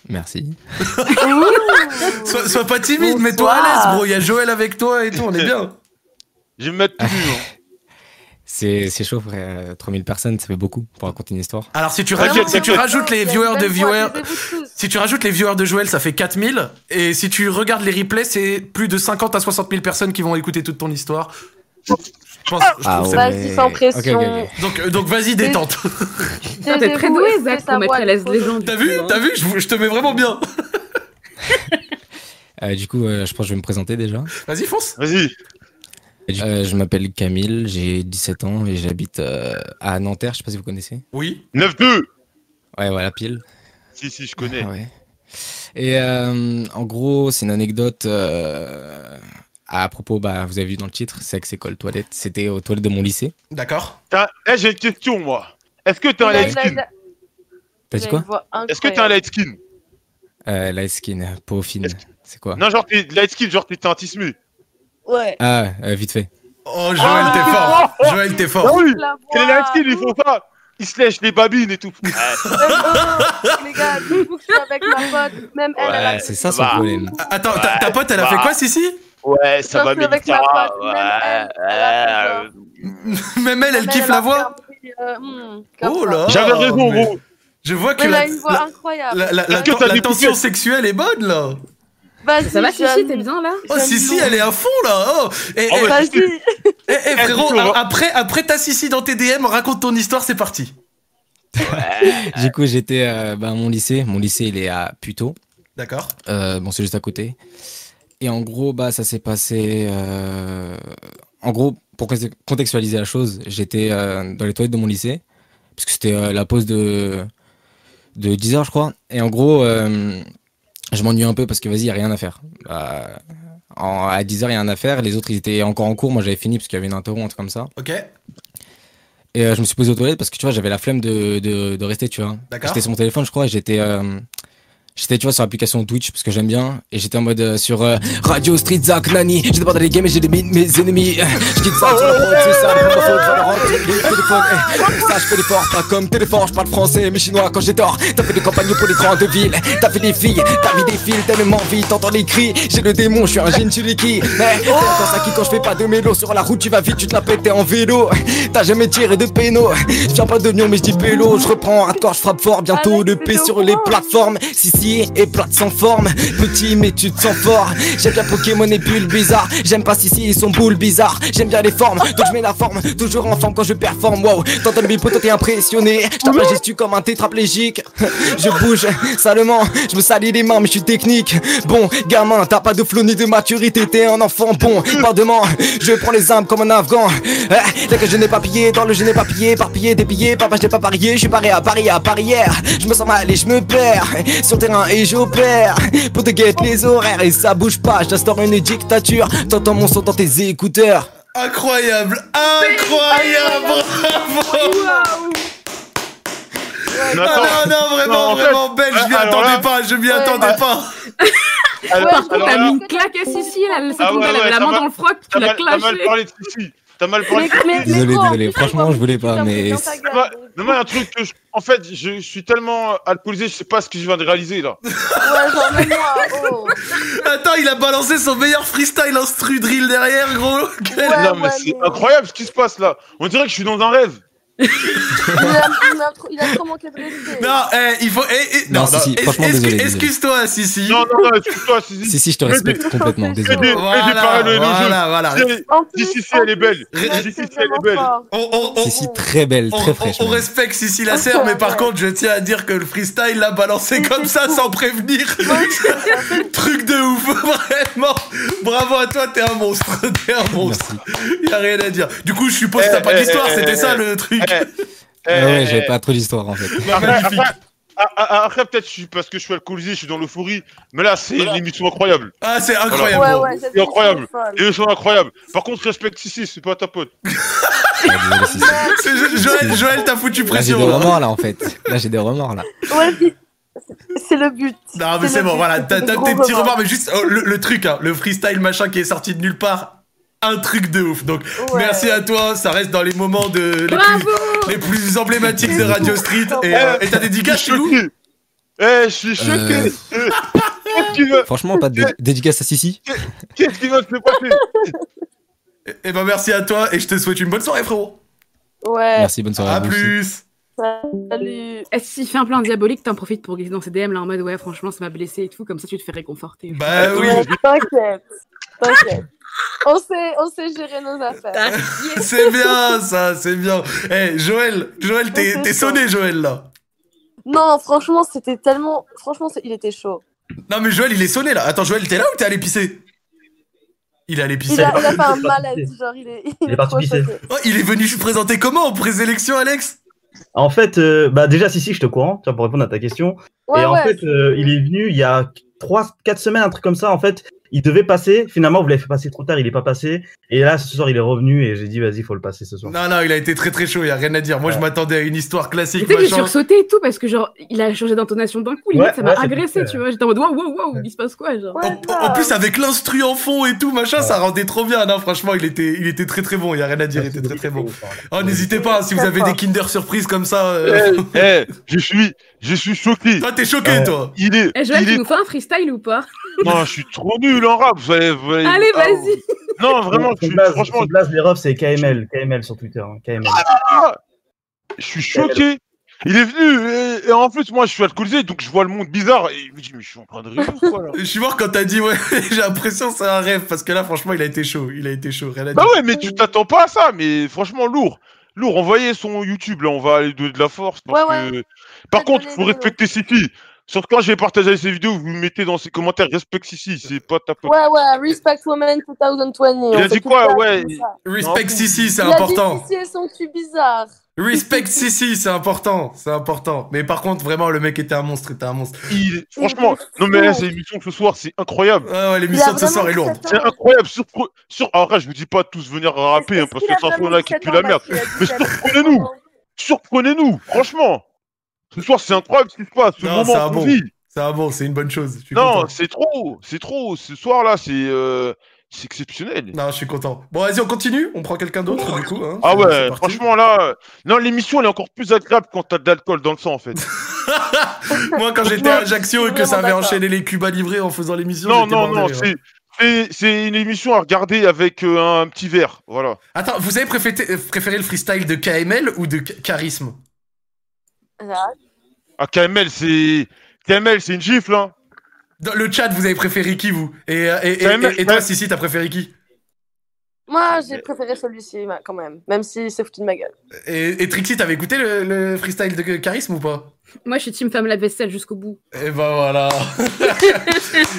Merci. Sois, sois pas timide, mets-toi à Bonsoir. l'aise, bro. Il y a Joël avec toi et tout, on est bien. Je vais me mettre tout nu. hein. C'est c'est chaud, frère. Euh, 3000 personnes, ça fait beaucoup pour raconter une histoire. Alors, si tu, T'inquiète, rajoutes, si tu t'inquiète. rajoutes les viewers de viewers. viewers. Si tu rajoutes les viewers de Joël, ça fait 4000. Et si tu regardes les replays, c'est plus de 50 à 60 000 personnes qui vont écouter toute ton histoire. Je pense, je trouve Ah ça- Vas-y, sans pression. Ok, ok, ok. Donc, euh, donc vas-y, détente. Putain, T'es très doué, Zach, pour mettre à l'aise les gens. du T'as coup, vu hein. T'as vu je, vous- je te mets vraiment bien. Euh, du coup, euh, je pense que je vais me présenter déjà. Vas-y, fonce. Vas-y. Euh, je m'appelle Camille, j'ai 17 ans et j'habite euh, à Nanterre, je sais pas si vous connaissez. Oui. 9-2. Ouais, voilà, pile. Si, si, je connais. Ah ouais. Et euh, en gros, c'est une anecdote euh, à propos, bah, vous avez vu dans le titre, sexe, école, toilette. C'était aux toilettes de mon lycée. D'accord. T'as- Eh, j'ai une question, moi. Est-ce que t'as un light skin T'as dit quoi Est-ce que t'as un light skin euh, Light skin, peau fine. Est-ce C'est quoi Non, genre, t'es light skin, genre, t'es un tissu. Ouais. Ah, euh, vite fait. Oh, Joël, t'es fort. Joël, t'es fort. Ah oui La C'est les voix. light skin, ils font ça. Ils se lèchent les babines et tout. Euh, euh, les gars, du coup, je suis avec ma pote. Même elle, elle a Ouais, c'est ça son Bah. problème. Ah, Attends, Oh, ta, ta pote, elle a fait quoi, Sissi Ouais, ça va, mais avec Sarah, la pote, même elle, elle a fait Même elle, elle kiffe la voix. Euh, hmm, comme Oh ça. là. J'avais raison, mais- gros. Je vois que Elle la, a une voix la- incroyable. la- la- la- que t'as la des tension piquettes sexuelle est bonne là. Vas-y, Ça va, Chichi, jeune. t'es bien là Oh, J'aime Sissi, bien. elle est à fond là. Oh. Et, Ah et- ouais. Vas-y. Eh, eh, frérot, Plutôt, hein. a- après, après ta Sissi dans tes DM, raconte ton histoire, c'est parti. Du coup, j'étais euh, bah, à mon lycée. Mon lycée, il est à Puteaux. D'accord. Euh, bon, c'est juste à côté. Et en gros, bah, ça s'est passé. euh, En gros, pour con- contextualiser la chose, j'étais euh, dans les toilettes de mon lycée, parce que c'était euh, la pause de... de 10 heures, je crois. Et en gros, euh, je m'ennuie un peu parce que vas-y, il n'y a rien à faire. Bah, en- À 10 heures, il n'y a rien à faire. Les autres, ils étaient encore en cours. Moi, j'avais fini parce qu'il y avait une interro, un truc comme ça. Ok. Et euh, je me suis posé aux toilettes parce que tu vois, j'avais la flemme de, de, de rester, tu vois. D'accord. J'étais sur mon téléphone, je crois, et j'étais. euh, J'étais, tu vois, sur l'application Twitch parce que j'aime bien. Et j'étais en mode euh, sur euh, Radio Street Zach Lani. J'étais pas dans les games et j'ai des mi- mes ennemis. Je quitte ça, je reprends, c'est ça, je me fous, je me rends. Et je fais des fautes, eh, Ça, je fais des forts, pas comme téléphone. Je parle français, mais chinois quand j'ai tort. T'as fait des campagnes pour les grandes villes. T'as fait des filles, t'as vu des fils tellement vite. T'entends les cris. J'ai le démon, je suis un jean chuliki. Mais t'es encore ça qui, quand je fais pas de mélo sur la route, tu vas vite, tu te la pètes, t'es en vélo. T'as jamais tiré de péno. Je viens pas de Lyon, mais je dis pélo. Je reprends hardcore, je frappe fort. Bientôt Alex, le t'es P au sur les courant. plateformes. Si, si, et plate sans forme. Petit, mais tu te sens fort. J'aime bien Pokémon et bulles bizarres. J'aime pas si, si, ils sont boules bizarres. J'aime bien les formes, donc je mets la forme. Toujours en forme quand je performe. Wow, t'entends le bipot, t'es impressionné. Je tape la gestu comme un tétraplégique. Je bouge salement, je me salis les mains, mais je suis technique. Bon, gamin, t'as pas de flow ni de maturité, t'es un enfant bon. Pardon, je prends les armes comme un afghan. Eh, dès que je n'ai pas pillé, dans le je n'ai pas pillé, par pillé, dépillé, papa, je n'ai pas parié, je suis paré à Paris, à Barrière. Je me sens mal et je me perds sur le terrain et j'opère. Pour te guetter les horaires et ça bouge pas, j'instaure une dictature. T'entends mon son dans tes écouteurs. Incroyable, incroyable, bravo. Waouh Mais Ah attends, non, non, vraiment, Non, en fait- vraiment belle, je m'y Ah, alors attendais là- Ah. pas, je m'y Ouais. attendais pas. alors- Par contre, alors t'as là, mis une claque à Sissi, là. C'est Ah ton ouais, gars, elle ouais, avait la t'as main mal- dans le froc, tu t'as l'as mal, t'as mal clashé. parlé de Fifi. T'as mal parlé de Mais- mais- Fifi. mais Désolé, quoi, en désolé, plus, franchement, je voulais Ah, pas, t'as mis mais- dans ta gueule, Bah, donc- Non, mais un truc que je... En fait, je suis tellement alcoolisé, je sais pas ce que je viens de réaliser, là. Ouais, genre, même moi. oh. Attends, il a balancé son meilleur freestyle instru drill derrière, gros. Quel- Ouais, non, mais ouais, c'est mais- incroyable ce qui se passe, là. On dirait que je suis dans un rêve. Il a, il a trop, il a trop manqué de respect. Non, eh, il faut. eh, eh, Non, non, si, non, si, es- franchement, es- désolé, désolé. Excuse-toi, si, si. Non, non, non, excuse-toi, Sissi. Si, si, je te respecte complètement, Fais désolé. des, fais des Voilà, paroles élogieuses. voilà, voilà. Fais- En Si, plus, si, si, elle est belle. en plus, Si, si, c'est si, elle est vraiment belle. fort. On, on- on- Si, si, très belle, on- très on- fraîche. on même. respecte Sissi la sœur, mais par contre, je tiens à dire que le freestyle l'a balancé Mais comme c'est ça fou. sans prévenir. Truc de ouf, vraiment. Bravo à toi, t'es un monstre. T'es un monstre. Merci. Y a rien à dire. Du coup, je suppose que Eh, t'as pas eh, d'histoire, eh, c'était eh, ça le truc. eh, Ah Eh, ouais, j'avais pas trop d'histoire en fait. Magnifique. Ah, ah, ah, Après, peut-être je suis- parce que je suis alcoolisé, je suis dans l'euphorie. Mais là, c'est une émission incroyable. Ah, c'est Ouais, incroyable. ouais, cette fille, incroyable. c'est folle. Et ils sont incroyables. Par contre, je respecte Sissi, c'est pas ta pote. Ouais, Ah, désolé, si, si. C'est- Jo- Joël, Joël, t'as foutu Là, j'ai pression. des hein. remords là en fait. Là, j'ai des remords là. Ouais, c'est- c'est le but. Non mais le c'est bon, but, voilà, c'est t'as des t'as gros tes petits remarques. remarques, mais juste oh, le, le truc, hein, le freestyle machin qui est sorti de nulle part, un truc de ouf. Donc Ouais. merci à toi, ça reste dans les moments de les, plus, Bravo les plus emblématiques de Radio Street. Et euh, et t'as des dédicace chez nous Choqué. Eh, je Euh. suis choqué. Qu'est-ce qui va- Franchement, pas de dé- dédicace à Sissi. Qu'est-ce qui va se passer Et ben merci à toi et je te souhaite une bonne soirée frérot. Ouais, Merci, bonne soirée. à À vous aussi. plus. salut. Et s'il fait Eh, un plan diabolique, t'en profites pour glisser dans ses DM là en mode ouais, franchement, ça m'a blessé et tout, comme ça tu te fais réconforter. Bah oui, Ouais, T'inquiète, t'inquiète. On sait, on sait gérer nos affaires. c'est bien ça, c'est bien. Eh Joël, Joël t'es Ouais, t'es c'est ça. sonné Joël là. Non, franchement, c'était tellement. Franchement, c'est- il était chaud. Non mais Joël il est sonné là. Attends Joël t'es là ou t'es allé pisser Il est allé Il pisser. a, il a fait un Il est parti malaise, genre il est. Il est parti trop pisser. choqué. Oh, il est venu se présenter comment en présélection Alex En fait, euh, bah déjà, si, si, je te courant, tu vois, pour répondre à ta question. Ouais, et en ouais. fait, euh, il est venu il y a 3-4 semaines, un truc comme ça. En fait, il devait passer. Finalement, vous l'avez fait passer trop tard, il est pas passé. Et là, ce soir, il est revenu et j'ai dit, vas-y, faut le passer ce soir. Non, non, il a été très très chaud, il a rien à dire. Moi, je Ouais. m'attendais à une histoire classique, Tu sais, j'ai machin. sursauté et tout parce que, genre, il a changé d'intonation d'un coup. Ouais, limite, ça m'a ouais, c'est agressé, bizarre. tu vois. J'étais en mode waouh, waouh, waouh, il se passe quoi, genre. En, Ouais, en- en plus, avec l'instru en fond et tout, machin, Ouais. Ah, ça rendait trop bien. Non, franchement, il était, il était très très bon, il a rien à dire, il était très très bon. Oh, n'hésitez pas, si vous Très avez fort. des Kinder Surprise comme ça. euh, Eh, eh, je suis, je suis choqué. Euh, Toi, t'es choqué, Ouais. toi. Il est, Eh, Joël, il tu est. nous fais un freestyle ou pas Non, je suis trop nul en rap. Vous allez, vous allez- Allez, Ah, vas-y Non, vraiment, je Son suis, blaze- franchement, son blaze, les refs, c'est KML, KML sur Twitter. hein, KML. je suis choqué. Il est venu, et, et en plus, moi, je suis alcoolisé, donc je vois le monde bizarre. Et je me dis, mais je suis en train de rire ou quoi, là Je suis mort quand t'as dit, ouais, j'ai l'impression que c'est un rêve, parce que là, franchement, il a été chaud, il a été chaud, rien à dire. Bah ouais, mais tu t'attends pas à ça, mais franchement, lourd. Lourd, envoyez son YouTube, là, on va aller donner de la force. Parce Ouais, que... Par Faites contre, donner faut des- respecter Sissi. Sauf quand je vais partager ces vidéos, vous mettez dans ses commentaires, respecte Sissi, c'est pas ta pote. Ouais, ouais, Respect Woman 2020. Il a on dit s'occupe quoi, pas de ouais, tout il- ça. Respect Non. Sissi, c'est Il a dit important. si, si, elles sont cul bizarre. Respect Sissi, c'est important, c'est important. Mais par contre, vraiment, le mec était un monstre, était un monstre. Il- Franchement, non mais là, c'est l'émission de ce soir, c'est incroyable. Ouais, ouais, Il a l'émission de ce soir est vraiment lourde. 17 C'est ans. incroyable. Sur... Sur... Alors là, je vous dis pas de tous venir rapper, hein, Est-ce parce qu'il que a ça vraiment là qui 17 pue ans, la merde. parce qu'il a Mais 17 ans. surprenez-nous. Surprenez-nous, franchement. Ce soir, c'est incroyable ce qui se passe, ce Non, c'est un moment qu'on bon. vit. Ça va, bon, c'est une bonne chose. je suis Non, content. c'est trop, c'est trop. Ce soir-là, c'est euh, c'est exceptionnel. Non, je suis content. Bon, vas-y, on continue. On prend quelqu'un d'autre, du coup. hein. Ah C'est- c'est ouais, parti. franchement là, euh, non l'émission elle est encore plus agréable quand t'as de l'alcool dans le sang en fait. Moi, quand j'étais à Ajaccio je et suis que ça avait vraiment d'accord. enchaîné les Cuba livrés en faisant l'émission. non j'étais non bordé, non, hein. c'est c'est c'est une émission à regarder avec euh, un, petit verre, voilà. Attends, vous avez préféré, euh, préféré le freestyle de KML ou de K- Charisme Ah, Ah KML c'est KML c'est une gifle hein. Dans le chat, vous avez préféré qui, vous et, euh, et, et, KML, et- et toi, ouais. Sissi, t'as préféré qui Moi, j'ai préféré celui-ci, bah, quand même. Même s'il s'est foutu de ma gueule. et, et Trixie, t'avais écouté le, le freestyle de Charisme ou pas Moi, je suis team femme la vaisselle jusqu'au bout. Et ben voilà.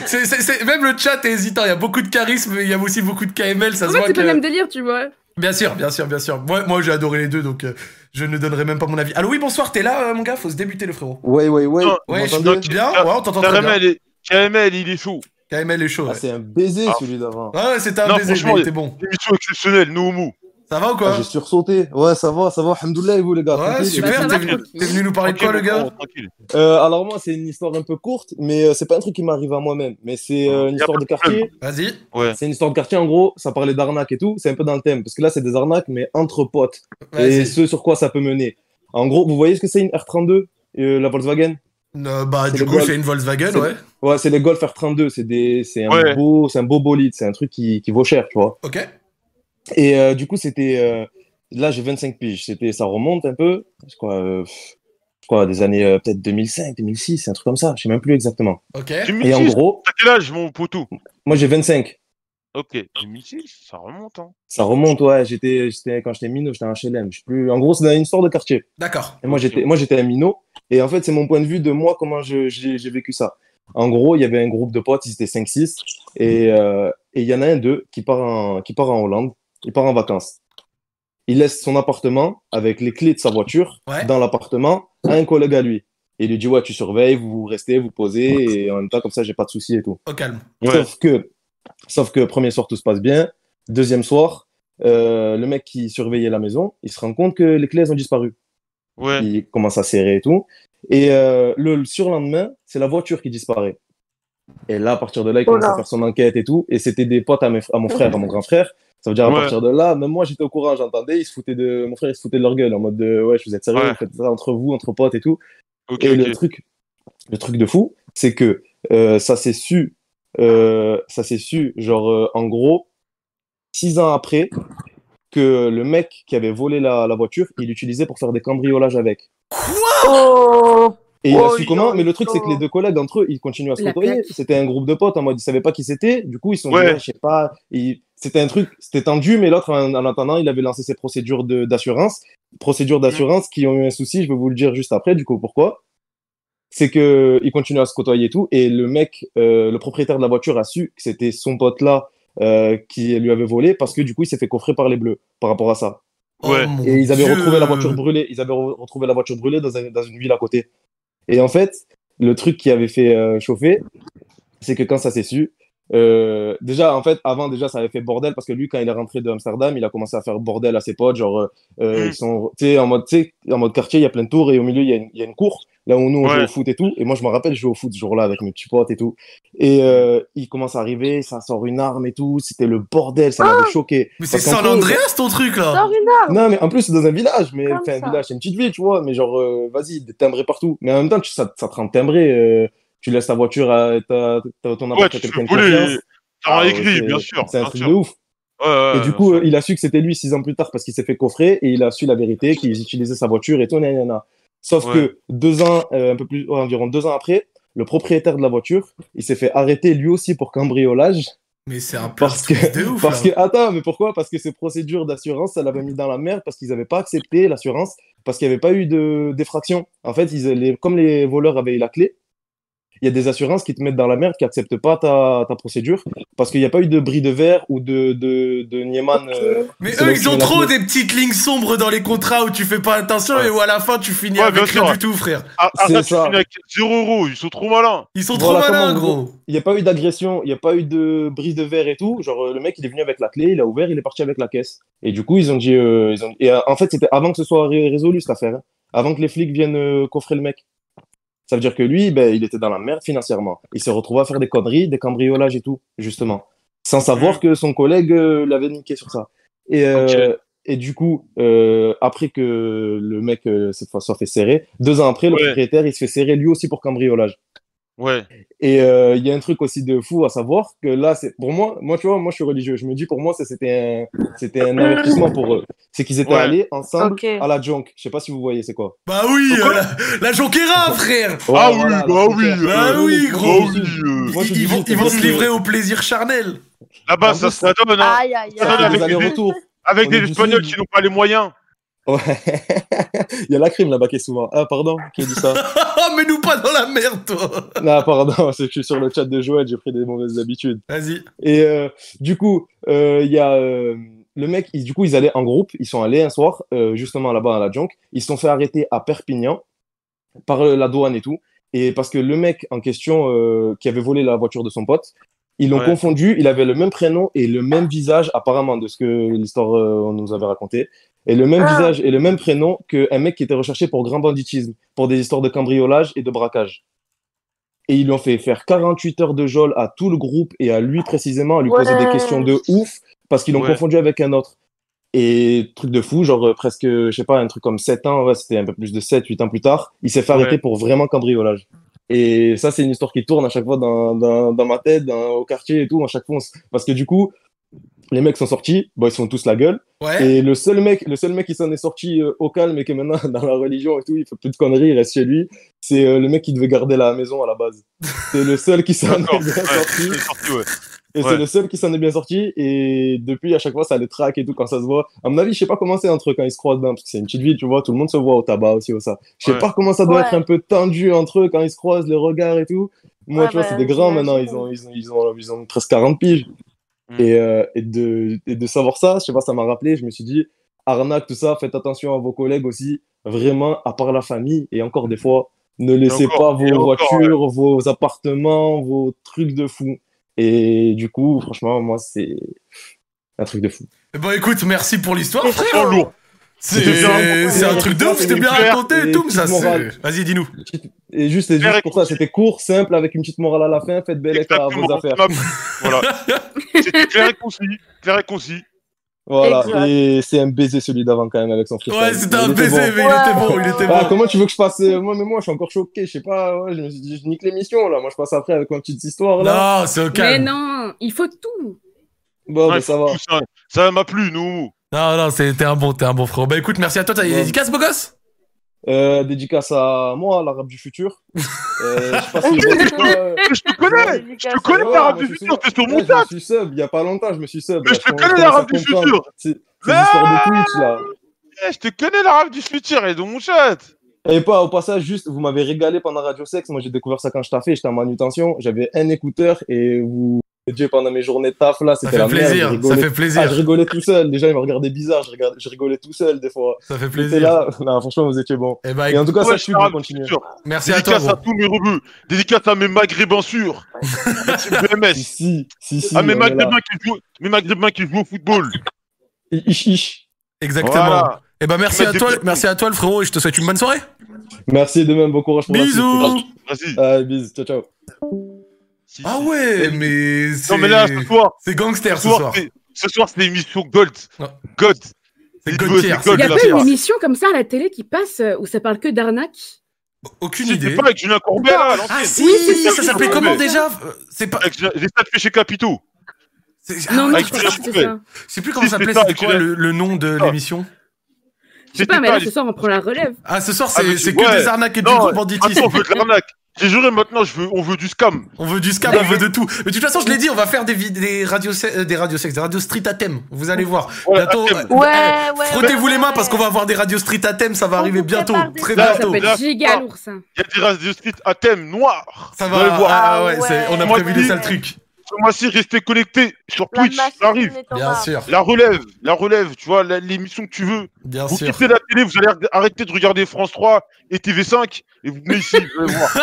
C'est- c'est- c'est- Même le chat est hésitant. Il y a beaucoup de charisme, il y a aussi beaucoup de KML. Ça En se fait, voit c'est que... pas le même délire, tu vois. Bien sûr, bien sûr, bien sûr. Moi, moi j'ai adoré les deux, donc euh, je ne donnerai même pas mon avis. Allô, oui, bonsoir, t'es là, euh, mon gars Faut se débuter, le frérot. Ouais, ouais, ouais. Non, Vous Oh, Ouais, je suis m'entendez suis bien. K- Ouais, on t'entend très bien. KML est- KML il est chaud. KML est chaud. Ah, Ouais, c'est un baiser Ah. celui d'avant. ouais, ouais, c'était un Non, baiser, franchement, mais il- t'es bon. Émission exceptionnelle, no homo. Ça va ou Ah, quoi J'ai sursauté. Ouais, ça va, ça va. Alhamdoulilah, et vous les gars. Ouais, tranquille, Bah, super. ça T'es va, venu, tranquille. t'es venu nous parler de quoi, le Tranquille, gars bon, tranquille. Euh, alors moi, c'est une histoire un peu courte, mais euh, c'est pas un truc qui m'arrive à moi-même. Mais c'est euh, une Y a histoire pas de de problème. quartier. Vas-y. Ouais. C'est une histoire de quartier, en gros. Ça parlait d'arnaque et tout. C'est un peu dans le thème. Parce que là, c'est des arnaques, mais entre potes. Et Vas-y. ce sur quoi ça peut mener. En gros, vous voyez ce que c'est une R32 euh, La Volkswagen Euh, bah, C'est du le coup, Golf. c'est une Volkswagen, C'est- ouais. Ouais, c'est les Golf R32. C'est des... c'est un, Ouais. beau... c'est un beau bolide. C'est un truc qui, qui vaut cher, tu vois. Ok. Et euh, du coup, c'était. euh, Là, j'ai 25 piges. C'était, ça remonte un peu. Je crois, euh, pff, je crois des années euh, peut-être 2005, 2006, un truc comme ça. Je sais même plus exactement. Ok. Et en gros, T'as quel âge, mon potou moi, j'ai 25. Ok, 2006, ça remonte, hein. Ça remonte, ouais. J'étais, j'étais quand j'étais minot, j'étais un HLM. Je sais plus. En gros, c'est dans une histoire de quartier. D'accord. Et moi, j'étais, moi, j'étais un minot. Et en fait, c'est mon point de vue de moi, comment je- j'ai j'ai vécu ça. En gros, il y avait un groupe de potes, ils étaient 5-6. Et euh, et il y en a un d'eux qui part, en, qui part en Hollande. Il part en vacances. Il laisse son appartement avec les clés de sa voiture dans l'appartement à un collègue à lui. Et il lui dit Ouais, tu surveilles, vous restez, vous posez. Et en même temps, comme ça, j'ai pas de soucis et tout. Au calme. Sauf que, sauf que premier soir, tout se passe bien. Deuxième soir, euh, le mec qui surveillait la maison, il se rend compte que les clés elles ont disparu. Il commence à serrer et tout. Et euh, le, le surlendemain, c'est la voiture qui disparaît. Et là, à partir de là, il Oh commence là. à faire son enquête et tout. Et c'était des potes à, mes fr- à mon frère, à mon grand frère. Ça veut dire, à Ouais. partir de là, même moi, j'étais au courant, j'entendais, ils se foutaient de, mon frère, il se foutait de leur gueule en mode de, ouais, je vous êtes sérieux, Ouais. vous faites ça entre vous, entre potes et tout. Ok, et ok. le truc, le truc de fou, c'est que euh, ça s'est su, euh, ça s'est su, genre euh, en gros, six ans après, que le mec qui avait volé la, la voiture, il l'utilisait pour faire des cambriolages avec. Et il a Oh, su comment, mais le truc, oh. c'est que les deux collègues entre eux, ils continuent à se La côtoyer. plaque. C'était un groupe de potes en mode, ils savaient pas qui c'était, du coup, ils se sont dit, Ouais. ouais, je sais pas. ils- C'était un truc, c'était tendu, mais l'autre, en, en attendant, il avait lancé ses procédures de- d'assurance. Procédures d'assurance qui ont eu un souci, je vais vous le dire juste après, du coup, pourquoi c'est que il continue à se côtoyer et tout et le mec euh, le propriétaire de la voiture a su que c'était son pote là euh, qui lui avait volé parce que du coup il s'est fait coffrer par les bleus par rapport à ça Oh Ouais. et ils avaient Dieu. retrouvé la voiture brûlée ils avaient re- retrouvé la voiture brûlée dans, un- dans une ville à côté et en fait le truc qui avait fait euh, chauffer c'est que quand ça s'est su euh, déjà en fait avant déjà ça avait fait bordel parce que lui quand il est rentré de Amsterdam il a commencé à faire bordel à ses potes genre euh, euh, ils sont tu sais en mode tu sais, en mode quartier il y a plein de tours et au milieu il y a une, il y a une cour là où nous on joue au foot et tout et moi je me rappelle je jouais au foot ce jour-là avec mes petits potes et tout et euh, il commence à arriver ça sort une arme et tout c'était le bordel ça m'avait choqué Mais c'est Parce qu'en San plus- Andreas ton truc là non, mais en plus, c'est dans un village, mais Comme enfin, un ça. village, c'est une petite ville, tu vois, mais genre, euh, vas-y, des timbrés partout. Mais en même temps, tu, ça, ça te rend timbré. euh, tu laisses ta voiture, à, ta, ta- ton appart Ouais, à tu te quelqu'un de fais voler, confiance. Ah, t'as un ouais, aigri, c'est- bien sûr, C'est un bien truc sûr. de ouf. Ouais, ouais, et du bien coup, euh, il a su que c'était lui six ans plus tard parce qu'il s'est fait coffrer et il a su la vérité, qu'ils utilisaient sa voiture et tout, gna, gna, gna. Sauf Ouais. que deux ans, euh, un peu plus, ouais, environ deux ans après, le propriétaire de la voiture, il s'est fait arrêter lui aussi pour cambriolage. Mais c'est un Parce que, de ouf, hein. parce que, là. attends, mais pourquoi Parce que ces procédures d'assurance, ça l'avait mis dans la merde parce qu'ils n'avaient pas accepté l'assurance, parce qu'il n'y avait pas eu de défraction. En fait, ils, les, comme les voleurs avaient eu la clé, il y a des assurances qui te mettent dans la merde, qui n'acceptent pas ta, ta procédure, parce qu'il n'y a pas eu de bris de verre ou de, de, de Nieman. euh, Mais selon eux, qui ils ont met la trop clé. des petites lignes sombres dans les contrats où tu fais pas attention et où à la fin tu finis Ouais, avec bien rien sûr. du tout, frère. Ah, ah, C'est là, tu ça. finis avec 0 euros, ils sont trop malins. Ils sont Voilà, trop malins, comment vous- gros. Il n'y a pas eu d'agression, il n'y a pas eu de brise de verre et tout. Genre, euh, le mec, il est venu avec la clé, il a ouvert, il est parti avec la caisse. Et du coup, ils ont dit. euh, ils ont- Et, euh, en fait, c'était avant que ce soit ré- résolu, cette affaire. hein. Avant que les flics viennent euh, coffrer le mec. Ça veut dire que lui, ben, il était dans la merde financièrement. Il s'est retrouvé à faire des conneries, des cambriolages et tout, justement. Sans savoir que son collègue euh, l'avait niqué sur ça. Et, euh, et du coup, euh, après que le mec euh, cette fois soit fait serrer, deux ans après, le Ouais. propriétaire, il se fait serrer lui aussi pour cambriolage. Ouais. Et euh, il y a un truc aussi de fou à savoir que là, c'est pour moi, moi tu vois, moi je suis religieux. Je me dis pour moi, ça, c'était un, c'était un investissement pour eux. C'est qu'ils étaient Ouais. allés ensemble Ok. à la junk. Je sais pas si vous voyez, c'est quoi. Bah oui, euh, la, la Jonquera, frère Ouais, Ah oui, voilà, bah la oui, Jonquera. Bah euh, oui, moi, gros je dis, euh, moi, je Ils, ils dis vont, juste ils vont parce se que- livrer au plaisir charnel Là-bas, ça, ça donne, hein. Aïe, aïe, Ça donne aïe. avec Des les- allers-retours. Avec On des est du Espagnols qui n'ont pas les moyens. Ouais. il y a la crime là-bas qui est souvent. Ah, pardon, qui a dit ça Oh, mais nous pas dans la merde, toi Non, pardon, c'est que je suis sur le chat de Joël, j'ai pris des mauvaises habitudes. Vas-y. Et euh, du coup, euh, il y a euh, le mec, il- du coup, ils allaient en groupe, ils sont allés un soir, euh, justement là-bas à la junk, ils se sont fait arrêter à Perpignan par euh, la douane et tout. Et parce que le mec en question euh, qui avait volé la voiture de son pote, ils l'ont Ouais. confondu, il avait le même prénom et le même visage, apparemment, de ce que l'histoire euh, on nous avait raconté. Et le même Ah. visage et le même prénom qu'un mec qui était recherché pour grand banditisme, pour des histoires de cambriolage et de braquage. Et ils lui ont fait faire 48 heures de geôle à tout le groupe et à lui précisément, à lui poser Ouais. des questions de ouf, parce qu'ils l'ont Ouais. confondu avec un autre. Et truc de fou, genre euh, presque, je sais pas, un truc comme 7 ans, ouais, c'était un peu plus de 7, 8 ans plus tard, il s'est fait Ouais. arrêter pour vraiment cambriolage. Et ça, c'est une histoire qui tourne à chaque fois dans, dans, dans ma tête, dans- au quartier et tout, à chaque fois. on s- Parce que du coup, Les mecs sont sortis, bon, ils sont tous la gueule. Ouais. Et le seul mec, le seul mec qui s'en est sorti euh, au calme et qui est maintenant dans la religion et tout, il fait plus de conneries, il reste chez lui. C'est euh, le mec qui devait garder la maison à la base. C'est le seul qui s'en est D'accord, bien ouais, sorti. c'est sorti, ouais. Et Ouais. c'est le seul qui s'en est bien sorti. Et depuis, à chaque fois, ça les traque et tout quand ça se voit. À mon avis, je sais pas comment c'est entre eux quand ils se croisent dedans, parce que c'est une petite ville, tu vois. Tout le monde se voit au tabac aussi, au ça. Je sais Ouais. pas comment ça doit Ouais. être un peu tendu entre eux quand ils se croisent, les regards et tout. Moi, Ouais, tu vois, bah, c'est des grands j'imagine. maintenant. Ils ont, ils ont, ils ont, ils ont presque 40 piges. Mm. Et, euh, et, de, et de savoir ça, je sais pas, ça m'a rappelé. Je me suis dit, arnaque, tout ça, faites attention à vos collègues aussi. Vraiment, à part la famille, et encore des fois, ne laissez encore, pas Mm. et vos encore, voitures, vos appartements, vos trucs de fou. Et du coup, franchement, moi, c'est un truc de fou. Eh ben, écoute, merci pour l'histoire, Mais frère. Franchement, lourd. C'est C'était bien. c'est un truc de ouf, c'était bien Claire raconté et et tout, mais ça petite morale. c'est. Vas-y, dis-nous. Et juste, et Faire juste pour ça, c'était court, simple, avec une petite morale à la fin. Faites belle état à vos Exactement. affaires. Voilà. C'était clair et concis. Clair et concis. Voilà. Exact. Et c'est un baiser celui d'avant quand même avec son freestyle. Ouais, c'était Il un était baiser, bon. mais Eh, il était bon, Ouais. il était Ah, bon. comment tu veux que je passe euh, Moi, mais moi, je suis encore choqué. Je sais pas. ouais, je me suis dit, je nique l'émission là. Moi, je passe après avec ma petite histoire là. Non, c'est au Mais calme. non, il faut tout. Bon, Ouais, ben, ça va. tout ça, ça m'a plu, nous. Non, non, c'est- t'es un bon, t'es un bon frérot. Bah écoute, merci à toi, t'as des Ouais. dédicaces, beau gosse Euh, dédicace à moi, l'arabe du futur. Euh, je sais pas si vous voyez, euh, Mais je te connais Je te connais, Ouais, l'arabe du moi, je suis futur, sûr. t'es sur Ouais, mon je me tas suis sub, il y a pas longtemps, je me suis sub. Mais là, je te commence- connais, commence à l'arabe du comprendre. futur. C'est c'est Ah l'histoire de Twitch, là. Je te connais, l'arabe du futur, et dans mon chat Et pas, au passage, juste, vous m'avez régalé pendant Radio Sex. Moi, j'ai découvert ça quand je taffais, j'étais en manutention. J'avais un écouteur et vous, Dieu, pendant mes journées de taf, là, Ça c'était fait la merde. je plaisir, ça rigolais- fait Ah, je plaisir, rigolais tout seul. Déjà, ils me regardaient bizarre. Je, regardais- je rigolais tout seul, des fois. ça fait J'étais plaisir. là. Non, franchement, vous étiez bon. Eh bah, Et en tout cas, Ouais, ça, je je suis suis vous arabe continuez. du futur. merci à toi, Dédicace gros. à tous mes rebeux. Dédicace à mes maghrébins sûrs. Mes petits Si, BMS. si, si, si, À Ah, mes on est là. maghrébins qui jouent, mes maghrébins qui jouent au football. Ich, ich. Exactement. Voilà. Eh ben merci Mettre à des toi, petits- merci à toi le frérot et je te souhaite une bonne soirée. Merci de même, bon courage pour la suite. Bisous. Vas-y. Ah, bisous, ciao, ciao. Si, Ah si. ouais, Et- mais c'est Non, mais là, ce soir, c'est gangster ce ce soir, soir. c'est- ce soir, c'est l'émission Gold. Non. Gold. C'est c'est- Gauthier. c'est c'est Il y a pas Gold, là, Gauthier. une émission comme ça à la télé qui passe euh, où ça parle que d'arnaque Aucune C'était idée. pas avec Julien Courbet, là, à l'ancienne. Ah si, Oui, c'est ça, ça c'est s'appelait ça. comment Ouais. déjà Euh, C'est pas. Avec Julien- J'ai ça de chez Capito. c'est- Non, ah, non, ouais, je avec crois je pas Julien que c'est ça. je sais plus comment Si, ça s'appelait. c'est ça, C'était quoi avec le, le nom de Ah. l'émission Je sais pas, mais là ce soir on prend la relève. Ah, ce soir Ah, mais c'est tu- c'est que ouais. des arnaques et du Non, gros ouais. banditisme. Attends, on veut de l'arnaque. J'ai juré maintenant, je veux, on veut du scam. On veut du scam, on veut de tout. Mais de toute façon, je l'ai dit, on va faire des vid- des radios euh, des radios sexes, des radios street à thème. Vous allez voir. Ouais, Bientôt, à thème. euh, Ouais, euh, ouais, Frottez-vous ouais, les mains parce ouais. qu'on va avoir des radios street à thème, ça va On arriver vous prépare bientôt, des très Là, Ça bientôt. peut là, être giga lourd ça. Il y a des races de street à thème noir. Ça Vous allez va. voir. Ah ouais, Ah ouais. c'est- on a Moi, prévu le dis- sale truc. Ce mois-ci, restez connectés sur La Twitch. machine Ça arrive. est en Bien marche. sûr, La relève, la relève, tu vois, la- l'émission que tu veux. bien vous sûr. quittez la télé, vous allez arr- arrêter de regarder France 3 et TV5 et vous venez ici. Vous allez voir.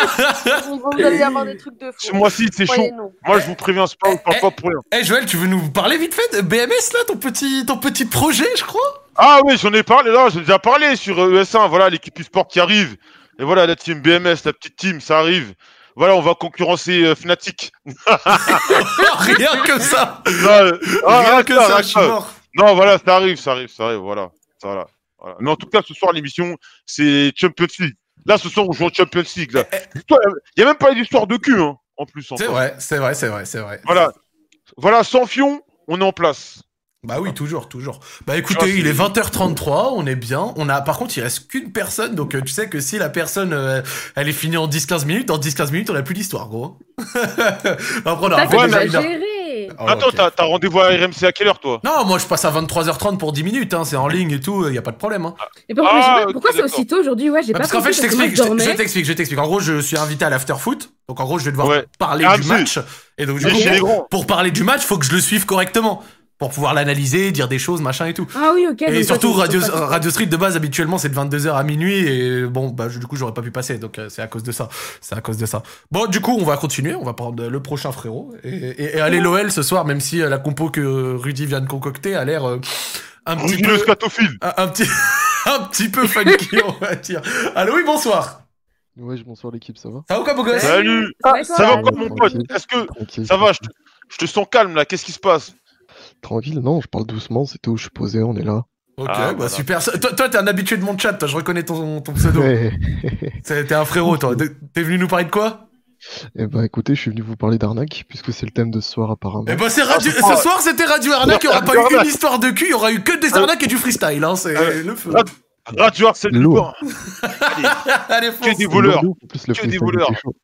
Vous vous allez avoir des trucs de Ce fou. mois-ci, c'est chaud. Croyez-nous. Moi, je vous préviens, c'est pas, on parle pas pour rien. Eh Joël, tu veux nous parler vite fait de BMS là, ton petit, ton petit projet, je crois Ah oui, j'en ai parlé là, j'ai déjà parlé sur euh, ES1, voilà, l'équipe e-sport qui arrive. Et voilà, la team BMS, la petite team, ça arrive. Voilà, on va concurrencer euh, Fnatic. Rien que ça. Ah, euh, ah, Rien ah, que ça, ça, ah, je suis ça. mort. Non, voilà, ça arrive, ça arrive, ça arrive, voilà. ça, voilà, voilà. Mais en tout cas, ce soir, l'émission, c'est Champions League. Là, ce soir, on joue en Champions League. Eh, là. L'histoire, Il n'y a même pas d'histoire de cul, hein, en plus. C'est encore. vrai, c'est vrai, c'est vrai, c'est vrai. Voilà. Voilà, sans fion, on est en place. Bah oui, toujours, toujours. Bah Tu vois, écoutez, Ah, c'est- il est 20h33, on est bien. On a, par contre, il reste qu'une personne, donc euh, tu sais que si la personne, euh, elle est finie en 10-15 minutes, en 10-15 minutes, on a plus d'histoire, gros. Après, on a Bah, Ça, fait c'est ouais, déjà déjà une heure. géré. Oh, Attends, ok. t'as t'as rendez-vous à RMC à quelle heure, toi Non, moi je passe à 23h30 pour 10 minutes, hein, c'est en ligne et tout, il y a pas de problème. Hein. Et pourquoi, mais je sais Ah, pas, ok, pourquoi c'est d'accord. aussitôt aujourd'hui Ouais, j'ai Bah, pas parce qu'en fait, compris je parce que moi, t'explique, je je je dormais. t'explique, je t'explique. En gros, je suis invité à l'after foot, donc en gros, je vais devoir Ouais. parler Ah, du si. match. Et donc, du Mais coup, chez les pour, grands. pour parler du match, faut que je le suive correctement, pour pouvoir l'analyser, dire des choses, machin et tout. Ah oui, ok. donc Et toi, surtout, tu- Radio, tu- Radio Street de base, habituellement, c'est de 22h à minuit. Et bon, bah, je- du coup, j'aurais pas pu passer. Donc, euh, c'est à cause de ça. C'est à cause de ça. Bon, du coup, on va continuer. On va prendre le prochain frérot. Et, et, et allez, l'OL ce soir, même si euh, la compo que Rudy vient de concocter a l'air euh, un, petit Rudy le peu, scatophile. un, un petit, un petit peu funky, on va dire. Allô, oui, bonsoir. Ouais, je bonsoir l'équipe, ça va Ça va ou quoi, beau gosse Salut. Ah, ouais, toi, Ça va ouais. quoi, mon pote Est-ce que Tranquille. ça va je te, je te sens calme là. Qu'est-ce qui se passe Tranquille, non, je parle doucement, c'est tout, je suis posé, on est là. Ok, Ah, bah, voilà. super. Ça- Toi, toi, t'es un habitué de mon chat. Toi, je reconnais ton, ton pseudo. Ouais. C'est- T'es un frérot, toi. T'es venu nous parler de quoi Eh ben écoutez, je suis venu vous parler d'arnaque, puisque c'est le thème de ce soir apparemment. Eh ben c'est Ah, radio... Ah, ce soir c'était Radio Arnaque, il n'y aura pas eu une histoire de cul, il y aura eu que Ah. des arnaques et du freestyle, hein, Ah. c'est le feu. Radio c'est le hein. Lourd. Allez, Que des voleurs. Lourd, en plus, le Que des freestyle, voleurs. c'est chaud.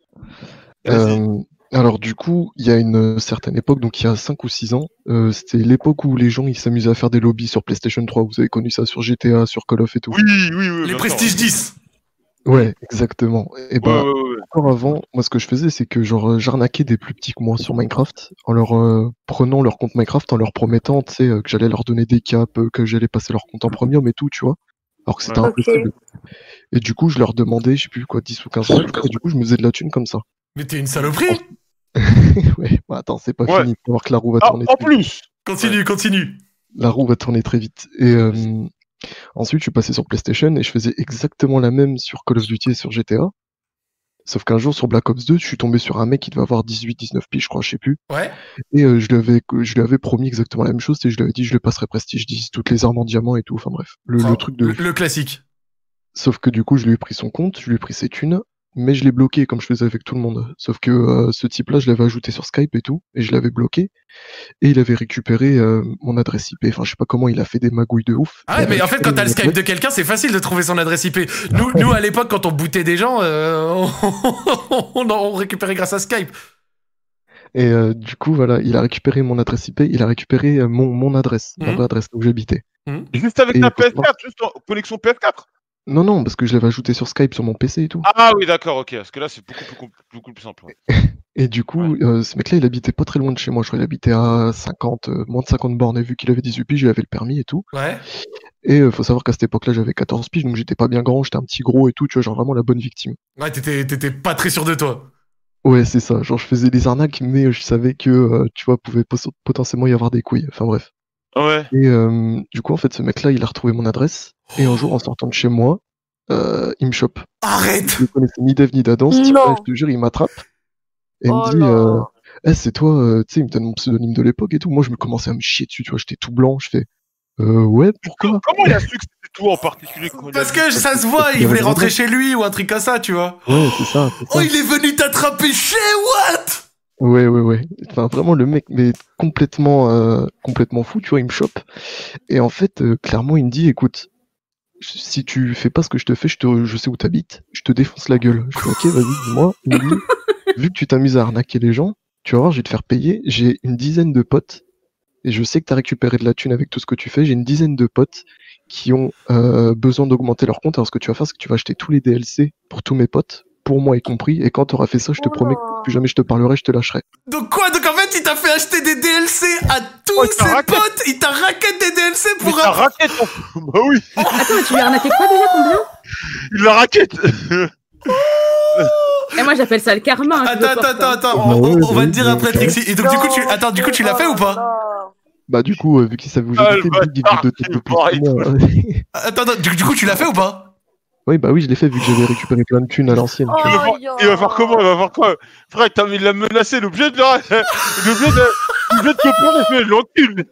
Euh, alors du coup, il y a une certaine époque, donc il y a 5 ou 6 ans, euh, c'était l'époque où les gens ils s'amusaient à faire des lobbies sur PlayStation 3, vous avez connu ça sur GTA, sur Call of et tout. Oui, oui, oui. bien Les sûr. Prestige 10. Ouais, exactement. Et Ouais, ben, ouais, ouais. encore avant, moi ce que je faisais, c'est que genre euh, j'arnaquais des plus petits que moi sur Minecraft, en leur euh, prenant leur compte Minecraft, en leur promettant, tu sais, euh, que j'allais leur donner des caps, euh, que j'allais passer leur compte en premium et tout, tu vois. Alors que c'était Ouais. impossible. Et du coup, je leur demandais, je sais plus quoi, 10 ou 15 balles, et du coup, je me faisais de la thune comme ça. Mais t'es une saloperie ouais, bah attends, c'est pas Ouais. fini, faut voir que la roue va Ah, tourner. en très- plus, Continue, continue. la roue va tourner très vite. Et euh, ensuite, je suis passé sur PlayStation et je faisais exactement la même sur Call of Duty et sur GTA. Sauf qu'un jour, sur Black Ops 2, je suis tombé sur un mec qui devait avoir 18-19 piges, je crois, je sais plus. Ouais. Et euh, je, lui avais, je lui avais promis exactement la même chose, et je lui avais dit je le passerai Prestige 10, toutes les armes en diamant et tout. Enfin bref, le, Enfin, le truc de. le- le classique. Sauf que du coup, je lui ai pris son compte, je lui ai pris ses thunes, mais je l'ai bloqué comme je faisais avec tout le monde. Sauf que euh, ce type-là, je l'avais ajouté sur Skype et tout, et je l'avais bloqué. Et il avait récupéré euh, mon adresse IP. Enfin, je sais pas comment il a fait des magouilles de ouf. Ah ouais, mais en fait, quand t'as le Skype de quelqu'un, c'est facile de trouver son adresse IP. Ah, Nous, nous à l'époque, quand on boutait des gens, euh, on, on, on récupérait grâce à Skype. Et euh, du coup, voilà, il a récupéré mon adresse IP, il a récupéré euh, mon, mon adresse, ma Mhm. vraie adresse où j'habitais. Mmh. juste avec Et la pourquoi PS4, juste en connexion PS4. Non, non, parce que je l'avais ajouté sur Skype, sur mon PC et tout. Ah oui, d'accord, ok. Parce que là, c'est beaucoup plus, compl- beaucoup plus simple. ouais. Et du coup, euh, ce mec-là, il habitait pas très loin de chez moi. Je crois qu'il habitait à 50, euh, moins de 50 bornes. Et vu qu'il avait 18 piges, il avait le permis et tout. Ouais. Et euh, faut savoir qu'à cette époque-là, j'avais 14 piges, donc j'étais pas bien grand, j'étais un petit gros et tout, tu vois, genre vraiment la bonne victime. Ouais, t'étais t'étais pas très sûr de toi. Ouais, c'est ça. Genre, je faisais des arnaques, mais euh, je savais que, euh, tu vois, pouvait pos- potentiellement y avoir des couilles. Enfin bref. Ouais. Et euh, du coup, en fait, ce mec-là, il a retrouvé mon adresse. Et un jour, en sortant de chez moi, euh, il me chope. Arrête Je ne connaissais ni Dave ni Dadan. ce type-là, Non. je te jure, il m'attrape. Et il Oh me dit, là. euh, Eh, c'est toi, euh, tu sais, il me donne mon pseudonyme de l'époque et tout. Moi, je me commençais à me chier dessus, tu vois, j'étais tout blanc. Je fais, euh, ouais, pourquoi Comment, comment il a su que c'était toi en particulier comment il a Parce su- que ça se voit, il voulait rentrer chez lui ou un truc comme ça, tu vois. Ouais, c'est ça. c'est Oh, ça. il est venu t'attraper chez What Ouais, ouais, ouais. Enfin, vraiment, le mec, mais complètement, euh, complètement fou, tu vois, il me chope. Et en fait, euh, clairement, il me dit, écoute, si tu fais pas ce que je te fais, je, te, je sais où t'habites, je te défonce la gueule. Je fais, ok, vas-y, dis-moi. Il me dit, vu que tu t'amuses à arnaquer les gens, tu vas voir, je vais te faire payer. J'ai une dizaine de potes, et je sais que t'as récupéré de la thune avec tout ce que tu fais. J'ai une dizaine de potes qui ont euh, besoin d'augmenter leur compte. Alors, ce que tu vas faire, c'est que tu vas acheter tous les DLC pour tous mes potes, pour moi y compris. Et quand t'auras fait ça, je te Oh promets là. que plus jamais je te parlerai, je te lâcherai. Donc quoi Donc en fait, il t'a fait acheter des DLC à tous Oh, il t'a ses raquette. potes, il t'a raquette des DLC Mais pour la un... raquette en- Bah oui, Attends, mais Ah, tu lui as arnaqué quoi déjà combien il la raquette Et moi j'appelle ça le karma. hein, je Attends, veux pas attends, attends, ça. attends, Bah on, on- ouais, on va oui, te dire oui, après oui. Trixie. Et donc du coup, tu... Attends, du coup, tu l'as fait ou pas Bah du coup, euh, vu qu'il savait où Ah, le j'habitais, le big, il bâtard, me dotait il de plus braille que moi. hein. Attends, attends, du, du coup, tu l'as fait ou pas Oui, bah oui, je l'ai fait vu que j'avais récupéré plein de thunes à l'ancienne. tu il, va vois. voir, yo. il va voir comment Il va voir quoi Frère, t'as mis de la menacer, l'objet de la... L'objet de... L'objet de comprendre, il fait l'encule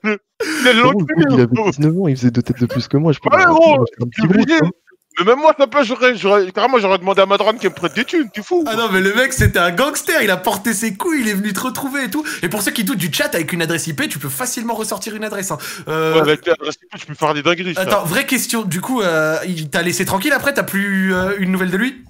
Il a Gros, le pauvre, il l'encule avait 19 ans, il faisait deux têtes de plus que moi. Je Ouais, pouvais pas gros, dire, j'étais Je un petit suis gros, obligé tu vois. hein. Mais même moi, ça pas, j'aurais... j'aurais- Carrément, j'aurais demandé à Madran qu'elle me prête des thunes, t'es fou Ah non, mais le mec, c'était un gangster, il a porté ses couilles, il est venu te retrouver et tout. Et pour ceux qui doutent du chat, avec une adresse IP, tu peux facilement ressortir une adresse. hein. Euh, Ouais, avec l'adresse IP, tu peux faire des dingueries. frère. Attends, vraie question, du coup, euh, il t'a laissé tranquille après T'as plus euh, une nouvelle de lui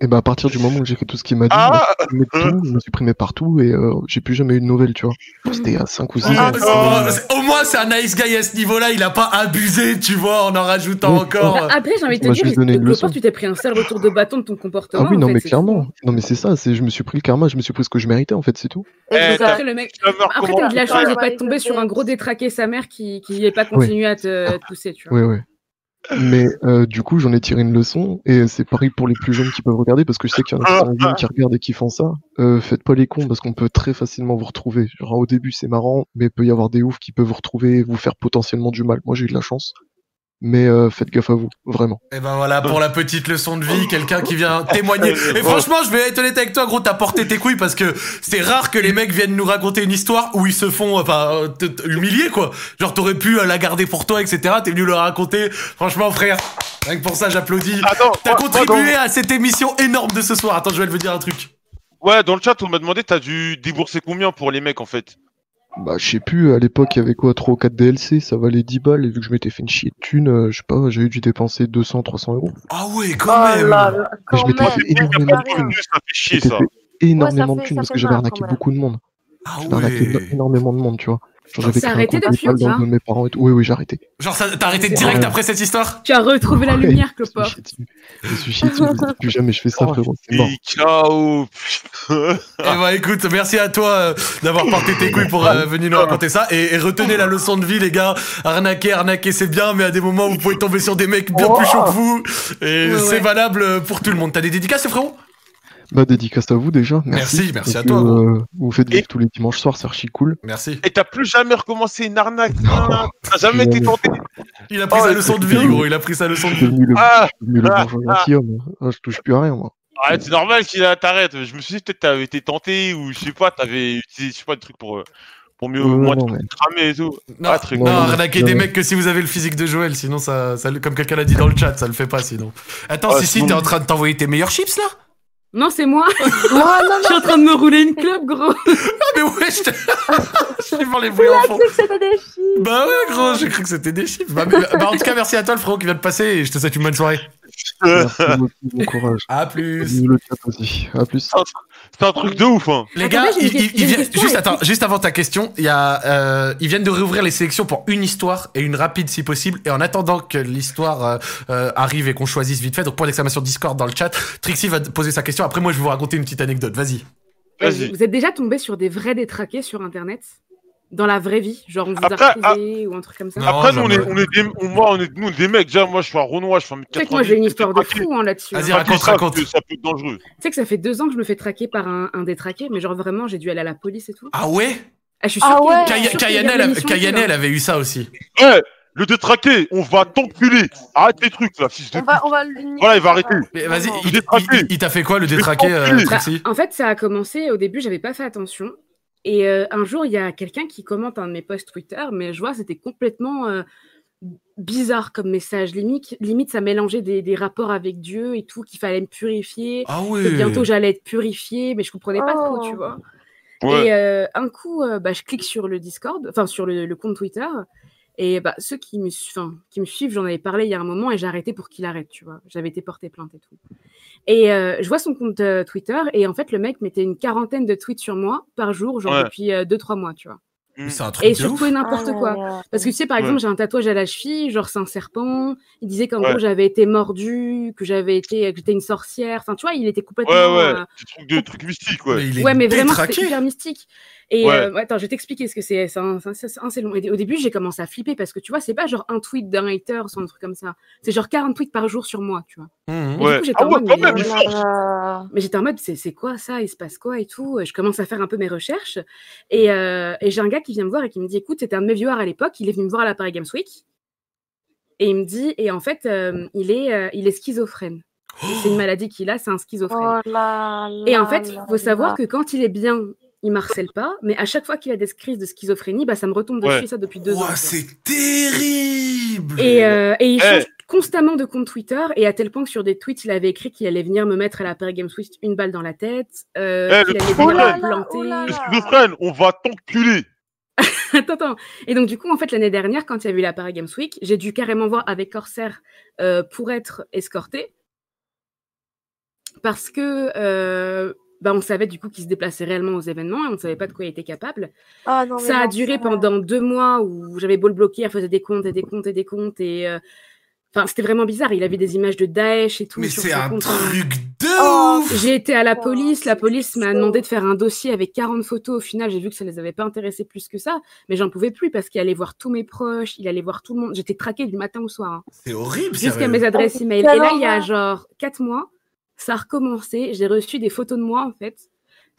Et bah à partir du moment où j'ai fait tout ce qu'il m'a dit, Ah il m'a supprimé de tout, il m'a supprimé partout et euh, j'ai plus jamais eu de nouvelles, tu vois. C'était à 5 ou 6 Ah, ans. non. c'est bon, c'est- Au moins, c'est un nice guy à ce niveau-là, il a pas abusé, tu vois, en en rajoutant Oui. encore. Bah, Après, j'ai envie de te Moi, je dire, vais te donner il- une quelque leçon. part, tu t'es pris un sale retour de bâton de ton comportement. Ah oui, en non fait, mais c'est- hein. clairement. Non mais c'est ça, c'est je me suis pris le karma, je me suis pris ce que je méritais en fait, c'est tout. Et Eh, donc, t'as- après, Après, le mec... Je vais voir Après, comment- t'as eu de la Comment- chance de Comment- pas être tombé sur un gros détraqué sa mère qui qui n'ait pas continué à te à te pousser, tu vois. Oui, oui. Mais euh, du coup, j'en ai tiré une leçon, et c'est pareil pour les plus jeunes qui peuvent regarder, parce que je sais qu'il y en a qui sont en ligne, qui regardent et qui font ça. Euh, faites pas les cons, parce qu'on peut très facilement vous retrouver. Genre, au début, c'est marrant, mais il peut y avoir des oufs qui peuvent vous retrouver et vous faire potentiellement du mal. Moi, j'ai eu de la chance, mais euh, faites gaffe à vous, vraiment. Et ben voilà, pour la petite leçon de vie, quelqu'un qui vient témoigner. Et franchement, je vais être honnête avec toi, gros, t'as porté tes couilles parce que c'est rare que les mecs viennent nous raconter une histoire où ils se font, enfin, euh, t- t- humilier, quoi. Genre, t'aurais pu euh, la garder pour toi, etc. T'es venu le raconter. Franchement, frère, rien que pour ça, j'applaudis. Ah Attends, T'as moi- moi, dans- contribué à cette émission énorme de ce soir. Attends, je vais te dire un truc. Ouais, dans le chat, on m'a demandé, t'as dû débourser combien pour les mecs en fait Bah, je sais plus, à l'époque, il y avait quoi, 3 ou 4 DLC, ça valait 10 balles, et vu que je m'étais fait une chier de thune, euh, je sais pas, j'avais dû dépenser 200, 300 euros. Ah ouais, quand même Et je m'étais fait énormément de thunes. Ça fait Je chier m'étais ça. fait énormément Ouais, ça de fait- thunes parce ça que fait j'avais mal, arnaqué quand même. beaucoup de monde. J'avais arnaqué Ah ouais. énormément de monde, tu vois. Genre, T'as j'avais créé un arrêté compte d'être PayPal dans fiotte, le là de mes parents et tout. Oui, oui, j'ai arrêté. Genre, ça- t'as arrêté direct après cette histoire Tu as retrouvé la lumière, Clopop. Je me suis chié dessus, je me suis dit, plus jamais je fais Oh, ça, frérot, c'est mort. Et ciao putain. Eh ben écoute, merci à toi euh, d'avoir porté tes couilles pour euh, venir nous raconter ça. Et, et retenez la leçon de vie, les gars. Arnaquer, arnaquer, c'est bien, mais à des moments, vous pouvez tomber sur des mecs bien plus chauds que vous. Et Ouais, c'est ouais. valable euh, pour tout le monde. T'as des dédicaces, frérot Bah, dédicace à vous déjà. Merci, Merci, merci Parce à que, toi, gros. euh, vous faites vivre tous les dimanches soirs, c'est archi cool. Merci. Et t'as plus jamais recommencé une arnaque. hein. T'as jamais jamais. été tenté. Il a pris Oh, sa leçon de vie, gros. Il a pris sa leçon euh, Je de suis vie. devenu le, Ah, je suis devenu le ah, bourgeois gentilhomme. Ah, je touche plus à rien, moi. Arrête, c'est normal qu'il a- t'arrête. Je me suis dit peut-être t'avais été tenté ou je sais pas, t'avais utilisé je sais pas des trucs pour euh, pour mieux Ouais, moins non, te mais- cramer et tout. Non, Ah, très non, cool. arnaquer Ouais. des mecs que si vous avez le physique de Joël, sinon ça, ça comme quelqu'un l'a dit dans le chat, ça le fait pas sinon. Attends, Ah, si si, sinon- t'es en train de t'envoyer tes meilleurs chips là Non, c'est moi. Oh, Je suis en train de me rouler une clope, gros. Ah mais ouais, je t'ai- je t'ai parlé bouillant en fond. Tu sais que c'était des chiffres. Bah ouais gros, j'ai cru que c'était des chips. Bah, mais- bah, en tout cas, merci à toi le frérot qui vient de passer et je te souhaite une bonne soirée. Merci, beaucoup, bon courage. À plus. Bisous, le chat aussi. À plus. C'est un truc de ouf hein. Les Attends, gars, moi, j'ai une ils- ils- que- ils j'ai une viennent- question juste, à attends, écrire. juste avant ta question, il y a, euh, ils viennent de réouvrir les sélections pour une histoire et une rapide si possible. Et en attendant que l'histoire euh, euh, arrive et qu'on choisisse vite fait, donc point d'exclamation Discord dans le chat, Trixie va poser sa question. Après, moi, je vais vous raconter une petite anecdote. Vas-y. Vas-y. Vous êtes déjà tombé sur des vrais détraqués sur Internet Dans la vraie vie Genre, on vous Après, ah. a retrouvé ou un truc comme ça Non, Après nous on est jamais. on est des on- moi on est nous on est des mecs. Déjà moi je suis un Renoir, je fais un mètre Tu sais que moi, j'ai une 90, histoire de je suis fou hein, là-dessus. hein. Vas-y, Tu pas raconte, plus ça, raconte. parce que Ça peut être dangereux. sais que ça fait deux ans que je me fais traquer par un, un détraqué, mais genre vraiment, j'ai dû aller à la police et tout. Ah ouais Ah, je suis sûre Ah qu'il- ouais. je suis sûre Kaya- qu'il y a de Kayane, elle avait- l'émission et tout, Kayane, là. elle avait eu ça aussi. Eh, le détraqué, on va t'enculer. Arrête les trucs là, fils de. On pute. va, on va l'unir. Voilà, il va arrêter. Mais vas-y, Vraiment. il, Détraqué. il- il t'a fait quoi le vais détraqué, euh, t'enculer. Bah, Trixie en fait, ça a commencé. Au début, j'avais pas fait attention. Et euh, un jour, il y a quelqu'un qui commente un de mes posts Twitter, mais je vois, c'était complètement euh, bizarre comme message. Limite, limite ça mélangeait des, des rapports avec Dieu et tout, qu'il fallait me purifier. Ah Que ouais bientôt, j'allais être purifiée, mais je comprenais pas trop, tu Oh. vois. Ouais. Et euh, un coup, euh, bah, je clique sur le Discord, enfin sur le, le compte Twitter. Et bah, ceux qui me, su- enfin, qui me suivent, j'en avais parlé il y a un moment et j'ai arrêté pour qu'il arrête, tu vois. J'avais été portée plainte et tout. Et euh, je vois son compte euh, Twitter et en fait, le mec mettait une quarantaine de tweets sur moi par jour, genre Ouais. depuis 2-3 mois, tu vois. Mais C'est un truc Et de ouf. surtout n'importe quoi. Parce que tu sais, par Ah Ouais. exemple, j'ai un tatouage à la cheville, genre c'est un serpent. Il disait qu'en Ouais. gros, j'avais été mordue, que j'avais été, que j'étais une sorcière. Enfin, tu vois, il était complètement. Ouais ouais. euh, Des trucs de trucs mystiques ouais. Mais il est Ouais, mais vraiment, c'était détraqué. hyper mystique. Et Ouais. euh, ouais, attends, je vais t'expliquer ce que c'est. C'est un- c'est un- c'est un- c'est long. Et au début, j'ai commencé à flipper parce que tu vois, c'est pas genre un tweet d'un hater ou un truc comme ça. C'est genre 40 tweets par jour sur moi, tu vois. Mhm. Et Ouais. du coup, j'étais Ah en ouais, mode, quand mais- euh, même, il force. Ah, mais j'étais en mode, c'est c'est quoi ça Il se passe quoi et tout Je commence à faire un peu mes Mmh. recherches. Et, euh, et j'ai un gars qui vient me voir et qui me dit écoute, c'était un de mes viewers à l'époque, il est venu me voir à la Paris Games Week. Et il me dit et en fait, euh, il, est, euh, il est schizophrène. C'est une maladie qu'il a, c'est un schizophrène. Oh là Et en là fait, là faut savoir là. que quand il est bien, il marcelle pas, mais à chaque fois qu'il a des crises de schizophrénie, bah, ça me retombe dessus, Ouais. et ça depuis deux ans. tu Ouah, vois. c'est terrible Et, euh, et il Eh. change constamment de compte Twitter, et à tel point que sur des tweets, il avait écrit qu'il allait venir me mettre à la Paris Games Week une balle dans la tête, euh, Eh, le qu'il allait truc venir de dingue. me planter. Oh là Le là. schizophrène, on va t'enculer. attends, attends. Et donc, du coup, en fait, l'année dernière, quand il y a eu la Paris Games Week, j'ai dû carrément voir avec Corsair euh, pour être escortée. Parce que. euh, bah, on savait du coup qu'il se déplaçait réellement aux événements et on ne savait pas de quoi il était capable. Ah, non, mais ça a non, duré c'est- pendant deux mois où j'avais beau le bloquer, elle faisait des comptes et des comptes et des comptes et euh, enfin c'était vraiment bizarre. Il avait des images de Daesh et tout. Mais sur c'est son un compte, hein. truc de Oh, ouf J'ai été à la Oh, police, la c'est police m'a chaud. demandé de faire un dossier avec 40 photos. Au final, j'ai vu que ça les avait pas intéressés plus que ça, mais j'en pouvais plus parce qu'il allait voir tous mes proches, il allait voir tout le monde. J'étais traquée du matin au soir, hein, C'est horrible, jusqu'à sérieux. mes adresses email. Et c'est là, il y a l'horreur. genre quatre mois, ça a recommencé. J'ai reçu des photos de moi en fait.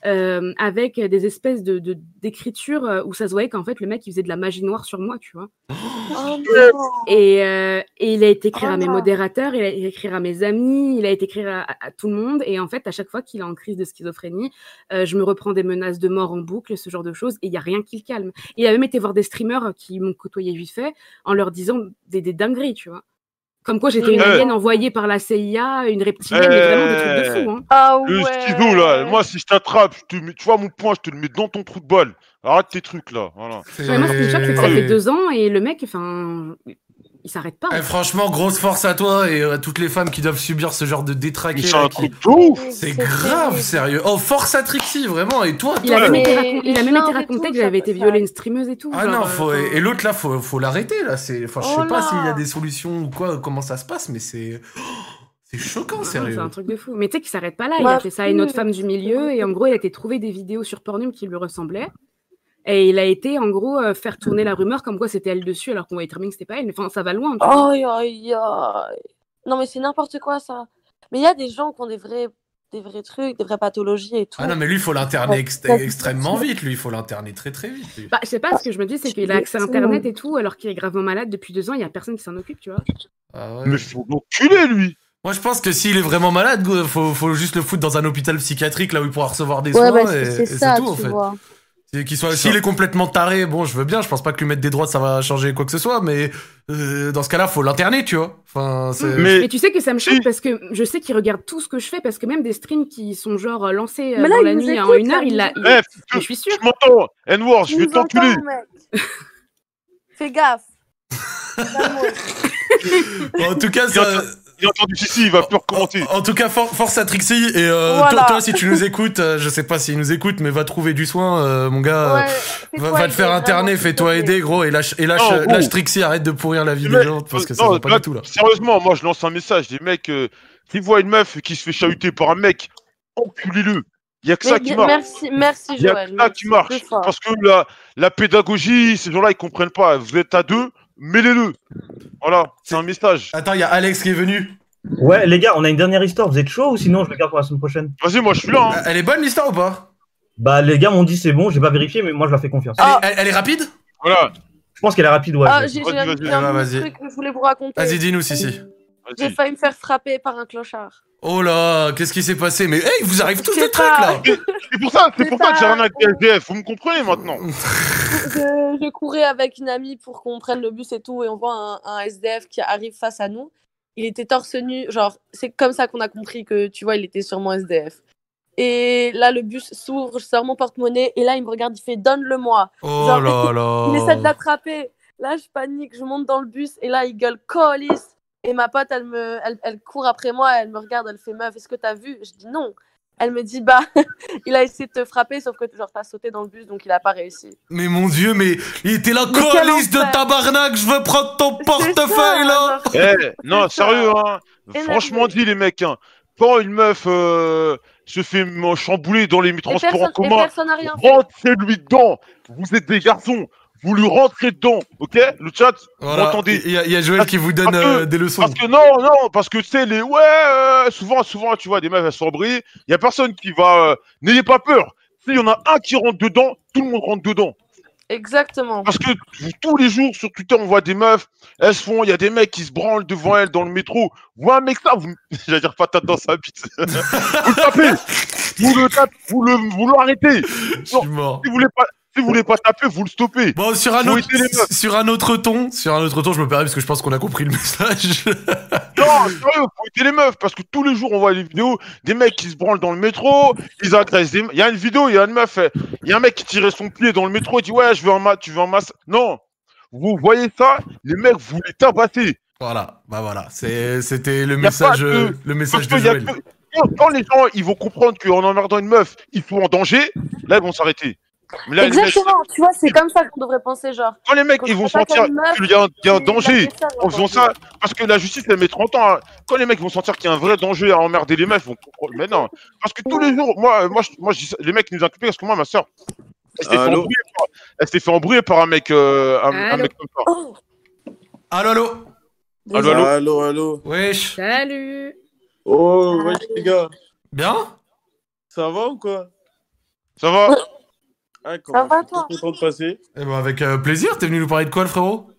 euh, avec des espèces de de- d'écritures euh, où ça se voyait qu'en fait le mec il faisait de la magie noire sur moi, tu vois. Oh, non. Et, euh, et il a été écrire à mes Ah. modérateurs, il a été écrire à mes amis, il a été écrire à, à- à tout le monde. Et en fait, à chaque fois qu'il est en crise de schizophrénie, euh, je me reprends des menaces de mort en boucle, ce genre de choses. Et il n'y a rien qui le calme. Il a même été voir des streamers euh, qui m'ont côtoyé vite fait en leur disant des, des dingueries, tu vois. Comme quoi j'étais une Eh. alien envoyée par la CIA, une reptilienne, mais vraiment des trucs de fou. Hein. Ah Le ouais. skido, là, moi, si je t'attrape, je te mets- tu vois mon poing, je te le mets dans ton trou de balle. Arrête tes trucs, là. Voilà. Ah Ouais, moi, ce qui me choque, c'est que ça fait deux ans et le mec, enfin, il s'arrête pas. Eh, franchement, grosse force à toi et à toutes les femmes qui doivent subir ce genre de détraqué. Mais c'est un là, qui- truc de ouf. C'est grave, sérieux. Oh, force à Trixie, vraiment. Et toi, Il a toi, même été, là- racon- il a même été raconté que j'avais été violée une streameuse et tout. Ah genre, non, euh, faut... et l'autre là, faut, faut l'arrêter là. C'est, enfin, je sais Oh pas là. s'il y a des solutions ou quoi, comment ça se passe, mais c'est, oh, c'est choquant, enfin, C'est sérieux. un truc de fou. Mais tu sais qu'il s'arrête pas là. Il Ouais. a fait ça à une autre femme du milieu et en gros, il a été trouvé des vidéos sur Pornhub qui lui ressemblaient. Et il a été en gros euh, faire tourner la rumeur comme quoi c'était elle dessus alors qu'on voyait très bien que c'était pas elle. Mais enfin, ça va loin. tu vois. Aïe, aïe, aïe. Non, mais c'est n'importe quoi, ça. Mais il y a des gens qui ont des vrais, des vrais trucs, des vraies pathologies et tout. Ah non, mais lui, faut l'interner Ouais. ex- extrêmement vite. Lui, il faut l'interner très très vite. lui. Bah, je sais pas, ce que je me dis, c'est qu'il a accès à C'est internet long. et tout, alors qu'il est gravement malade depuis deux ans, il y a personne qui s'en occupe, tu vois. Ah ouais. Mais faut l'enculer, lui. Moi, je pense que s'il est vraiment malade, go- faut, faut juste le foutre dans un hôpital psychiatrique là où il pourra recevoir des Ouais, soins. bah, et, c'est et c'est ça, c'est tout en tu fait. vois. C'est qu'il soit, s'il est complètement taré, bon, je veux bien. Je pense pas que lui mettre des droits, ça va changer quoi que ce soit. Mais euh, dans ce cas-là, faut l'interner, tu vois. Enfin, c'est... Mm. Mais- Mais tu sais que ça me choque Si. parce que je sais qu'il regarde tout ce que je fais, parce que même des streams qui sont genre euh, lancés euh, Mais là, dans il la nous nuit écoute, en une là, heure, il il l'a. nous il- écoute. Eh, Mais je suis sûre. Tu m'entends N-Word, je Il vais nous t'enculer. entend, mec. Fais gaffe. Calme-toi. Bon, en tout cas, Il a ça. Il a entendu Sissi, il va plus En, recommencer. en tout cas, for- force à Trixie. Et euh, Voilà. toi, toi, si tu nous écoutes, euh, je sais pas s'il nous écoute, mais va trouver du soin, euh, mon gars. Ouais, euh, fais-toi va, va te aider, faire vraiment, interner, s'il te fais-toi plaît. aider, gros, et lâche, et lâche, Non, euh, gros. lâche Trixie, arrête de pourrir la vie Oh, Mais- euh, des gens, parce que ça non, va pas là, du tout, là. Sérieusement, moi je lance un message, les mecs, euh, s'ils voient une meuf qui se fait chahuter par un mec, enculez-le. Il y a que ça Mais qui bien- marche. Merci, merci Il y a Joël. que ça qui marche. Deux fois. Parce que la, la pédagogie, ces gens-là, ils comprennent pas. Vous êtes à deux, mêlez-le. Voilà, c'est un message. Attends, il y a Alex qui est venu. Ouais, les gars, on a une dernière histoire. Vous êtes chaud ou sinon je le garde pour la semaine prochaine Vas-y, moi je suis là. hein. Elle est bonne l'histoire ou pas Bah, les gars m'ont dit c'est bon, j'ai pas vérifié, mais moi je leur fais confiance. elle, Ah. est, elle- elle est rapide Voilà. Je pense qu'elle est rapide, ouais. Ah, je- j'ai j'ai Vas-y, un vas-y, petit vas-y. un truc que je voulais vous raconter. Vas-y, dis-nous, Sissi. J'ai Vas-y. failli me faire frapper par un clochard. Oh là, qu'est-ce qui s'est passé Mais hey, il vous arrive tous Je des sais trucs pas. là C'est pour ça, c'est pour ça que j'ai rien à C'est pas- SDF. Vous me comprenez maintenant je, je courais avec une amie pour qu'on prenne le bus et tout, et on voit un, un SDF qui arrive face à nous. Il était torse nu, genre, c'est comme ça qu'on a compris que, tu vois, il était sûrement SDF. Et là, le bus s'ouvre, je sors mon porte-monnaie, et là, il me regarde, il fait Donne-le-moi. Oh Genre, là Il essaie de là l'attraper. Là, je panique, je monte dans le bus, et là, il gueule Colis. Et ma pote, elle, me, elle, elle court après moi, elle me regarde, elle fait Meuf, est-ce que t'as vu Je dis non. Elle me dit Bah, il a essayé de te frapper, sauf que, genre, t'as sauté dans le bus, donc il a pas réussi. Mais mon dieu, mais il était là, Mais quel colis de enfer. tabarnak, je veux prendre ton C'est ça, portefeuille là genre, Eh, non, C'est ça. sérieux, hein. Énervé. Franchement dit, les mecs, hein. Quand une meuf euh, se fait m- chambouler dans les Et transports en personne, et commun, personne n'a rien fait. rentrez-lui dedans. Vous êtes des garçons. Vous lui rentrez dedans, ok Le chat, Voilà, Entendez. il y, a- il y a Joël qui vous donne Parce que- euh, des leçons. Parce que non, non, parce que tu sais, les ouais, euh, souvent, souvent, tu vois, des meufs, elles sont brillées. Il y a personne qui va. euh, N'ayez pas peur. S'il y en a un qui rentre dedans, tout le monde rentre dedans. Exactement. Parce que tous les jours sur Twitter, on voit des meufs, elles se font, il y a des mecs qui se branlent devant elles dans le métro. Vous un mec ça, vous, j'allais dire patate dans sa bite. vous le tapez, vous le tapez, vous le, vous l'arrêtez. Je suis mort. Si vous voulez pas, si vous voulez pas taper, vous le stoppez. Bon, sur un, Faut autre, aider les meufs. sur un autre ton, sur un autre ton, je me permets parce que je pense qu'on a compris le message. Non, sérieux, faut aider les meufs parce que tous les jours on voit les vidéos des mecs qui se branlent dans le métro, ils agressent des. Il y a une vidéo, il y a une meuf, elle- il y a un mec qui tirait son pied dans le métro, il dit ouais, je veux un mat, tu veux un masse. Non, vous voyez ça, les mecs, vous les tabassez. voilà, bah voilà, c'est- c'était le Y a pas message, de- euh, le message Parce de que y a Joël. que- Quand- Quand les gens ils vont comprendre qu'en emmerdant une meuf, ils sont en danger, là ils vont s'arrêter. Mais là, les mecs, Exactement, tu vois, c'est comme ça qu'on devrait penser, genre. quand les mecs ils vont sentir qu'il y a un- qu'il y a un danger, en faisant ça, parce que la justice, elle met 30 ans. hein. Quand les mecs vont sentir qu'il y a un vrai danger à emmerder les meufs, ils vont comprendre. Mais non, parce que tous les jours, moi, euh, moi, je- moi je dis ça- les mecs ils nous ont coupé parce que moi, ma soeur, elle s'est fait, Allô embrouiller par- elle s'est fait embrouiller par un mec, euh, un, un Allô mec comme ça. Oh, Allô, allô Allô, Allô, allô, allô allô, Wesh Salut Ah, Oh, ouais, les gars, Bien ça va ou quoi Ça va Hein, comment va, je suis toi très content de passer. Eh ben, avec euh, plaisir, t'es venu nous parler de quoi, le frérot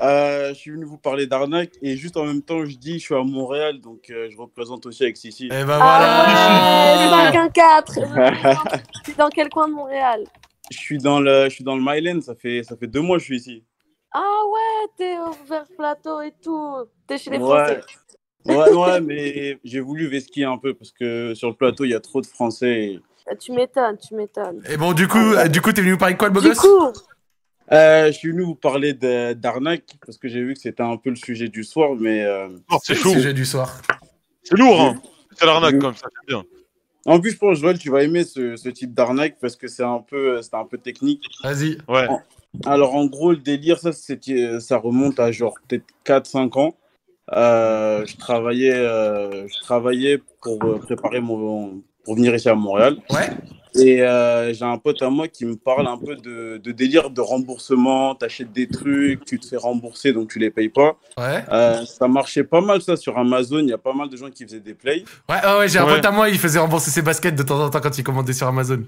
Euh, je suis venu vous parler d'arnaque et juste en même temps, je dis, je suis à Montréal, donc euh, je représente aussi avec Sissi. Eh ben voilà Ah ouais, 5-1-4. Tu es dans quel coin de Montréal Je suis dans le, je suis dans le Myland, ça fait, ça fait deux mois que je suis ici. Ah ouais, t'es au vers plateau et tout. T'es chez les Ouais. Français. Ouais, ouais, mais j'ai voulu vesquiller un peu parce que sur le plateau, il y a trop de Français. et- Ah, Tu m'étonnes, tu m'étonnes. Et bon, du coup, euh, du coup, t'es venu nous parler de quoi, le beau Du gosse coup, oh Euh, je suis venu vous parler de- d'arnaque parce que j'ai vu que c'était un peu le sujet du soir, mais. euh, Oh, C'est le sujet du soir. C'est lourd, hein C'est l'arnaque comme ça, c'est bien. En plus, je pense, Joël, tu vas aimer ce, ce type d'arnaque parce que c'est un peu, euh, c'est un peu technique. Vas-y. Ouais. Alors, en gros, le délire, ça, c'était, ça remonte à genre peut-être 4-5 ans. Euh, je travaillais, euh, je travaillais pour euh, préparer mon, pour venir ici à Montréal. Et euh, j'ai un pote à moi qui me parle un peu de, de délire de remboursement. T'achètes des trucs, tu te fais rembourser, donc tu les payes pas. Ouais. Euh, ça marchait pas mal ça sur Amazon. Il y a pas mal de gens qui faisaient des plays. Ouais, Ah ouais, ouais, j'ai un Ouais. pote à moi, il faisait rembourser ses baskets de temps en temps quand il commandait sur Amazon.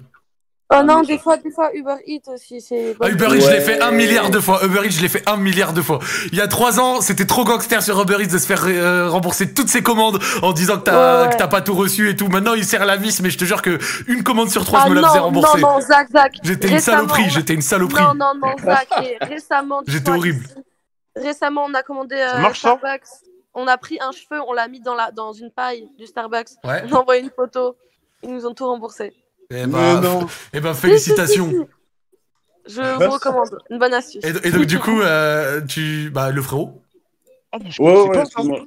oh non, des fois, des fois, Uber Eats aussi, c'est. Ah, Uber Eats, je l'ai fait un milliard de fois. Uber Eats, je l'ai fait un milliard de fois. Il y a trois ans, c'était trop gangster sur Uber Eats de se faire euh, rembourser toutes ses commandes en disant que t'as Ouais, ouais. que t'as pas tout reçu et tout. Maintenant, il serre la vis, mais je te jure que une commande sur trois, ah je me non, la faisais rembourser. Non, non, Zach, Zach. J'étais une Récemment, saloperie, on a- j'étais une saloperie. Non, non, non, Zach. et récemment, tu J'étais vois, horrible. Récemment, on a commandé euh, marche, ça Starbucks. On a pris un cheveu, on l'a mis dans, la, dans une paille du Starbucks. Ouais. On a envoyé une photo. Ils nous ont tout remboursé. Eh ben, eh ben, Si, si, si, félicitations. si. Je vous recommande. Une bonne astuce. Et, Bah, et donc, du coup, euh, tu, bah, le frérot. Ouais, connaissais ouais, pas, c'est ça. moi.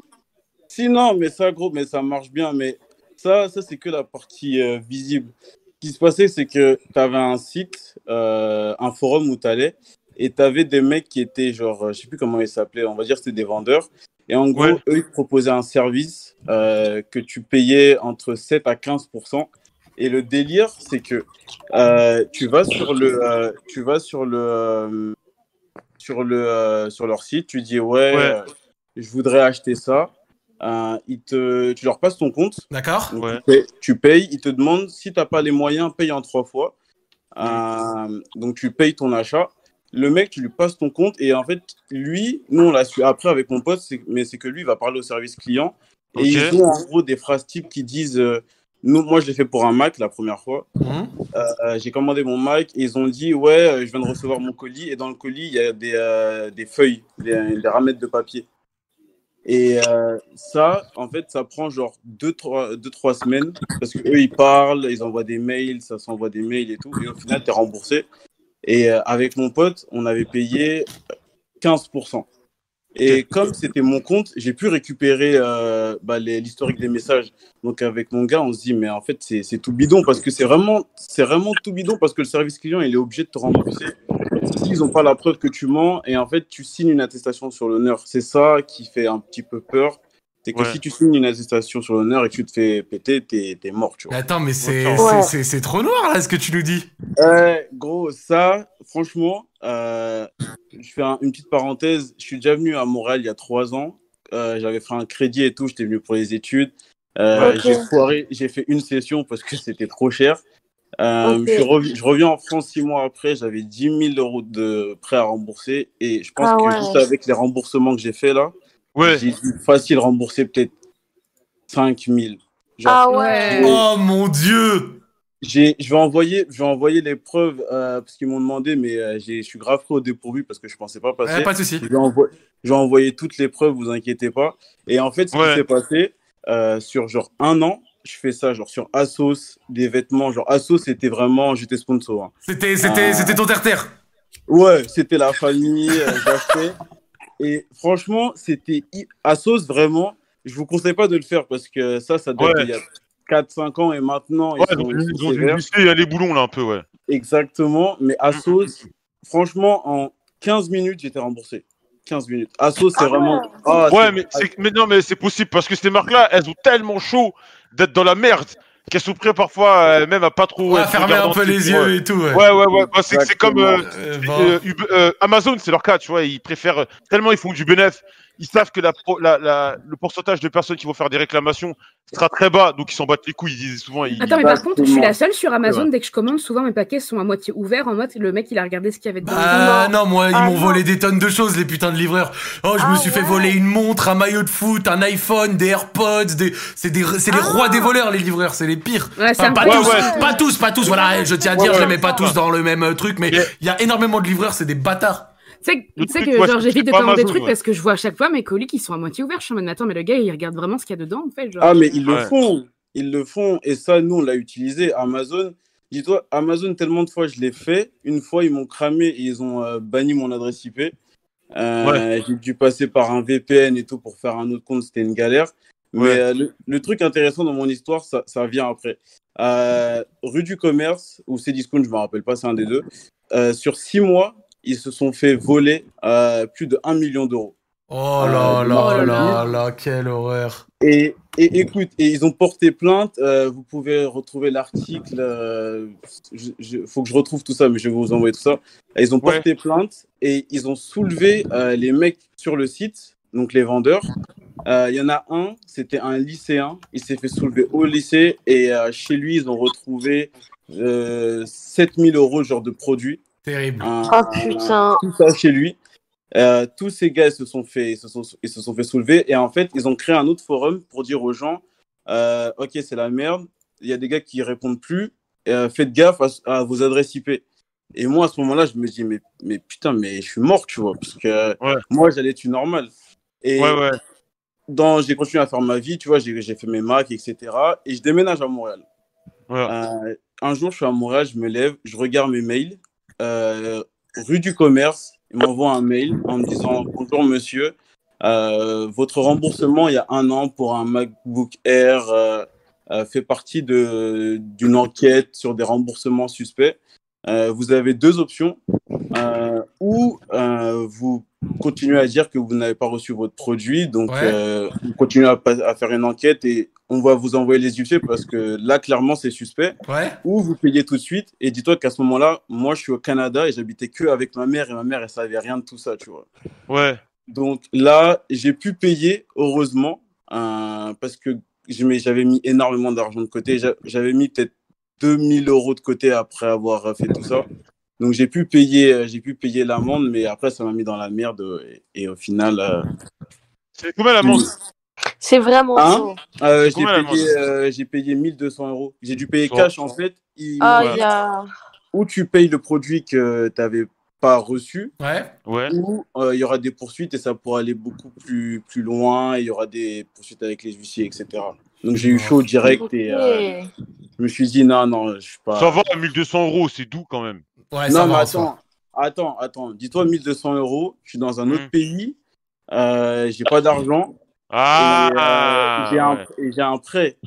Si, non, mais ça, gros, mais ça marche bien. Mais ça, ça c'est que la partie euh, visible. Ce qui se passait, c'est que tu avais un site, euh, un forum où tu allais, et tu avais des mecs qui étaient, genre, euh, je sais plus comment ils s'appelaient, on va dire c'était des vendeurs. Et en gros, eux, ils te proposaient un service euh, que tu payais entre 7 à 15 et le délire, c'est que euh, tu vas sur le, euh, tu vas sur le, euh, sur le, euh, sur leur site, tu dis Ouais. ouais, euh, je voudrais acheter ça. Euh, ils te, tu leur passes ton compte. D'accord. Tu, payes, tu payes, ils te demandent si t'as pas les moyens, paye en trois fois. Euh, donc tu payes ton achat. Le mec, tu lui passes ton compte et en fait, lui, nous on l'a su après avec mon pote, c'est- mais c'est que lui il va parler au service client et Ok. ils ont en gros des phrases types qui disent euh, nous, moi je l'ai fait pour un Mac la première fois. Mmh. Euh, euh, j'ai commandé mon Mac et ils ont dit ouais, euh, je viens de recevoir mon colis et dans le colis il y a des, euh, des feuilles, des, des ramettes de papier. Et euh, ça, en fait, ça prend genre 2-3 deux, trois, deux, trois semaines parce qu'eux, ils parlent, ils envoient des mails, ça s'envoie des mails et tout. Et au final, tu es remboursé. Et euh, avec mon pote, on avait payé 15%. Et comme c'était mon compte, j'ai pu récupérer euh, bah, les- l'historique des messages. Donc avec mon gars, on se dit, mais en fait, c'est c'est tout bidon parce que c'est vraiment, c'est vraiment tout bidon parce que le service client, il est obligé de te rembourser s'ils n'ont pas la preuve que tu mens et en fait, tu signes une attestation sur l'honneur. C'est ça qui fait un petit peu peur. C'est que Ouais. si tu signes une attestation sur l'honneur et que tu te fais péter, t'es t'es mort, tu vois. Mais attends, mais c'est Ouais. c'est- c'est- c'est trop noir là ce que tu nous dis. Euh, gros, ça, franchement, euh, je fais un- une petite parenthèse. Je suis déjà venu à Montréal il y a trois ans. Euh, J'avais fait un crédit et tout. J'étais venu pour les études. Euh, Ok. J'ai foiré. J'ai fait une session parce que c'était trop cher. Euh, Ok. je, suis revi- je reviens en France six mois après. J'avais 10 000 euros de prêts à rembourser. Et je pense Ah que ouais. juste avec les remboursements que j'ai fait là, j'ai dû facile rembourser peut-être 5 000. Genre, Ah ouais. Oh mon dieu j'ai, je vais envoyer, je vais envoyer les preuves euh, parce qu'ils m'ont demandé, mais euh, j'ai, je suis grave pris au dépourvu parce que je pensais pas passer. Ouais, pas de souci. Je vais, envo- je vais envoyer toutes les preuves, vous inquiétez pas. Et en fait, ce qui s'est passé euh, sur genre un an, je fais ça genre sur Asos, des vêtements, genre Asos, c'était vraiment, j'étais sponsor. hein. C'était c'était Euh, c'était ton terre-terre. Ouais, c'était la famille, euh, j'achetais. Et franchement, c'était hi- à sauce vraiment. Je vous conseille pas de le faire parce que ça, ça date Ouais. d'il y a 4-5 ans et maintenant. ils Ouais, sont- donc, ils ils sont ont dû sévères. lisser et aller boulon là un peu, ouais. Exactement, mais Mm, à sauce, franchement, en 15 minutes, j'étais remboursé. 15 minutes. À sauce, c'est vraiment. Ah, ouais, c'est- mais, c'est- mais non, mais c'est possible parce que ces marques-là, elles ont tellement chaud d'être dans la merde qu'elles sont prêtes parfois euh, même à pas trop. Ouais, être fermer regardantes un peu ouais. les yeux et tout, ouais. Ouais, ouais, ouais. bah, c'est c'est comme euh, Exactement. euh, Bah. euh, Uber- euh, Amazon, c'est leur cas, tu vois. Ils préfèrent euh, tellement ils font du bénéf. Ils savent que la, pro- la- la- le pourcentage de personnes qui vont faire des réclamations sera très bas, donc ils s'en battent les couilles. Ils disent souvent. Ils... Attends, mais par contre, je suis la seule sur Amazon. Ouais. Dès que je commande, souvent mes paquets sont à moitié ouverts en mode le mec il a regardé ce qu'il y avait dedans. Ah non, moi, ils Ah, m'ont non. volé des tonnes de choses, les putains de livreurs. Oh, je me suis fait voler une montre, un maillot de foot, un iPhone, des AirPods, des... c'est des... c'est les rois des voleurs, les livreurs, c'est les pires. Ouais, c'est Enfin, pas, incroyable. tous, Ouais, ouais. pas tous, pas tous, voilà, je tiens à Ouais, dire, je ouais. les mets pas tous dans le même euh, truc, mais il y a énormément de livreurs, c'est des bâtards. sais Le tu sais truc, que moi, genre je- j'évite de c'est pas commander ma des trucs zone, parce que je vois à chaque fois mes colis qui sont à moitié ouverts. Je suis en mode, mais attends, mais le gars il regarde vraiment ce qu'il y a dedans en fait. genre. Ah, mais ils le font. Ils le font. Et ça, nous, on l'a utilisé. Amazon, dis-toi, Amazon, tellement de fois je l'ai fait. Une fois, ils m'ont cramé et ils ont euh, banni mon adresse IP. Euh, Ouais. J'ai dû passer par un VPN et tout pour faire un autre compte. C'était une galère. Mais Ouais. euh, le, le truc intéressant dans mon histoire, ça, ça vient après. Euh, rue du Commerce, ou Cdiscount, je me rappelle pas, c'est un des deux. euh, sur six mois, ils se sont fait voler euh, plus de 1 million d'euros. Ah, Euh, Oh là là là là, quelle horreur. Et, et écoute, et ils ont porté plainte. euh, vous pouvez retrouver l'article. Il faut que je retrouve tout ça, mais je vais vous envoyer tout ça. Et Ils ont porté plainte et ils ont soulevé euh, les mecs sur le site, donc les vendeurs. Euh, Il y en a un, c'était un lycéen. Il s'est fait soulever au lycée et euh, chez lui, ils ont retrouvé euh, 7000 euros genre de produits. Terrible. Ah, putain. Tout ça chez lui. Euh, tous ces gars ils se sont fait ils se sont, ils se sont fait soulever et en fait ils ont créé un autre forum pour dire aux gens euh, ok c'est la merde il y a des gars qui répondent plus euh, faites gaffe à, à vos adresses IP et moi à ce moment là je me dis mais, mais putain mais je suis mort tu vois parce que moi j'allais tu normal et dans j'ai continué à faire ma vie tu vois j'ai j'ai fait mes macs etc et je déménage à Montréal euh, un jour, je suis à Montréal, je me lève, je regarde mes mails. euh, rue du commerce, il m'envoie un mail en me disant Bonjour monsieur, euh, votre remboursement il y a un an pour un MacBook Air euh, euh, fait partie de- d'une enquête sur des remboursements suspects. Euh, vous avez deux options. Euh, ou euh, vous continuez à dire que vous n'avez pas reçu votre produit, donc Ouais. euh, on continue à, pas- à faire une enquête et on va vous envoyer les UG parce que là, clairement, c'est suspect. Ouais. Ou vous payez tout de suite et dis-toi qu'à ce moment-là, moi, je suis au Canada et j'habitais que avec ma mère et ma mère, elle savait rien de tout ça, tu vois. Ouais. Donc là, j'ai pu payer, heureusement, euh, parce que je mets- j'avais mis énormément d'argent de côté. J'a- J'avais mis peut-être 2000 euros de côté après avoir euh, fait tout ça. Donc j'ai pu payer, euh, j'ai pu payer l'amende, mais après ça m'a mis dans la merde euh, et, et au final. euh, C'est combien l'amende C'est vraiment Hein chaud. C'est Ah, J'ai combien payé, l'amende euh, j'ai payé 1200 euros. J'ai dû payer Bon. cash en fait. Ils Ah, m'ont- il y a. Ou tu payes le produit que tu n'avais pas reçu, Ouais. Ouais. ou euh, il y aura des poursuites et ça pourra aller beaucoup plus, plus loin. et Il y aura des poursuites avec les huissiers, etc. Donc j'ai eu chaud direct et euh, je me suis dit non, non, je suis pas. Ça va, 1200 euros, c'est doux quand même. non, mais attends, attends, attends. Dis-toi 1200 euros, je suis dans un Hmm. autre pays, euh, j'ai pas d'argent. Ah, et, euh, j'ai un- ouais. et j'ai un prêt.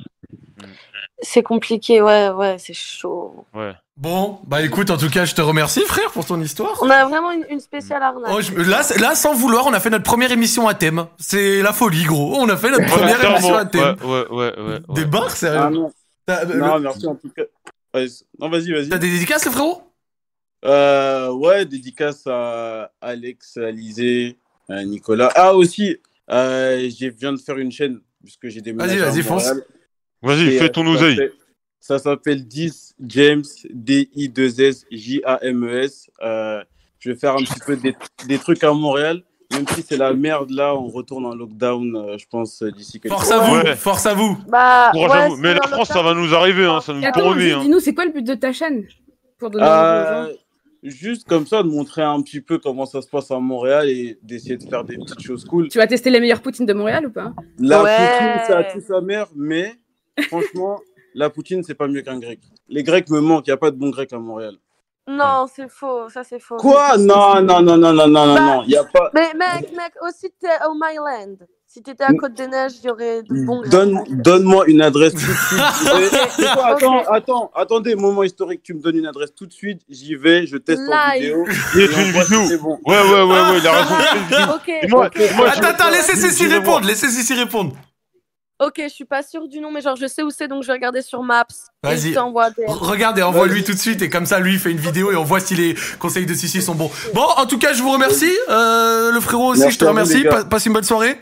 C'est compliqué, ouais, ouais, c'est chaud. Ouais. Bon, bah écoute, en tout cas, je te remercie, frère, pour ton histoire. On a vraiment une, une spéciale arnaque. Oh, je- là, c'est- là, sans vouloir, on a fait notre première émission à thème. C'est la folie, gros. On a fait notre première émission à thème. Ouais, ouais, ouais. Des barres, sérieux Ah non. T'as- euh, Non, le- merci en tout cas. Ouais, c'est- Non, vas-y, vas-y. T'as des dédicaces, le frérot euh, Ouais, dédicace à Alex, Alizé, à Nicolas. Ah, aussi, euh, je viens de faire une chaîne, puisque j'ai déménagé. Vas-y, à vas-y, fonce. Montréal. Vas-y, Et, fais euh, ton ça oseille. s'appelle- Ça s'appelle 10 James, D-I-2-S-J-A-M-E-S. Euh, je vais faire un petit peu des, des trucs à Montréal, même si c'est la merde là, on retourne en lockdown, euh, je pense, euh, d'ici quelques Force à vous, Ouais. force à vous. Ah, Bah, Courage à vous. Mais la France, ça va nous arriver, hein, ça nous Attends, tourne. juste, hein. dis-nous, c'est quoi le but de ta chaîne pour donner envie aux Euh, gens juste comme ça, de montrer un petit peu comment ça se passe à Montréal et d'essayer de faire des petites choses cool. Tu vas tester les meilleures poutines de Montréal ou pas La Ouais. poutine, ça a tout sa mère, mais franchement, la poutine, c'est pas mieux qu'un grec. Les grecs me manquent, il n'y a pas de bons grecs à Montréal. Non, c'est faux, ça c'est faux. Quoi Non, non, non, non, non, non, non, Bah, non, il n'y a pas. Mais mec, mec, aussi t'es au Myland. Si t'étais à Côte-des-Neiges, il y aurait de bons grains. Donne- Donne-moi une adresse tout de suite. j'y vais. Ok, C'est quoi attends, ok. attends, attendez, moment historique, tu me donnes une adresse tout de suite, j'y vais, je teste en Live. vidéo. Il y a une vidéo. Ouais, ouais, ouais, ouais, il a raison. fais une vidéo. Ok, Et moi- ok. et moi, je- Attends, attends, laissez je- Cécile je vais voir. répondre, laissez Cécile répondre. Ok, je suis pas sûre du nom, mais genre je sais où c'est, donc je vais regarder sur Maps. et Vas-y. je t'envoie un DM. R- Regarde et envoie-lui tout de suite et comme ça lui il fait une vidéo et on voit si les conseils de Cici sont bons. Bon, en tout cas, je vous remercie. Euh, le frérot aussi, Merci je te à vous, les remercie. gars. Pa- passe une bonne soirée.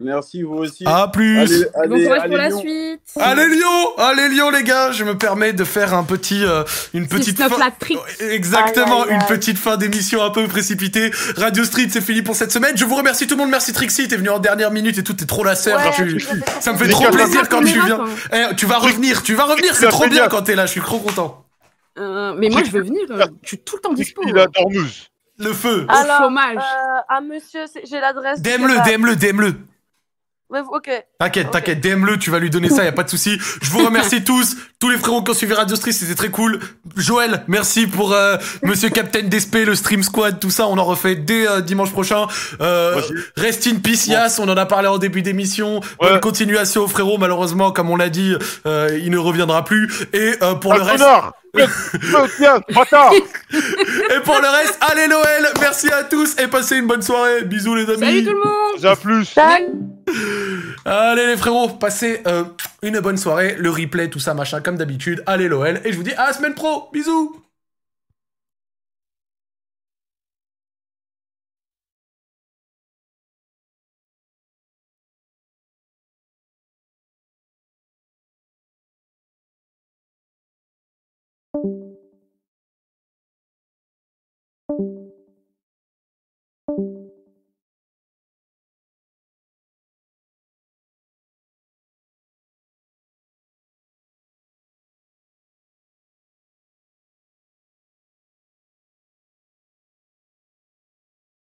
Merci, vous aussi. À plus. Allez, allez, Bon courage allez, pour la Lyon. suite Allez Lyon, allez Lyon les gars, je me permets de faire un petit, euh, une petite Snoop fin- la trique. Exactement, Aïe, aïe, une aïe. petite fin d'émission un peu précipitée. Radio Street, c'est fini pour cette semaine. Je vous remercie tout le monde. Merci Trixie, t'es venu en dernière minute et tout, t'es trop la sœur. Ouais, Tu- je vous ai fait Ça me fait plaisir. trop Les gars, plaisir merci quand pour tu les viens. vacances. Eh, tu vas revenir, tu vas revenir, c'est Ça trop fait bien bien. quand t'es là. Je suis trop content. Euh, Mais moi, je veux venir, euh, je suis tout le temps dispo. Il a dormeuse. Le feu. Alors, euh, ah, monsieur, c'est- j'ai l'adresse. Dème-le, je sais dème-le, dème-le. pas. Ouais, ok. T'inquiète, t'inquiète, DM-le, tu vas lui donner ça, y a pas de souci. Je vous remercie tous, tous les frérots qui ont suivi Radio Street, c'était très cool. Joël, merci pour euh, Monsieur Captain Despé, le Stream Squad, tout ça, on en refait dès euh, dimanche prochain. Euh, rest in peace, Yas, on en a parlé en début d'émission. Bonne continuation aux frérots, malheureusement, comme on l'a dit, euh, il ne reviendra plus. Et euh, pour le reste... Et pour le reste, allez Noël, merci à tous et passez une bonne soirée. Bisous les amis. Salut tout le monde. À plus. Allez les frérots, passez euh, une bonne soirée, le replay, tout ça, machin, comme d'habitude. Allez l'OL, et je vous dis à la semaine pro. Bisous